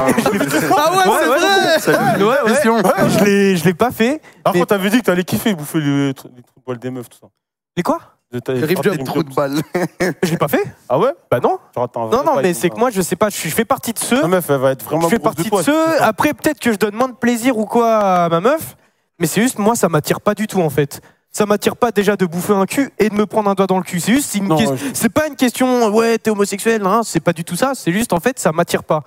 [SPEAKER 6] c'est vrai.
[SPEAKER 7] Ouais, ouais.
[SPEAKER 6] Mission.
[SPEAKER 7] Ouais, Je l'ai, je l'ai pas fait.
[SPEAKER 6] Par contre, t'avais dit que t'allais kiffer bouffer les, les trous de balle des meufs, tout ça.
[SPEAKER 7] Les quoi
[SPEAKER 6] Les
[SPEAKER 7] Rip job.
[SPEAKER 6] trous de balle.
[SPEAKER 7] Je l'ai pas fait
[SPEAKER 6] Ah ouais Bah non.
[SPEAKER 7] Non, non, mais c'est que moi, je sais pas, je suis- je fais partie de ceux.
[SPEAKER 6] La meuf, elle va être vraiment
[SPEAKER 7] Je fais
[SPEAKER 6] grosse de
[SPEAKER 7] partie de,
[SPEAKER 6] toi,
[SPEAKER 7] ceux.
[SPEAKER 6] c'est ça.
[SPEAKER 7] Après, peut-être que je donne moins de plaisir ou quoi à ma meuf, mais c'est juste, moi, ça m'attire pas du tout en fait. Ça m'attire pas déjà de bouffer un cul et de me prendre un doigt dans le cul. C'est juste, c'est une
[SPEAKER 6] Non,
[SPEAKER 7] ques-
[SPEAKER 6] ouais,
[SPEAKER 7] c'est pas une question, ouais, t'es homosexuel, hein, c'est pas du tout ça. C'est juste, en fait, ça m'attire pas.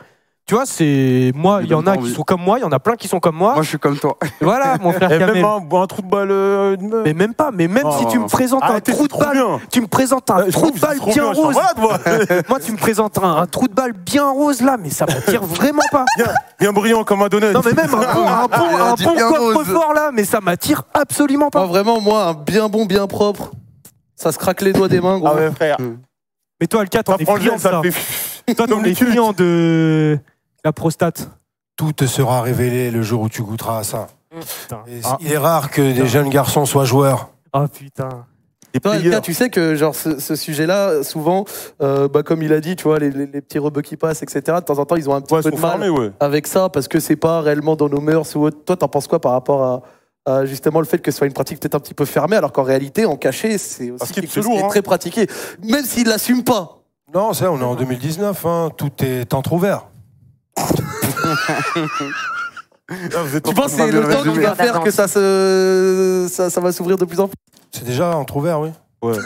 [SPEAKER 7] Tu vois, c'est moi, il y en a qui sont comme moi, il y en a plein qui sont comme moi. Moi,
[SPEAKER 3] je suis comme toi.
[SPEAKER 7] Voilà, mon frère
[SPEAKER 6] Et même hein,
[SPEAKER 7] Kamel.
[SPEAKER 6] un, un trou de balle. euh, une meuf.
[SPEAKER 7] Mais même pas, mais même
[SPEAKER 6] Oh.
[SPEAKER 7] si tu me présentes
[SPEAKER 6] Arrêtez,
[SPEAKER 7] un trou
[SPEAKER 6] c'est
[SPEAKER 7] de
[SPEAKER 6] trop
[SPEAKER 7] balle,
[SPEAKER 6] bien.
[SPEAKER 7] tu me présentes un
[SPEAKER 6] Euh, je
[SPEAKER 7] trou de
[SPEAKER 6] trouve que
[SPEAKER 7] balle
[SPEAKER 6] c'est trop
[SPEAKER 7] bien
[SPEAKER 6] bien, je suis en
[SPEAKER 7] rose.
[SPEAKER 6] malade, moi.
[SPEAKER 7] moi, tu me présentes un, un trou de balle bien rose là, mais ça m'attire vraiment pas.
[SPEAKER 6] Bien brillant comme un donut.
[SPEAKER 7] Non, mais même un bon,
[SPEAKER 5] Ah,
[SPEAKER 7] un bon,
[SPEAKER 6] Elle a
[SPEAKER 7] un
[SPEAKER 6] dit
[SPEAKER 7] bon
[SPEAKER 6] bien rose.
[SPEAKER 7] coffre-fort là, mais ça m'attire absolument pas.
[SPEAKER 5] Ah, vraiment, moi, un bien bon, bien propre, ça se craque les doigts des mains, gros.
[SPEAKER 6] Ah ouais, frère.
[SPEAKER 7] Mais toi, Alka, t'en es
[SPEAKER 6] Prends le
[SPEAKER 7] friand
[SPEAKER 6] gel, ça
[SPEAKER 7] de ça.
[SPEAKER 6] fait.
[SPEAKER 7] Toi, t'en es friand de la prostate.
[SPEAKER 4] Tout te sera révélé le jour où tu goûteras à ça. Et
[SPEAKER 6] Ah.
[SPEAKER 4] c- Mmh. Il est rare que des jeunes garçons soient joueurs.
[SPEAKER 7] Ah putain.
[SPEAKER 6] Et
[SPEAKER 5] Toi, Alka, tu sais que genre ce, ce sujet-là, souvent, euh, bah, comme il a dit, tu vois, les, les- les petits rebeux qui passent, etc. De temps en temps, ils ont un petit peu de
[SPEAKER 6] sont
[SPEAKER 5] mal
[SPEAKER 6] fermés, ouais.
[SPEAKER 5] avec ça parce que c'est pas réellement dans nos mœurs ou autre. Toi, t'en penses quoi par rapport à, à, justement le fait que ce soit une pratique peut-être un petit peu fermée, alors qu'en réalité, en caché, c'est
[SPEAKER 6] Ah,
[SPEAKER 5] aussi quelque
[SPEAKER 4] c'est
[SPEAKER 5] chose qui
[SPEAKER 4] lourd,
[SPEAKER 5] est
[SPEAKER 4] hein.
[SPEAKER 5] très pratiqué, même s'ils l'assument pas.
[SPEAKER 4] Non, ça, on est en 2019, hein, tout est entrouvert.
[SPEAKER 6] Ah,
[SPEAKER 5] Tu penses que c'est le temps qui va faire que ça se, ça, ça va s'ouvrir de plus en plus
[SPEAKER 4] C'est déjà entrouvert, oui.
[SPEAKER 6] Ouais.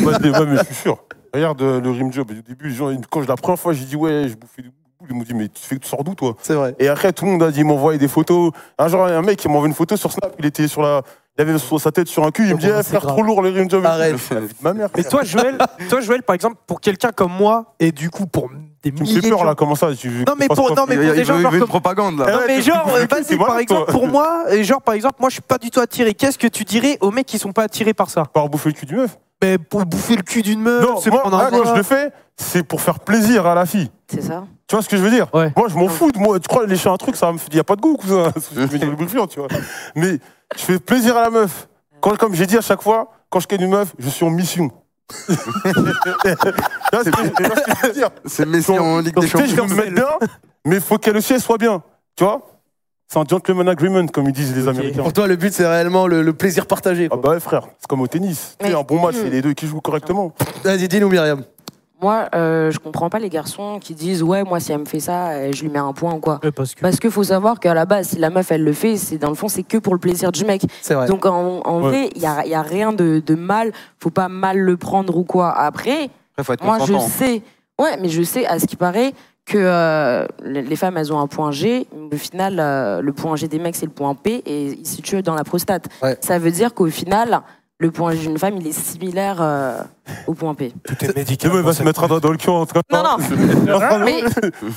[SPEAKER 6] Moi, je l'ai- ouais, mais je suis sûr. Regarde euh, le rim job. Au début, les gens, ils- quand je la première fois, j'ai dit ouais, je bouffais du boule. Ils m'ont dit mais tu fais que tu sors d'où toi
[SPEAKER 5] C'est vrai.
[SPEAKER 6] Et après, tout le monde a dit m'envoyer des photos. Un jour, un mec il m'envoie une photo sur Snap. Il était sur la, il avait sur sa tête sur un cul. Il me dit eh, frère trop lourd le rim job. Arrête. Ma mère.
[SPEAKER 7] Oh, Mais toi, Joël, toi, Joël, par exemple, pour quelqu'un comme moi, et du coup pour des
[SPEAKER 6] Tu me fais
[SPEAKER 7] milliers de
[SPEAKER 6] peur
[SPEAKER 7] gens
[SPEAKER 6] là. Comment ça tu-
[SPEAKER 7] Non mais
[SPEAKER 6] pense
[SPEAKER 7] pour,
[SPEAKER 6] pas-
[SPEAKER 7] non mais pour des gens genre comme- Non mais genre euh, vas-y, par exemple pour moi et genre par exemple moi je suis pas du tout attiré. Qu'est-ce que tu dirais aux mecs qui sont pas attirés par ça
[SPEAKER 6] Par bouffer le cul d'une meuf.
[SPEAKER 7] Mais pour bouffer le cul d'une meuf,
[SPEAKER 6] Non,
[SPEAKER 7] se
[SPEAKER 6] moi,
[SPEAKER 7] prendre euh, un
[SPEAKER 6] ah, quand
[SPEAKER 7] verre.
[SPEAKER 6] je le fais, c'est pour faire plaisir à la fille.
[SPEAKER 8] C'est ça.
[SPEAKER 6] Tu vois ce que je veux dire Moi, je m'en fous. de Moi, tu crois, lécher un truc, ça me fait. Il a pas de goût, cousin. Je me dis le boule filant, tu vois. Mais je fais plaisir à la meuf. Quand, comme j'ai dit à chaque fois, quand je ken une meuf, je suis en mission. Tu vois ce que- tu vois ce que je veux dire
[SPEAKER 3] C'est Messi en Ligue
[SPEAKER 6] Donc,
[SPEAKER 3] des
[SPEAKER 6] tu sais, je vais me
[SPEAKER 3] Champions.
[SPEAKER 6] mettre bien, mais faut qu'elle aussi elle soit bien. Tu vois C'est un gentleman agreement, comme ils disent les Américains.
[SPEAKER 5] Pour toi, le but, c'est réellement le, le plaisir partagé.
[SPEAKER 6] Ah bah ouais, frère, c'est comme au tennis. Tu sais, un bon match,
[SPEAKER 8] Hmm.
[SPEAKER 6] c'est les deux qui jouent correctement.
[SPEAKER 5] Vas-y, dis-nous, Myriam.
[SPEAKER 8] Moi, euh, je comprends pas les garçons qui disent ouais, moi si elle me fait ça, euh, je lui mets un point ou quoi. parce que faut savoir qu'à la base, si la meuf elle le fait, c'est dans le fond c'est que pour le plaisir du mec.
[SPEAKER 5] C'est vrai.
[SPEAKER 8] Donc en, en
[SPEAKER 5] Ouais.
[SPEAKER 8] vrai, il y a, y a rien de, de mal. Faut pas mal le prendre ou quoi. Après,
[SPEAKER 3] Après, faut être
[SPEAKER 8] moi je
[SPEAKER 3] consentant.
[SPEAKER 8] sais, ouais, mais je sais à ce qui paraît que euh, les les femmes elles ont un point G. mais Au final, euh, le point G des mecs c'est le point P et il se situe dans la prostate. Ça veut dire qu'au final, le point G d'une femme il est similaire euh, au point P.
[SPEAKER 4] Tout est médical.
[SPEAKER 6] il va se mettre un doigt dans le cul en tout cas.
[SPEAKER 8] Non, non.
[SPEAKER 7] Ah
[SPEAKER 8] Mais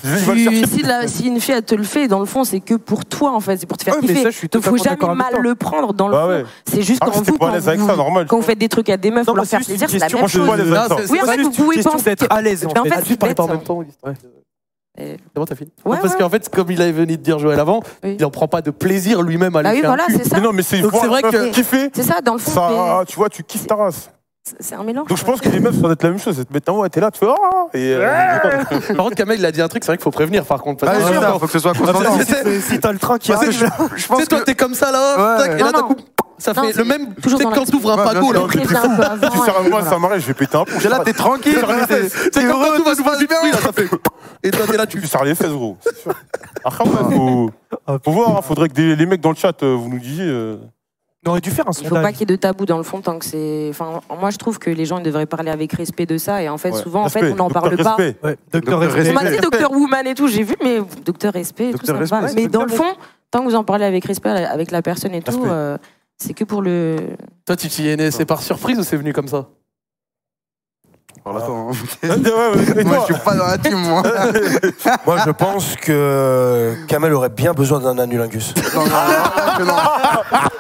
[SPEAKER 6] Il va le
[SPEAKER 8] tu-
[SPEAKER 6] chercher.
[SPEAKER 8] si, la- si une fille elle te le fait, dans le fond, c'est que pour toi en fait, c'est pour te faire
[SPEAKER 6] Ouais, mais
[SPEAKER 8] kiffer.
[SPEAKER 6] ça, je suis
[SPEAKER 8] Donc faut
[SPEAKER 6] totalement d'accord
[SPEAKER 8] jamais
[SPEAKER 6] avec
[SPEAKER 8] mal
[SPEAKER 6] toi.
[SPEAKER 8] le prendre dans le
[SPEAKER 6] Bah
[SPEAKER 8] fond.
[SPEAKER 6] ouais.
[SPEAKER 8] C'est juste
[SPEAKER 6] Ah,
[SPEAKER 8] qu'en
[SPEAKER 6] j'étais
[SPEAKER 8] vous
[SPEAKER 6] pas à
[SPEAKER 8] quand
[SPEAKER 6] l'aise avec
[SPEAKER 8] vous,
[SPEAKER 6] ça, normal.
[SPEAKER 8] quand vous faites des trucs à des meufs pour
[SPEAKER 7] mais
[SPEAKER 8] leur
[SPEAKER 7] c'est
[SPEAKER 8] faire
[SPEAKER 7] juste une
[SPEAKER 8] plaisir, c'est la
[SPEAKER 7] question-
[SPEAKER 8] même
[SPEAKER 7] je suis
[SPEAKER 8] chose.
[SPEAKER 7] pas à l'aise avec ça.
[SPEAKER 8] Oui, en
[SPEAKER 7] C'est
[SPEAKER 8] fait, vous
[SPEAKER 7] juste
[SPEAKER 8] pouvez
[SPEAKER 7] une question
[SPEAKER 8] penser.
[SPEAKER 7] d'être à l'aise, en
[SPEAKER 8] Mais Ben, en
[SPEAKER 7] fait.
[SPEAKER 8] fait,
[SPEAKER 7] Ah, tu
[SPEAKER 8] c'est
[SPEAKER 7] parles
[SPEAKER 8] bête,
[SPEAKER 7] pas en
[SPEAKER 8] ça.
[SPEAKER 7] même temps,
[SPEAKER 8] Et-
[SPEAKER 5] C'est bon, t'as fini
[SPEAKER 8] Ouais,
[SPEAKER 5] Non, Parce
[SPEAKER 8] ouais.
[SPEAKER 5] qu'en fait, comme il avait venu de dire Joël avant, il en prend pas de plaisir lui-même à
[SPEAKER 8] Bah
[SPEAKER 5] lui
[SPEAKER 8] oui,
[SPEAKER 5] faire un
[SPEAKER 8] voilà,
[SPEAKER 5] cul.
[SPEAKER 8] c'est ça. Mais non, mais
[SPEAKER 6] c'est
[SPEAKER 5] Donc
[SPEAKER 6] voir
[SPEAKER 5] c'est vrai
[SPEAKER 6] la meuf
[SPEAKER 5] que
[SPEAKER 6] kiffer.
[SPEAKER 8] C'est ça, dans le fond.
[SPEAKER 6] Ça, ah, tu vois, tu kiffes ta race.
[SPEAKER 8] c'est- C'est un mélange.
[SPEAKER 6] Donc je pense que les meufs, ça doit être la même chose. C'est te mettre en haut, t'es là, tu fais Ah et, euh,
[SPEAKER 5] Par contre, Kamel, il a dit un truc, c'est vrai qu'il faut prévenir par contre. parce
[SPEAKER 6] Ah,
[SPEAKER 5] que-
[SPEAKER 6] bien sûr,
[SPEAKER 5] non.
[SPEAKER 6] faut que ce soit
[SPEAKER 5] Ah,
[SPEAKER 6] consentant.
[SPEAKER 5] c'est- c'est-
[SPEAKER 6] Si- si t'as le train qui
[SPEAKER 5] Bah,
[SPEAKER 6] arrive,
[SPEAKER 5] c'est-
[SPEAKER 6] je- je pense
[SPEAKER 5] Tu sais, toi,
[SPEAKER 6] que-
[SPEAKER 5] t'es comme ça là,
[SPEAKER 6] Ouais.
[SPEAKER 5] tac, et là,
[SPEAKER 6] Non,
[SPEAKER 5] d'un
[SPEAKER 6] non.
[SPEAKER 5] coup, ça
[SPEAKER 6] Non,
[SPEAKER 5] fait
[SPEAKER 6] c'est
[SPEAKER 5] le même. Tu
[SPEAKER 6] toujours
[SPEAKER 5] sais,
[SPEAKER 6] dans
[SPEAKER 5] quand
[SPEAKER 6] la-
[SPEAKER 5] t'ouvres un
[SPEAKER 6] Ouais,
[SPEAKER 5] paco,
[SPEAKER 6] bien
[SPEAKER 5] là,
[SPEAKER 6] sûr.
[SPEAKER 5] t'es
[SPEAKER 6] Tu
[SPEAKER 5] fou.
[SPEAKER 6] fermes pas avant, Tu fermes hein. pas, ça m'arrête, je vais péter un plomb.
[SPEAKER 5] Là, t'es tranquille.
[SPEAKER 6] Tu fermes les fesses.
[SPEAKER 5] T'es heureux, tout va nous faire du bruit, là, ça fait. Et toi, t'es là, tu.
[SPEAKER 6] Tu sers les fesses, gros. C'est sûr. Après, ouais, faut, faut voir, hein, faudrait que des- les mecs dans le chat, euh, vous nous disiez. euh,
[SPEAKER 7] On aurait dû faire un
[SPEAKER 8] Il faut pas
[SPEAKER 7] sondage.
[SPEAKER 8] qu'il y ait de tabou dans le fond tant que c'est. Enfin, moi je trouve que les gens ils devraient parler avec respect de ça et en fait
[SPEAKER 6] Ouais.
[SPEAKER 8] souvent en fait
[SPEAKER 6] Respect,
[SPEAKER 8] on n'en parle
[SPEAKER 6] docteur
[SPEAKER 8] pas.
[SPEAKER 6] respect. Ouais, docteur
[SPEAKER 8] On
[SPEAKER 6] respect.
[SPEAKER 8] m'a dit docteur woman et tout, j'ai vu mais docteur respect et tout
[SPEAKER 6] Docteur
[SPEAKER 8] ça me va.
[SPEAKER 6] respect,
[SPEAKER 8] Mais
[SPEAKER 6] c'est
[SPEAKER 8] dans le
[SPEAKER 6] docteur
[SPEAKER 8] fond, tant que vous en parlez avec respect avec la personne et tout,
[SPEAKER 5] Respect.
[SPEAKER 8] euh, c'est que pour le.
[SPEAKER 5] Toi, tu t'y es né, c'est par surprise ou c'est venu comme ça
[SPEAKER 6] Ah,
[SPEAKER 3] Moi, je suis pas dans la team, moi.
[SPEAKER 4] Moi, je pense que Kamel aurait bien besoin d'un anulingus.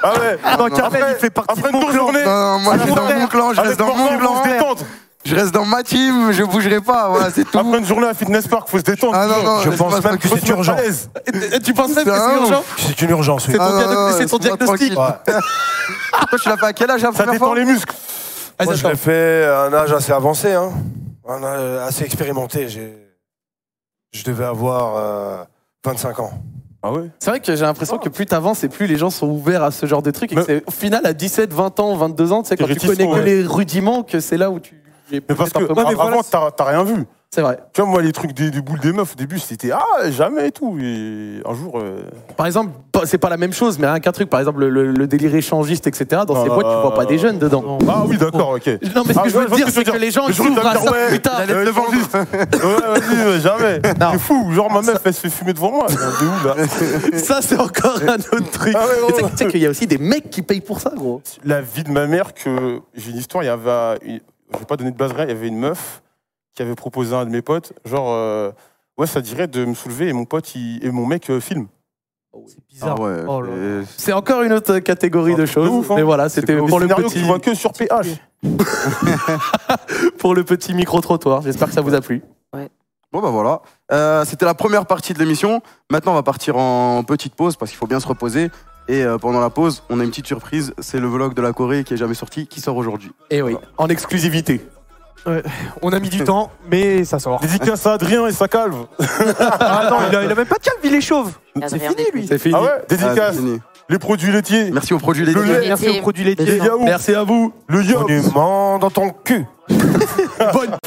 [SPEAKER 6] Ah ouais
[SPEAKER 4] Non, Kamel, il fait
[SPEAKER 6] partie de mon
[SPEAKER 4] clan.
[SPEAKER 6] journée. Ah,
[SPEAKER 3] Non, non, moi, je
[SPEAKER 6] Avec
[SPEAKER 3] reste dans
[SPEAKER 6] Morgan,
[SPEAKER 3] mon clan, je
[SPEAKER 6] avec
[SPEAKER 3] reste dans
[SPEAKER 6] Morgan,
[SPEAKER 3] mon
[SPEAKER 6] on
[SPEAKER 3] clan.
[SPEAKER 6] se détendre.
[SPEAKER 3] Je reste dans ma team, je bougerai
[SPEAKER 6] Ah,
[SPEAKER 3] pas, voilà, c'est tout.
[SPEAKER 6] Après une journée à Fitness Park, faut se détendre.
[SPEAKER 3] Ah non, non,
[SPEAKER 4] Je
[SPEAKER 3] laisse
[SPEAKER 4] pense
[SPEAKER 3] pas
[SPEAKER 4] même
[SPEAKER 3] ça,
[SPEAKER 4] que
[SPEAKER 3] faut
[SPEAKER 4] c'est
[SPEAKER 3] se mettre
[SPEAKER 4] urgent.
[SPEAKER 3] à l'aise.
[SPEAKER 5] Tu penses
[SPEAKER 3] même que c'est urgent
[SPEAKER 4] C'est une urgence, oui.
[SPEAKER 3] C'est ton Ah, diagnostic- non, non,
[SPEAKER 4] C'est
[SPEAKER 3] c'est ton laisse-moi diagnostic. tranquille. Toi, tu l'as fait à quel âge la
[SPEAKER 6] Ça
[SPEAKER 3] première
[SPEAKER 6] détend
[SPEAKER 3] fois
[SPEAKER 6] les muscles.
[SPEAKER 4] Moi, je l'ai fait à un âge assez avancé, hein. un âge assez expérimenté. J'ai- Je devais avoir euh, 25 ans.
[SPEAKER 6] Ah ouais
[SPEAKER 5] C'est vrai que j'ai l'impression que plus t'avances et plus les gens sont ouverts à ce genre de trucs. Et que c'est au final, à 17, 20 ans, 22 ans, tu sais, quand tu
[SPEAKER 6] réticent,
[SPEAKER 5] connais que
[SPEAKER 6] ouais.
[SPEAKER 5] les rudiments, que c'est là où tu.
[SPEAKER 6] Mais parce que
[SPEAKER 5] Ouais, mais
[SPEAKER 6] avant,
[SPEAKER 5] voilà,
[SPEAKER 6] t'as- t'as rien vu.
[SPEAKER 5] C'est vrai.
[SPEAKER 6] Tu vois, moi, les trucs du, du boule des meufs, au début, c'était ah, jamais et tout. Et un jour. euh,
[SPEAKER 5] Par exemple, pas- c'est pas la même chose, mais rien qu'un truc. Par exemple, le, le- le délire échangiste, etc. Dans ces
[SPEAKER 6] Ah,
[SPEAKER 5] boîtes, tu vois pas des jeunes dedans.
[SPEAKER 6] Ah oui, d'accord, ok.
[SPEAKER 5] Non, mais ce
[SPEAKER 6] Ah,
[SPEAKER 5] que je veux
[SPEAKER 6] vois
[SPEAKER 5] dire,
[SPEAKER 6] ce
[SPEAKER 5] c'est que les gens,
[SPEAKER 6] Mais
[SPEAKER 5] ils
[SPEAKER 6] je voulais
[SPEAKER 5] s'ouvrent à
[SPEAKER 6] te dire,
[SPEAKER 5] ça,
[SPEAKER 6] ouais,
[SPEAKER 5] putain.
[SPEAKER 6] euh, l'échangiste. Ouais, vas-y, ouais, jamais. C'est fou, genre ma meuf, elle se fait fumer devant moi. De où, là
[SPEAKER 5] Ça, c'est encore un autre truc.
[SPEAKER 6] Ah
[SPEAKER 5] Mais tu sais- tu sais qu'il y a aussi des mecs qui payent pour ça, gros.
[SPEAKER 6] La vie de ma mère, que j'ai une histoire, il y avait. une- Je vais pas donner de base réelle, il y avait une meuf qui avait proposé à un de mes potes, genre, euh, ouais, ça dirait de me soulever et mon pote il- et mon mec euh, filme. Ah
[SPEAKER 5] bizarre. C'est encore une autre catégorie de choses.
[SPEAKER 6] hein.
[SPEAKER 5] Mais voilà, c'était
[SPEAKER 6] Des
[SPEAKER 5] pour le
[SPEAKER 6] scénarios que
[SPEAKER 5] petit.
[SPEAKER 6] tu vois que sur PH.
[SPEAKER 5] pour le petit micro-trottoir. J'espère que ça vous a plu.
[SPEAKER 3] Bon bah voilà. Euh, C'était la première partie de l'émission. Maintenant on va partir en petite pause parce qu'il faut bien se reposer. Et euh, pendant la pause, on a une petite surprise. C'est le vlog de la Corée qui est jamais sorti, qui sort aujourd'hui.
[SPEAKER 5] Et oui, en exclusivité.
[SPEAKER 7] on a mis du temps, mais ça sort.
[SPEAKER 6] Dédicace à Adrien et sa calve.
[SPEAKER 7] ah non, il a, il a même pas de calme, il est chauve.
[SPEAKER 6] C'est
[SPEAKER 7] fini, lui.
[SPEAKER 5] C'est fini.
[SPEAKER 6] Ah ouais, dédicace.
[SPEAKER 3] Ah, c'est fini.
[SPEAKER 6] Les produits laitiers.
[SPEAKER 3] Merci aux produits laitiers.
[SPEAKER 6] Le lait.
[SPEAKER 7] Merci aux produits laitiers.
[SPEAKER 6] Les yaourts.
[SPEAKER 5] Merci à vous.
[SPEAKER 6] Le yaourt. dans ton cul.
[SPEAKER 5] Bonne